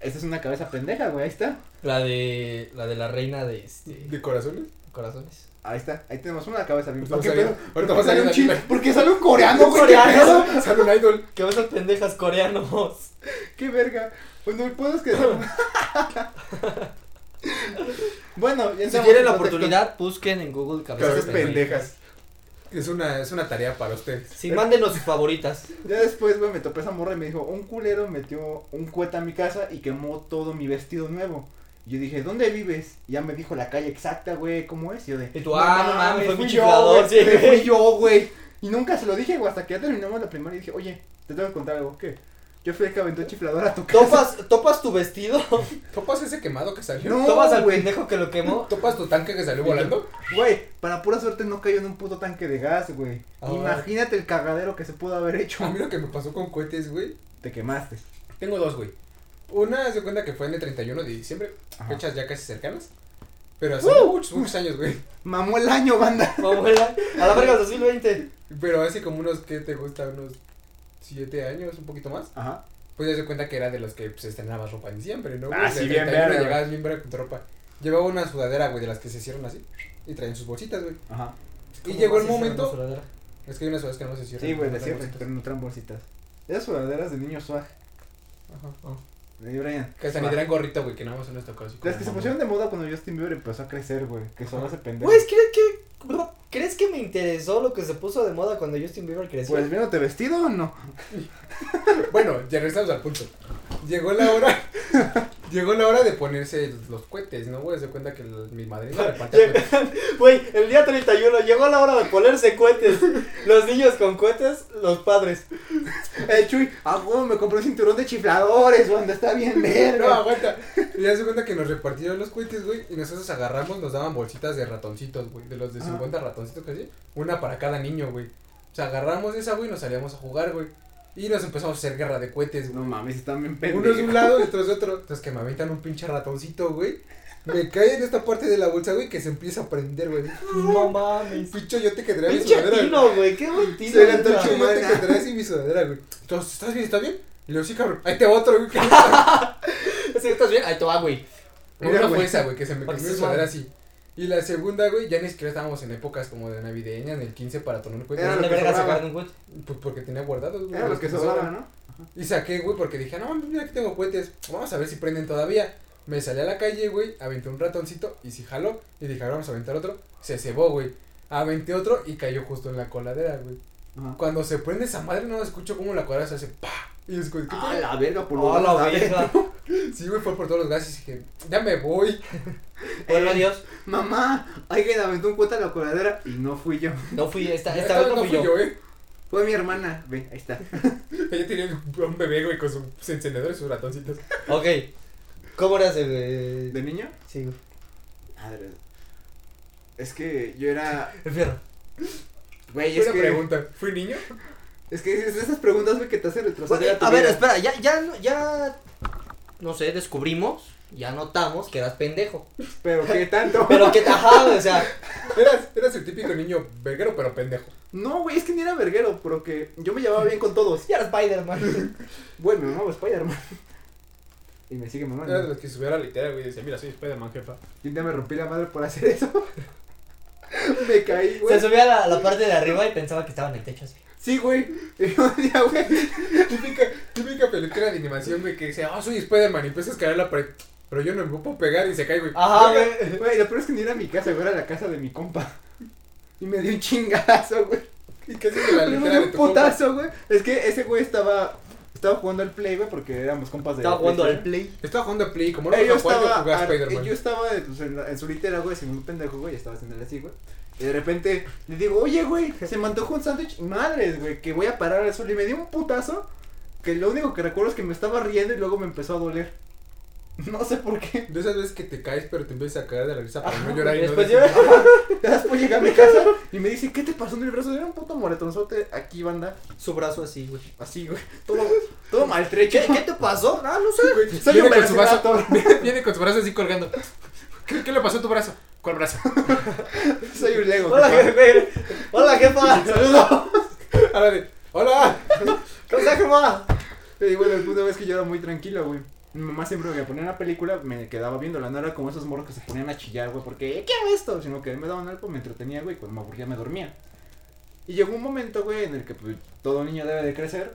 S1: esa es una cabeza pendeja, güey, ahí está.
S2: La de. La de la reina de este.
S3: ¿De corazones?
S2: corazones.
S1: Ahí está, ahí tenemos una cabeza bien
S3: Ahorita va
S1: ¿Por qué
S3: a
S1: pedo?
S3: salir- ahorita
S1: ¿Por
S3: va a
S1: qué sale
S3: salir
S1: un
S3: la
S1: chin?
S3: imagen.
S1: ¿Por qué sale un coreano, Ah, güey? ¿Qué pedo?
S3: Sale un idol.
S2: Cabezas pendejas coreanos.
S1: ¿Qué verga? Bueno, el punto es que... bueno, ya
S2: Si
S1: entramos
S2: tienen
S1: en
S2: la
S1: contexto.
S2: oportunidad, busquen en Google cabezas
S3: Cabezas
S2: pendejas.
S3: pendejas. Es una, es una tarea para ustedes.
S2: Sí, mándenos sus favoritas.
S1: Ya después, güey, me topé esa morra y me dijo, un culero metió un cohete a mi casa y quemó todo mi vestido nuevo. Y yo dije, ¿dónde vives? Y ya me dijo la calle exacta, güey, ¿cómo es? Y yo de,
S2: Y tú, ah, no mames, fue mi chiflador,
S1: yo,
S2: sí,
S1: güey, me
S2: güey.
S1: fui yo, güey. Y nunca se lo dije, güey, hasta que ya terminamos la primaria y dije, oye, te tengo que contar algo, ¿qué? Yo fui el que aventó el chiflador a tu casa.
S2: ¿Topas, topas tu vestido?
S3: ¿Topas ese quemado que salió?
S1: No,
S2: ¿Topas al
S1: güey.
S2: pendejo que lo quemó?
S3: ¿Topas tu tanque que salió volando?
S1: Güey, para pura suerte no cayó en un puto tanque de gas, güey.
S3: Ah.
S1: Imagínate el cagadero que se pudo haber hecho.
S3: A mí lo que me pasó con cohetes, güey.
S1: Te quemaste.
S3: Tengo dos, güey. Una se cuenta que fue en el 31 de diciembre,
S1: Ajá. Uh.
S3: fechas ya casi cercanas. Pero hace muchos, muchos años, güey.
S1: Mamó el año, banda.
S2: Abuela, a la verga 2020.
S3: Pero hace como unos, ¿qué te gusta? Unos siete años, un poquito más.
S1: Ajá.
S3: Pues ya se cuenta que era de los que pues, estrenabas ropa en diciembre, ¿no?
S1: Ah,
S3: güey?
S1: sí,
S3: Del
S1: bien
S3: 31
S1: verga,
S3: Llegabas bien verga con tu ropa. Llevaba una sudadera, güey, de las que se hicieron así. Y traen sus bolsitas, güey.
S1: Ajá.
S3: Y llegó el
S2: ¿Cómo vas a
S3: momento.
S2: cerrar la sudadera?
S3: Es que hay unas sudaderas que no se cierran.
S1: Sí, güey,
S3: no
S1: de
S3: traen
S1: siempre, pero
S3: bolsitas.
S1: no traen bolsitas. Esas sudaderas de niño swag.
S3: Ajá. ah.
S1: De Brian.
S3: Que hasta ni traen gorrito, güey, que nada más en esta cosa.
S1: Las que se pusieron de moda cuando Justin Bieber empezó a crecer, güey. Que solo hace pendejo.
S2: Güey, ¿crees que, bro, ¿crees que me interesó lo que se puso de moda cuando Justin Bieber creció?
S1: Pues viéndote vestido o no.
S3: Bueno, ya regresamos al punto. Llegó la hora. llegó la hora de ponerse los cohetes, ¿no, güey? Se cuenta que el- mi madrina repartía cohetes.
S2: Güey, el día 31 llegó la hora de ponerse cohetes. Los niños con cohetes, los padres.
S1: Eh, Chuy, ah, güey, me compré un cinturón de chifladores, banda. Está bien
S3: No,
S1: verga.
S3: aguanta. Y ya se cuenta que nos repartieron los cohetes, güey. Y nosotros agarramos, nos daban bolsitas de ratoncitos, güey. De los de
S2: Ah.
S1: Ajá.
S3: 50 ratoncitos casi. Una para cada niño, güey. O sea, agarramos esa, güey, y nos salíamos a jugar, güey. Y nos empezamos a hacer guerra de cohetes, güey.
S1: No mames, están bien
S3: Uno es de un
S1: pendejos.
S3: lado y otro es de otro. Entonces que me aventan un pinche ratoncito, güey. Me cae en esta parte de la bolsa, güey, que se empieza a prender, güey.
S2: No mames.
S3: Pincho yo te quedaré mi
S2: Pinche
S3: sudadera. güey.
S2: tino, güey, qué buen tino.
S3: Se le
S2: neta.
S3: antoja yo te
S1: madre.
S3: quedaré así mi sudadera, güey. Entonces, ¿estás bien? ¿Estás bien? Y le digo, sí, cabrón. Ahí te va otro, güey.
S2: Sí, ¿Estás bien? Ahí te va, güey.
S1: Mira,
S3: Una fue
S1: güey.
S3: esa, güey, que se me
S2: Para
S3: quemó
S2: que
S3: mi
S2: se
S3: sudadera así. Y la segunda, güey, ya ni siquiera estábamos en épocas como de navideña, en el 15 para tomar cohetes.
S1: Era
S2: No
S1: lo
S2: le
S1: que
S2: verga
S1: sobraba.
S2: sacar de un cohete.
S3: Pues porque tenía guardados, güey.
S1: Era
S3: los
S1: lo que
S3: me
S1: sobraba,
S3: sobran.
S1: ¿no?
S3: Y saqué, güey, porque dije, no, mira, aquí tengo cohetes. Vamos a ver si prenden todavía. Me salí a la calle, güey, aventé un ratoncito y si jaló. Y dije, ahora vamos a aventar otro. Se cebó, güey. Aventé otro y cayó justo en la coladera, güey.
S1: Ajá.
S3: Cuando se prende esa madre, no escucho cómo la coladera se hace pa. Y yo escucho, ¿qué
S1: Ah, la verga, por lo
S2: Oh, la
S1: menos, ¿sabes?
S2: verga.
S3: fue? Sí, güey, fue por todos los gases. Y dije, ya me voy.
S2: Bueno, adiós.
S1: Mamá, alguien aventó un cuota a la coladera y no fui yo.
S2: No fui, esta,
S3: Esta
S2: esta vez no fui yo.
S3: eh.
S1: Fue mi hermana. Ve, ahí está.
S3: Ella tenía un bebé, güey, con sus encendedores y sus ratoncitos.
S2: Ok. ¿Cómo eras el, eh,
S1: ¿De niño?
S2: Sí, güey.
S1: Madre. Es que yo era.
S2: El fierro.
S1: Güey, es
S3: Una
S1: que.
S3: pregunta, ¿fui niño?
S1: Es que es de esas preguntas, güey, que te hacen retroceder.
S2: Güey,
S1: tu
S2: a ver,
S1: vida.
S2: espera, ya, ya, ya, no sé, descubrimos ya notamos que eras pendejo.
S1: Pero qué tanto.
S2: Pero que tajado, o sea,
S3: Eras, eras el típico niño verguero, pero pendejo.
S1: No, güey, es que ni era verguero, pero que yo me llevaba bien con todos.
S2: ya eras Spider-Man.
S1: Güey, me mamaba Spider-Man. Y me sigue
S3: Eras de
S1: mamando.
S3: los que subía a la litera, güey, y decía, mira, soy Spider-Man, jefa.
S1: Y un día me rompí la madre por hacer eso. me caí, güey.
S2: Se subía a la, la parte de arriba y pensaba que estaba en el techo así.
S1: Sí, güey. Y un día, güey.
S3: Típica, típica película de animación, güey, que dice, oh, soy Spider-Man, y empieza a escalar la pared. Pero yo no me puedo pegar y se cae, güey.
S2: Ajá, güey.
S1: Güey, lo peor es que ni era mi casa, güey, era la casa de mi compa. Y me dio un chingazo, güey.
S3: Y casi que la
S1: Le
S3: litera
S1: mandé
S3: de
S1: un
S3: tu compa.
S1: putazo, güey. Es que ese güey estaba. Estaba jugando al play, güey, porque éramos compas de.
S2: Estaba jugando al
S1: PlayStation.
S2: play.
S3: Estaba jugando a Play, como no
S1: Eh,
S3: me
S1: yo,
S3: yo jugar, yo
S1: estaba,
S3: jugaba a
S1: ah,
S3: Spider-Man.
S1: yo estaba pues, en, la- en su litera, güey, sin un pendejo, güey, estaba haciendo así, güey. Y de repente le digo, oye, güey, se me antojó un sándwich. Madres, güey, que voy a parar al sol. Y me dio un putazo. Que lo único que recuerdo es que me estaba riendo y luego me empezó a doler. No sé por qué.
S3: De esas veces que te caes, pero te empiezas a caer de la risa para
S2: Ajá,
S3: no llorar y no
S2: después
S3: decir-
S2: llora.
S1: Después llegué a mi casa y me dice, ¿qué te pasó en el brazo? Era un puto moretonzote aquí, banda.
S2: Su brazo así, güey.
S1: Así, güey. Todo, todo maltrecho.
S2: ¿Qué, qué te pasó? Ah, no sé.
S3: Güey,
S1: Soy
S3: viene
S1: un
S3: con su brazo,
S1: velociraptor.
S3: viene, viene con su brazo así colgando. ¿Qué, qué le pasó a tu brazo? ¿Cuál brazo?
S1: Soy un lego.
S2: Hola,
S1: papá.
S2: jefe. Hola, jefa. Saludos.
S3: Ahora de, hola.
S2: ¿Cómo estás, jefa?
S1: Y bueno, el punto es que yo era muy tranquilo, güey. Mi mamá siempre que ponía una película me quedaba viéndola. No era como esos morros que se ponían a chillar, güey, porque quiero esto. Sino que me daban algo, me entretenía, güey. y Cuando me aburría, me dormía. Y llegó un momento, güey, en el que pues, todo niño debe de crecer.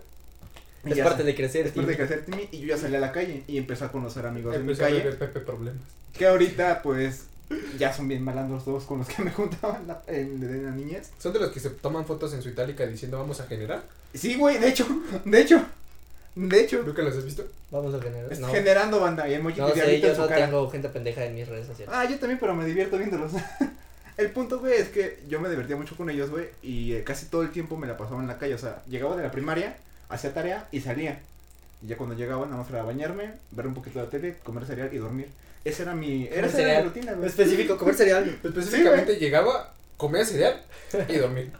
S1: Y
S2: Es
S1: ya
S2: parte
S1: sa-
S2: de crecer,
S1: es parte de
S2: tío.
S1: crecer, Timmy. Y yo ya salí a la calle y empecé a conocer amigos de mi
S3: Empezó a
S1: calle.
S3: ver Pepe problemas.
S1: Que ahorita, pues, ya son bien malandros todos con los que me juntaban la, en, en la niñez.
S3: Son de los que se toman fotos en su itálica diciendo vamos a generar.
S1: Sí, güey, de hecho, de hecho, de hecho.
S3: ¿Nunca los has visto?
S2: Vamos a generar.
S1: Es
S2: No,
S1: generando banda y emoji
S2: no
S1: que
S2: sé,
S1: diablito en
S2: yo
S1: su
S2: no
S1: cara.
S2: tengo gente pendeja en mis redes sociales.
S1: Ah, yo también, pero me divierto viéndolos. el punto, güey, es que yo me divertía mucho con ellos, güey, y eh, casi todo el tiempo me la pasaba en la calle. O sea, llegaba de la primaria, hacía tarea y salía. Y ya cuando llegaba, nada más era bañarme, ver un poquito de tele, comer cereal y dormir. Esa era mi, era, esa era mi
S2: cereal.
S1: rutina, güey.
S2: Específico, comer cereal.
S3: Específicamente llegaba, comía cereal y dormir.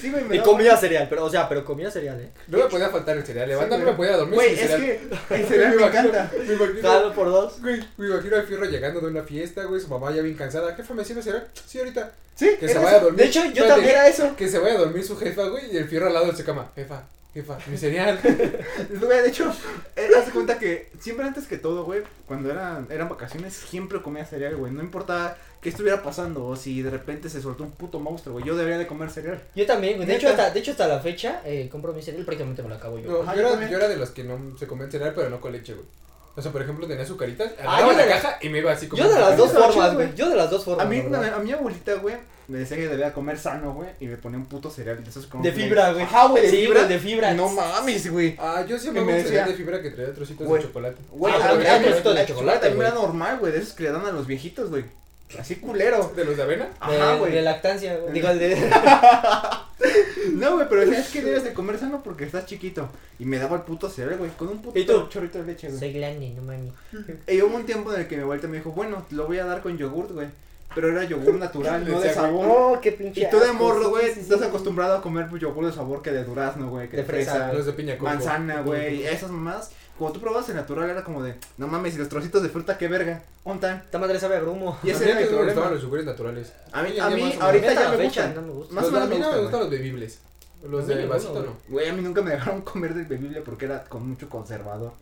S1: Sí, güey, me
S2: Y
S1: daba-
S2: comía cereal, pero, o sea, pero comía cereal, eh.
S3: No me podía faltar el cereal. Levanta,
S1: Sí,
S3: no me
S1: güey.
S3: podía dormir
S1: Güey,
S3: sin
S1: es
S3: cereal.
S1: que el cereal me
S3: imagino-
S1: encanta.
S3: Me imagino,
S2: Cada por dos.
S3: güey, me imagino al fierro llegando de una fiesta, güey, su mamá ya bien cansada. Jefa, ¿me sirve cereal? Sí, ahorita.
S1: Sí,
S3: Que
S1: era
S3: se vaya a
S1: eso.
S3: dormir.
S2: De hecho, yo
S3: Espérate.
S2: también era eso.
S3: Que se vaya a dormir su jefa, güey, y el fierro al lado de su cama. Jefa, jefa, mi cereal.
S1: Güey, de hecho, eh, haz de cuenta que siempre antes que todo, güey, cuando eran, eran vacaciones, siempre comía cereal, güey. No importaba qué estuviera pasando o si de repente se soltó un puto monstruo, güey. Yo debería de comer cereal.
S2: Yo también, güey. De hecho,
S1: Neta.
S2: hasta, de hecho, hasta la fecha, eh, compro mi cereal, prácticamente me lo acabo yo.
S3: No,
S1: Ajá,
S3: yo,
S1: yo
S3: era,
S1: también.
S3: yo era de los que no se comían cereal, pero no con leche, güey. O sea, por ejemplo, tenía su carita,
S2: Ah,
S3: agarraba
S2: yo
S3: la
S2: de la-
S3: caja y me iba así como.
S2: Yo de las dos
S1: Está chido,
S2: formas, güey.
S1: güey.
S2: Yo de las dos formas.
S1: A mí,
S2: la verdad.
S1: a mi abuelita, güey, me decía que debía comer sano, güey, y me ponía un puto cereal. De, esos como
S2: De
S1: que me-
S2: fibra, güey.
S1: Ajá, güey, de
S2: Sí,
S1: fibra.
S2: güey, de fibra.
S1: No mames, güey.
S3: Ah, yo sí
S1: Y
S3: amaba
S1: me
S3: un cereal
S1: decía-
S3: de fibra que traía trocitos
S1: Güey.
S3: de chocolate.
S1: Güey,
S2: Ah,
S1: a-
S2: también
S1: a-
S2: hay trocitos de
S1: a-
S2: chocolate,
S1: también
S2: güey.
S1: era normal, güey, de esos que le dan a los viejitos, güey. Así culero.
S3: ¿De los de avena?
S2: De,
S1: Ajá,
S2: Eh, de
S1: güey.
S2: lactancia, güey. Digo, de.
S1: No, güey, pero es que debes de comer sano porque estás chiquito. Y me daba el puto cereal, güey, con un puto
S2: ¿Y tú?
S1: chorrito de leche, güey.
S2: Soy grande, no mami.
S1: Y hubo un tiempo en el que mi abuelita me dijo, bueno, te lo voy a dar con yogurt, güey. Pero era yogur natural, no de
S3: Decía, güey,
S1: sabor.
S2: "Oh, qué pinche.
S1: Y tú de
S2: asco,
S1: morro,
S2: sí,
S1: güey,
S2: sí, sí,
S1: estás
S2: sí.
S1: acostumbrado a comer pues, yogur de sabor que de durazno, güey, que
S2: De
S1: de,
S2: fresa,
S1: fresa,
S3: Los de piña con
S1: manzana, güey, esas mamás. Cuando tú probabas el natural era como de, no mames, y los trocitos de fruta, qué verga, ontan.
S2: Esta madre sabe a grumo.
S1: Y ese era mi
S3: gustaban
S1: problema.
S3: los yogures naturales.
S1: A mí,
S3: Ya,
S1: a
S3: ya
S1: mí
S3: más o
S1: ahorita
S2: Neta,
S1: ya
S2: a la
S1: me
S2: fecha,
S1: gustan.
S2: No me gusta.
S1: Más
S3: Los
S1: o
S3: de-
S1: menos
S3: a
S1: me
S3: mí no me
S1: gustan,
S3: gustan los bebibles. Los
S2: A mí
S3: de
S2: ninguno,
S3: vasito
S2: güey.
S3: no.
S1: Güey, a mí nunca me dejaron comer del bebible porque era con mucho conservador.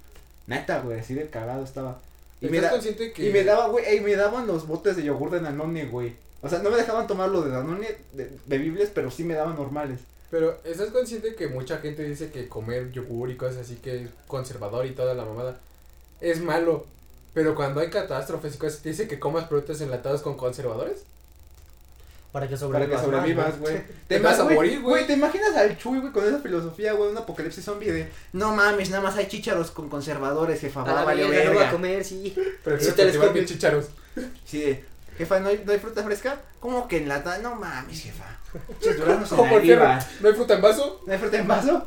S1: Neta, güey, así de cagado estaba. Y me
S3: ¿Estás
S1: da-
S3: consciente que.?
S1: Y me daba, güey, ey, me daban los botes de yogur de Danone, güey. O sea, no me dejaban tomar lo de Danone de- bebibles, pero sí me daban normales.
S3: Pero, ¿estás consciente que mucha gente dice que comer yogur y cosas así que es conservador y toda la mamada es malo? Pero cuando hay catástrofes y cosas, te dice que comas productos enlatados con conservadores.
S2: Para que
S1: Para
S2: sobrevivas.
S1: que sobrevivas,
S2: más,
S1: güey.
S3: Te vas a
S1: güey,
S3: morir, güey.
S1: ¿Te imaginas al Chuy, güey, con esa filosofía, güey, un apocalipsis zombie de no mames, nada más hay chícharos con conservadores, jefa,
S2: A la
S1: va, Ah, vale
S2: verga, no voy a
S1: verga.
S2: comer, sí.
S3: Prefiero
S2: Sí, te les
S3: cultivar
S2: comes.
S3: mis chícharos.
S1: Sí, de, jefa, ¿no hay, ¿no hay fruta fresca? ¿Cómo que en lata? No mames, jefa. Che, duraznos en
S3: Como
S1: la
S3: el fierro.
S1: arriba.
S3: ¿No hay fruta en vaso?
S1: ¿No hay fruta en vaso?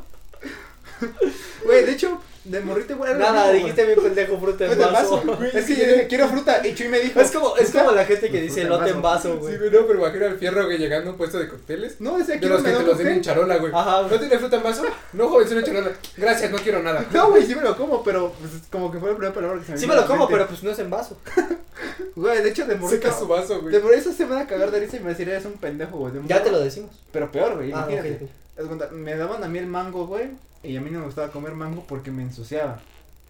S1: Güey, de hecho, de morrito igual. era lo
S2: Nada,
S1: mismo,
S2: dijiste mi pendejo fruta
S1: güey.
S2: en
S1: Fruta en
S2: vaso.
S1: vaso, güey. Es que yo dije, quiero fruta. Y Chuy me dijo.
S2: Es como, es como la gente que
S1: Fruta
S2: dice
S1: en
S2: elote
S1: vaso.
S2: en vaso,
S3: Sí,
S2: güey.
S3: güey, no, pero imagina al fierro, güey, llegando a un puesto de cócteles.
S1: No, es aquí
S3: De los
S1: me
S3: que
S1: da
S3: te
S1: un
S3: los den en
S1: cóctel.
S3: charola, güey.
S2: Ajá.
S3: ¿No tiene fruta en vaso? No, joven, es una charola. Gracias, no quiero nada.
S1: No, güey, sí me lo como, pero pues, es como que fue la primera palabra que se me
S2: Sí
S1: vino
S2: me
S1: a
S2: lo
S1: la
S2: como, pero
S1: mente.
S2: pues no es en vaso.
S1: Güey, de hecho, de
S3: Seca
S1: morrito.
S3: su vaso,
S1: De
S3: güey.
S1: morrito se me van a cagar de risa y me decir, eres un pendejo, güey. de
S2: Ya
S1: morro.
S2: te lo decimos.
S1: Pero peor, güey,
S2: Ah,
S1: imagínate.
S2: ok, ok.
S1: Haz cuenta, Me daban a mí el mango, güey, y a mí no me gustaba comer mango porque me ensuciaba.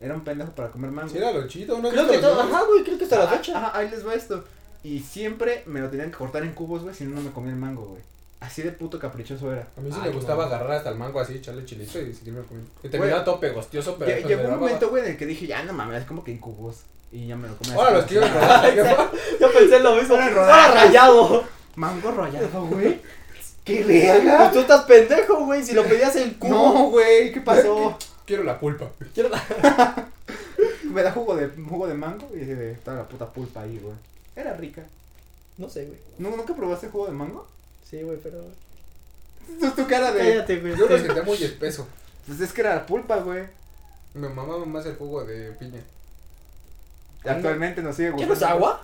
S1: Era un pendejo para comer mango.
S3: Sí, era lo chido, ¿no?
S2: Creo que todo, ajá, güey, creo que hasta la
S1: Ah,
S2: fecha.
S1: ajá, ahí les va esto. Y siempre me lo tenían que cortar en cubos, güey, si no, no me comía el mango, güey. Así de puto caprichoso era.
S3: A mí sí
S2: Ay,
S3: me
S2: no.
S3: gustaba agarrar hasta el mango así, echarle chilito y seguirme comiendo. Y
S1: Güey.
S3: terminaba todo pegostioso, pero.
S1: Lle-
S3: eso
S1: Llegó
S3: me
S1: un
S3: daba-
S1: momento, güey, en el que dije, ya no mames, como que en cubos. Y ya me lo comía.
S3: Ahora
S1: así,
S3: los
S1: así.
S3: quiero robar. ¿qué fue?
S2: Yo pensé lo mismo.
S1: Ahora
S2: Ahora
S1: rodajas.
S2: rayado.
S1: Mango rollado, güey. ¿Qué
S2: Pues
S1: verga?
S2: tú estás pendejo, güey. Si lo pedías en cubo.
S1: No, güey, ¿qué pasó?
S3: Quiero la pulpa.
S2: Quiero-
S1: me da jugo de, jugo de mango y así de toda la puta pulpa ahí, güey. Era rica.
S2: No sé, güey.
S1: ¿Nu- ¿Nunca probaste jugo de mango?
S2: Sí, güey, pero.
S1: Tu, tu cara de.
S2: Cállate, güey.
S3: Yo lo sentía muy espeso.
S1: Pues es que era la pulpa, güey.
S3: Me mamaba más el jugo de piña.
S1: Actualmente nos sigue
S2: ¿Qué
S1: gustando.
S2: no es agua?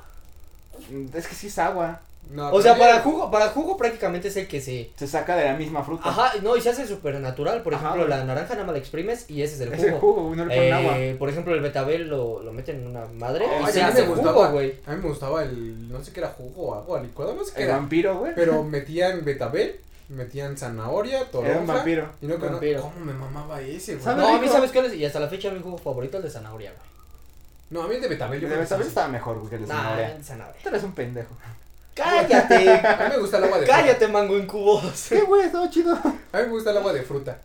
S1: Mm, Es que sí es agua.
S3: No,
S2: O sea,
S3: pero-
S2: para jugo, para jugo prácticamente es el que se.
S1: Se saca de la misma fruta.
S2: Ajá, no, y se hace súper natural. Por
S1: Ajá,
S2: ejemplo,
S1: güey.
S2: la naranja nada más la exprimes y ese es el
S1: Es
S2: jugo.
S1: el jugo, güey, no le ponen agua.
S2: Eh, por ejemplo, el betabel lo, lo meten en una madre
S3: Ay,
S2: y
S3: a
S2: se
S3: mí
S2: hace
S3: me
S2: jugo,
S3: gustaba.
S2: güey.
S3: A mí me gustaba el. No sé qué era jugo o agua, licuado, no sé qué
S1: El
S3: era.
S1: vampiro, güey.
S3: Pero metían betabel, metían zanahoria, toronja.
S1: Era un vampiro.
S3: Y no, creo
S2: Vampiro.
S3: ¿Cómo me mamaba ese, güey?
S1: ¿Sabe
S2: No, a mí
S1: rico.
S2: sabes cuál es, y hasta la fecha mi jugo favorito es el de zanahoria, güey.
S3: No, a mí el de betabel.
S1: El
S3: Yo
S1: de
S3: creo que
S1: betabel
S3: sí.
S1: estaba mejor, güey, que el de
S2: Nah, eh.
S1: zanahoria.
S2: el de zanahoria.
S1: Tú eres un pendejo.
S2: Cállate,
S3: A mí me gusta el agua de
S2: cállate, mango en cubos.
S1: ¿Qué, güey? Estaba chido.
S3: fruta. A mí me gusta el agua de fruta.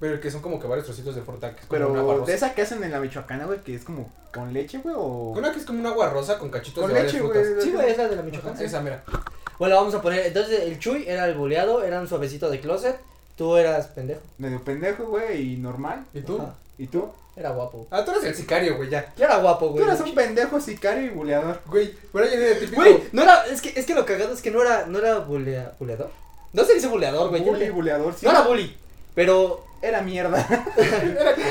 S3: Pero que son como que varios trocitos de fruta. Que es como una agua
S1: Pero
S3: rosa.
S1: de esa que hacen en la michoacana, güey, que es como con leche, güey, o...
S3: Una que es como un agua rosa con cachitos
S1: Con
S3: de varias
S1: leche,
S3: frutas.
S1: güey.
S2: Sí, güey, es la de la
S3: Ajá,
S2: Michoacán. sí.
S3: Esa, mira.
S2: Bueno, vamos a poner, entonces el Chuy era el boleado, era un suavecito de closet, tú eras pendejo.
S1: Medio pendejo, güey, y normal.
S3: ¿Y tú?
S2: Ajá.
S1: ¿Y tú?
S2: Era guapo.
S3: Ah, tú eres el sicario, güey, ya.
S2: Yo era guapo, güey.
S1: Tú eras un pendejo sicario y buleador.
S3: Güey, Brian era el típico.
S2: Güey, no era, es que, es que lo cagado es que no era, no era bulea- buleador. No se dice buleador, güey. yo
S1: Bully,
S2: le-
S1: buleador, sí.
S2: No era bully, pero
S1: Era mierda.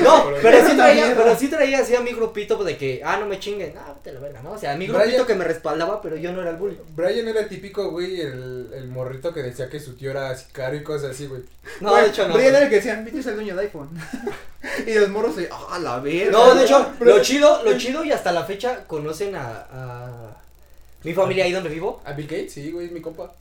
S2: No, pero sí
S1: Era
S2: traía,
S1: mierda.
S2: pero sí traía así a mi grupito de que, ah, no me chinguen, ah, te la verga, ¿no? O sea, a mi grupito
S3: Brian-
S2: que me respaldaba, pero yo no era el bully.
S3: Brian era el típico, güey, el, el morrito que decía que su tío era sicario y cosas así, güey.
S2: No,
S1: Güey,
S2: de hecho no.
S1: Brian
S2: güey.
S1: era el que decían, Vito es el dueño de iPhone. y los morros se, ah, la verga.
S2: No, de hecho,
S1: Pero-
S2: lo chido, lo chido y hasta la fecha conocen a, a mi familia ahí donde vivo.
S3: ¿A Ah, Bill Gates? Sí, güey, es mi compa.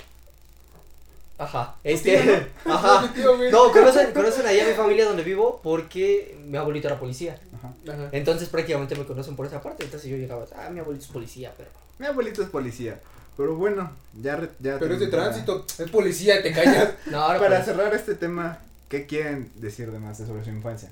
S2: Ajá. Este,
S3: Es
S2: ajá.
S3: mi tío, güey.
S2: No, conocen, conocen ahí a mi familia donde vivo porque mi abuelito era policía.
S3: Ajá.
S2: Entonces prácticamente me conocen por esa parte. Entonces yo llegaba, ah, mi abuelito es policía, pero.
S1: Mi abuelito es policía. Pero bueno, ya. re- ya
S3: Pero es de
S1: terminé.
S3: tránsito, es policía, te callas.
S2: No, ahora
S1: Para
S2: pues,
S1: cerrar este tema, ¿qué quieren decir de más de sobre su infancia?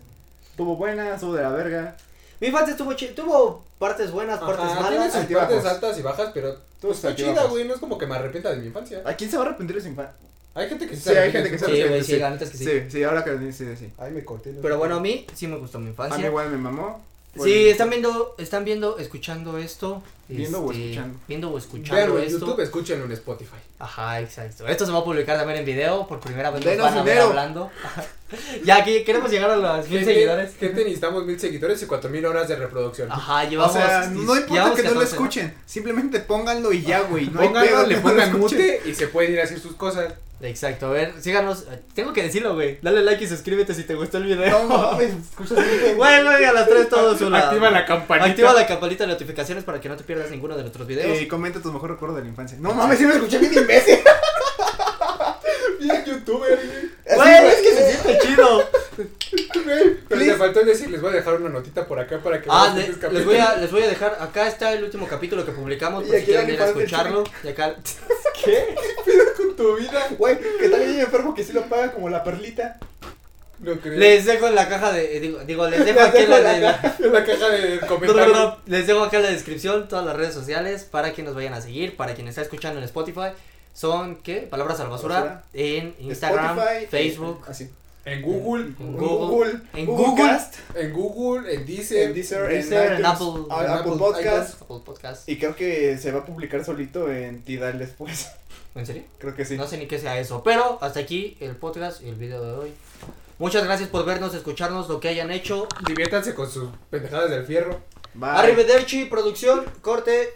S1: Tuvo buena, estuvo de la verga.
S2: Mi infancia estuvo chi- tuvo partes buenas, partes
S3: Ajá, tiene
S2: malas.
S3: sus
S1: altibajos.
S3: partes altas y bajas, pero pues,
S1: Tuvo sus
S3: está chida,
S1: altibajos.
S3: güey. No es como que me arrepienta de mi infancia.
S1: ¿A quién se va a arrepentir de su infancia?
S3: Hay gente que sí
S1: Sí, hay
S3: arrepiente
S1: gente que
S3: de
S1: se
S3: su
S2: Sí,
S1: arrepiente.
S2: güey, sí, la neta es que sí.
S1: Sí, sí, ahora que lo dices, sí, sí.
S3: Ay, me corté. no
S2: Pero
S3: sé.
S2: bueno, a mí Ah, sí me gustó
S1: A
S2: mi
S1: mí
S2: infancia.
S1: igual me mamó. Fue-
S2: Sí, están viendo, están viendo, escuchando esto. este,
S1: Viendo o escuchando.
S2: Viendo o
S3: Véanlo
S2: escuchando
S3: en
S2: esto.
S3: YouTube, escúchenlo en Spotify.
S2: Ajá, exacto. Esto se va a publicar también en video, por primera vez nos
S1: Denos
S2: van a ver
S1: dinero.
S2: hablando. ya aquí queremos llegar a los mil
S3: Gente-
S2: seguidores.
S3: Gente, necesitamos mil seguidores y cuatro mil horas de reproducción.
S2: Ajá,
S1: O
S2: llevamos.
S1: sea, no importa
S2: llevamos
S1: que no lo
S2: 14,
S1: escuchen, simplemente pónganlo y ya, güey. No hay pedo
S3: Pónganlo,
S1: que
S3: le
S1: no lo
S3: pongan
S1: escuchen.
S3: mute y se pueden ir a hacer sus cosas.
S2: Exacto, a ver, síganos. eh, Tengo que decirlo, güey. Dale like y suscríbete si te gustó el video.
S1: No mames, escuchas
S2: Güey, güey, a las tres todos una.
S3: Activa la campanita.
S2: Activa la campanita de notificaciones para que no te pierdas ninguno de nuestros videos.
S1: Eh, comenta tu mejor recuerdo de la infancia. No mames, sí me escuché bien imbécil.
S3: Bien, youtuber, güey.
S2: Güey, es que se siente chido.
S3: Pero te
S1: Please.
S3: faltó decir, les voy a dejar una notita por acá para que
S2: Ah,
S3: vean
S2: le-
S3: este
S2: les
S3: capítulo.
S2: voy a, les voy a dejar, acá está el último capítulo que publicamos,
S1: Y
S2: por si
S1: aquí
S2: quieren
S1: la
S2: ir a
S1: infancia,
S2: escucharlo, y acá,
S1: ¿Qué?
S3: con tu vida.
S1: Güey, que tal hay enfermo que sí lo paga como la perlita.
S3: No creo.
S2: les dejo en la caja de, eh, digo, digo, les dejo
S1: Les
S2: aquí en
S1: dejo
S2: la,
S1: la
S2: de la-
S3: En la caja de comentarios.
S2: les dejo acá en la descripción todas las redes sociales para que nos vayan a seguir, para quien está escuchando en Spotify, son, ¿qué? Palabras a la basura,
S1: Basura.
S2: en Instagram,
S1: Spotify,
S2: Facebook,
S1: eh, Así.
S3: En Google,
S2: en
S1: En
S2: Google,
S1: Google.
S2: en Google,
S1: Google Cast,
S3: en Google, en
S1: en
S3: Deezer.
S1: Deezer,
S2: Deezer, en
S1: en
S2: Apple-
S1: Apple, a-
S2: en
S1: Apple
S3: Apple
S1: Podcast.
S2: Apple Podcast.
S1: Y creo que se va a publicar solito en Tidal después.
S2: ¿En serio?
S1: Creo que sí.
S2: No sé ni qué sea eso, pero hasta aquí el podcast y el video de hoy. Muchas gracias por vernos, escucharnos, lo que hayan hecho.
S3: Diviértanse con sus pendejadas del fierro.
S1: Bye.
S2: Arrivederci, producción, corte.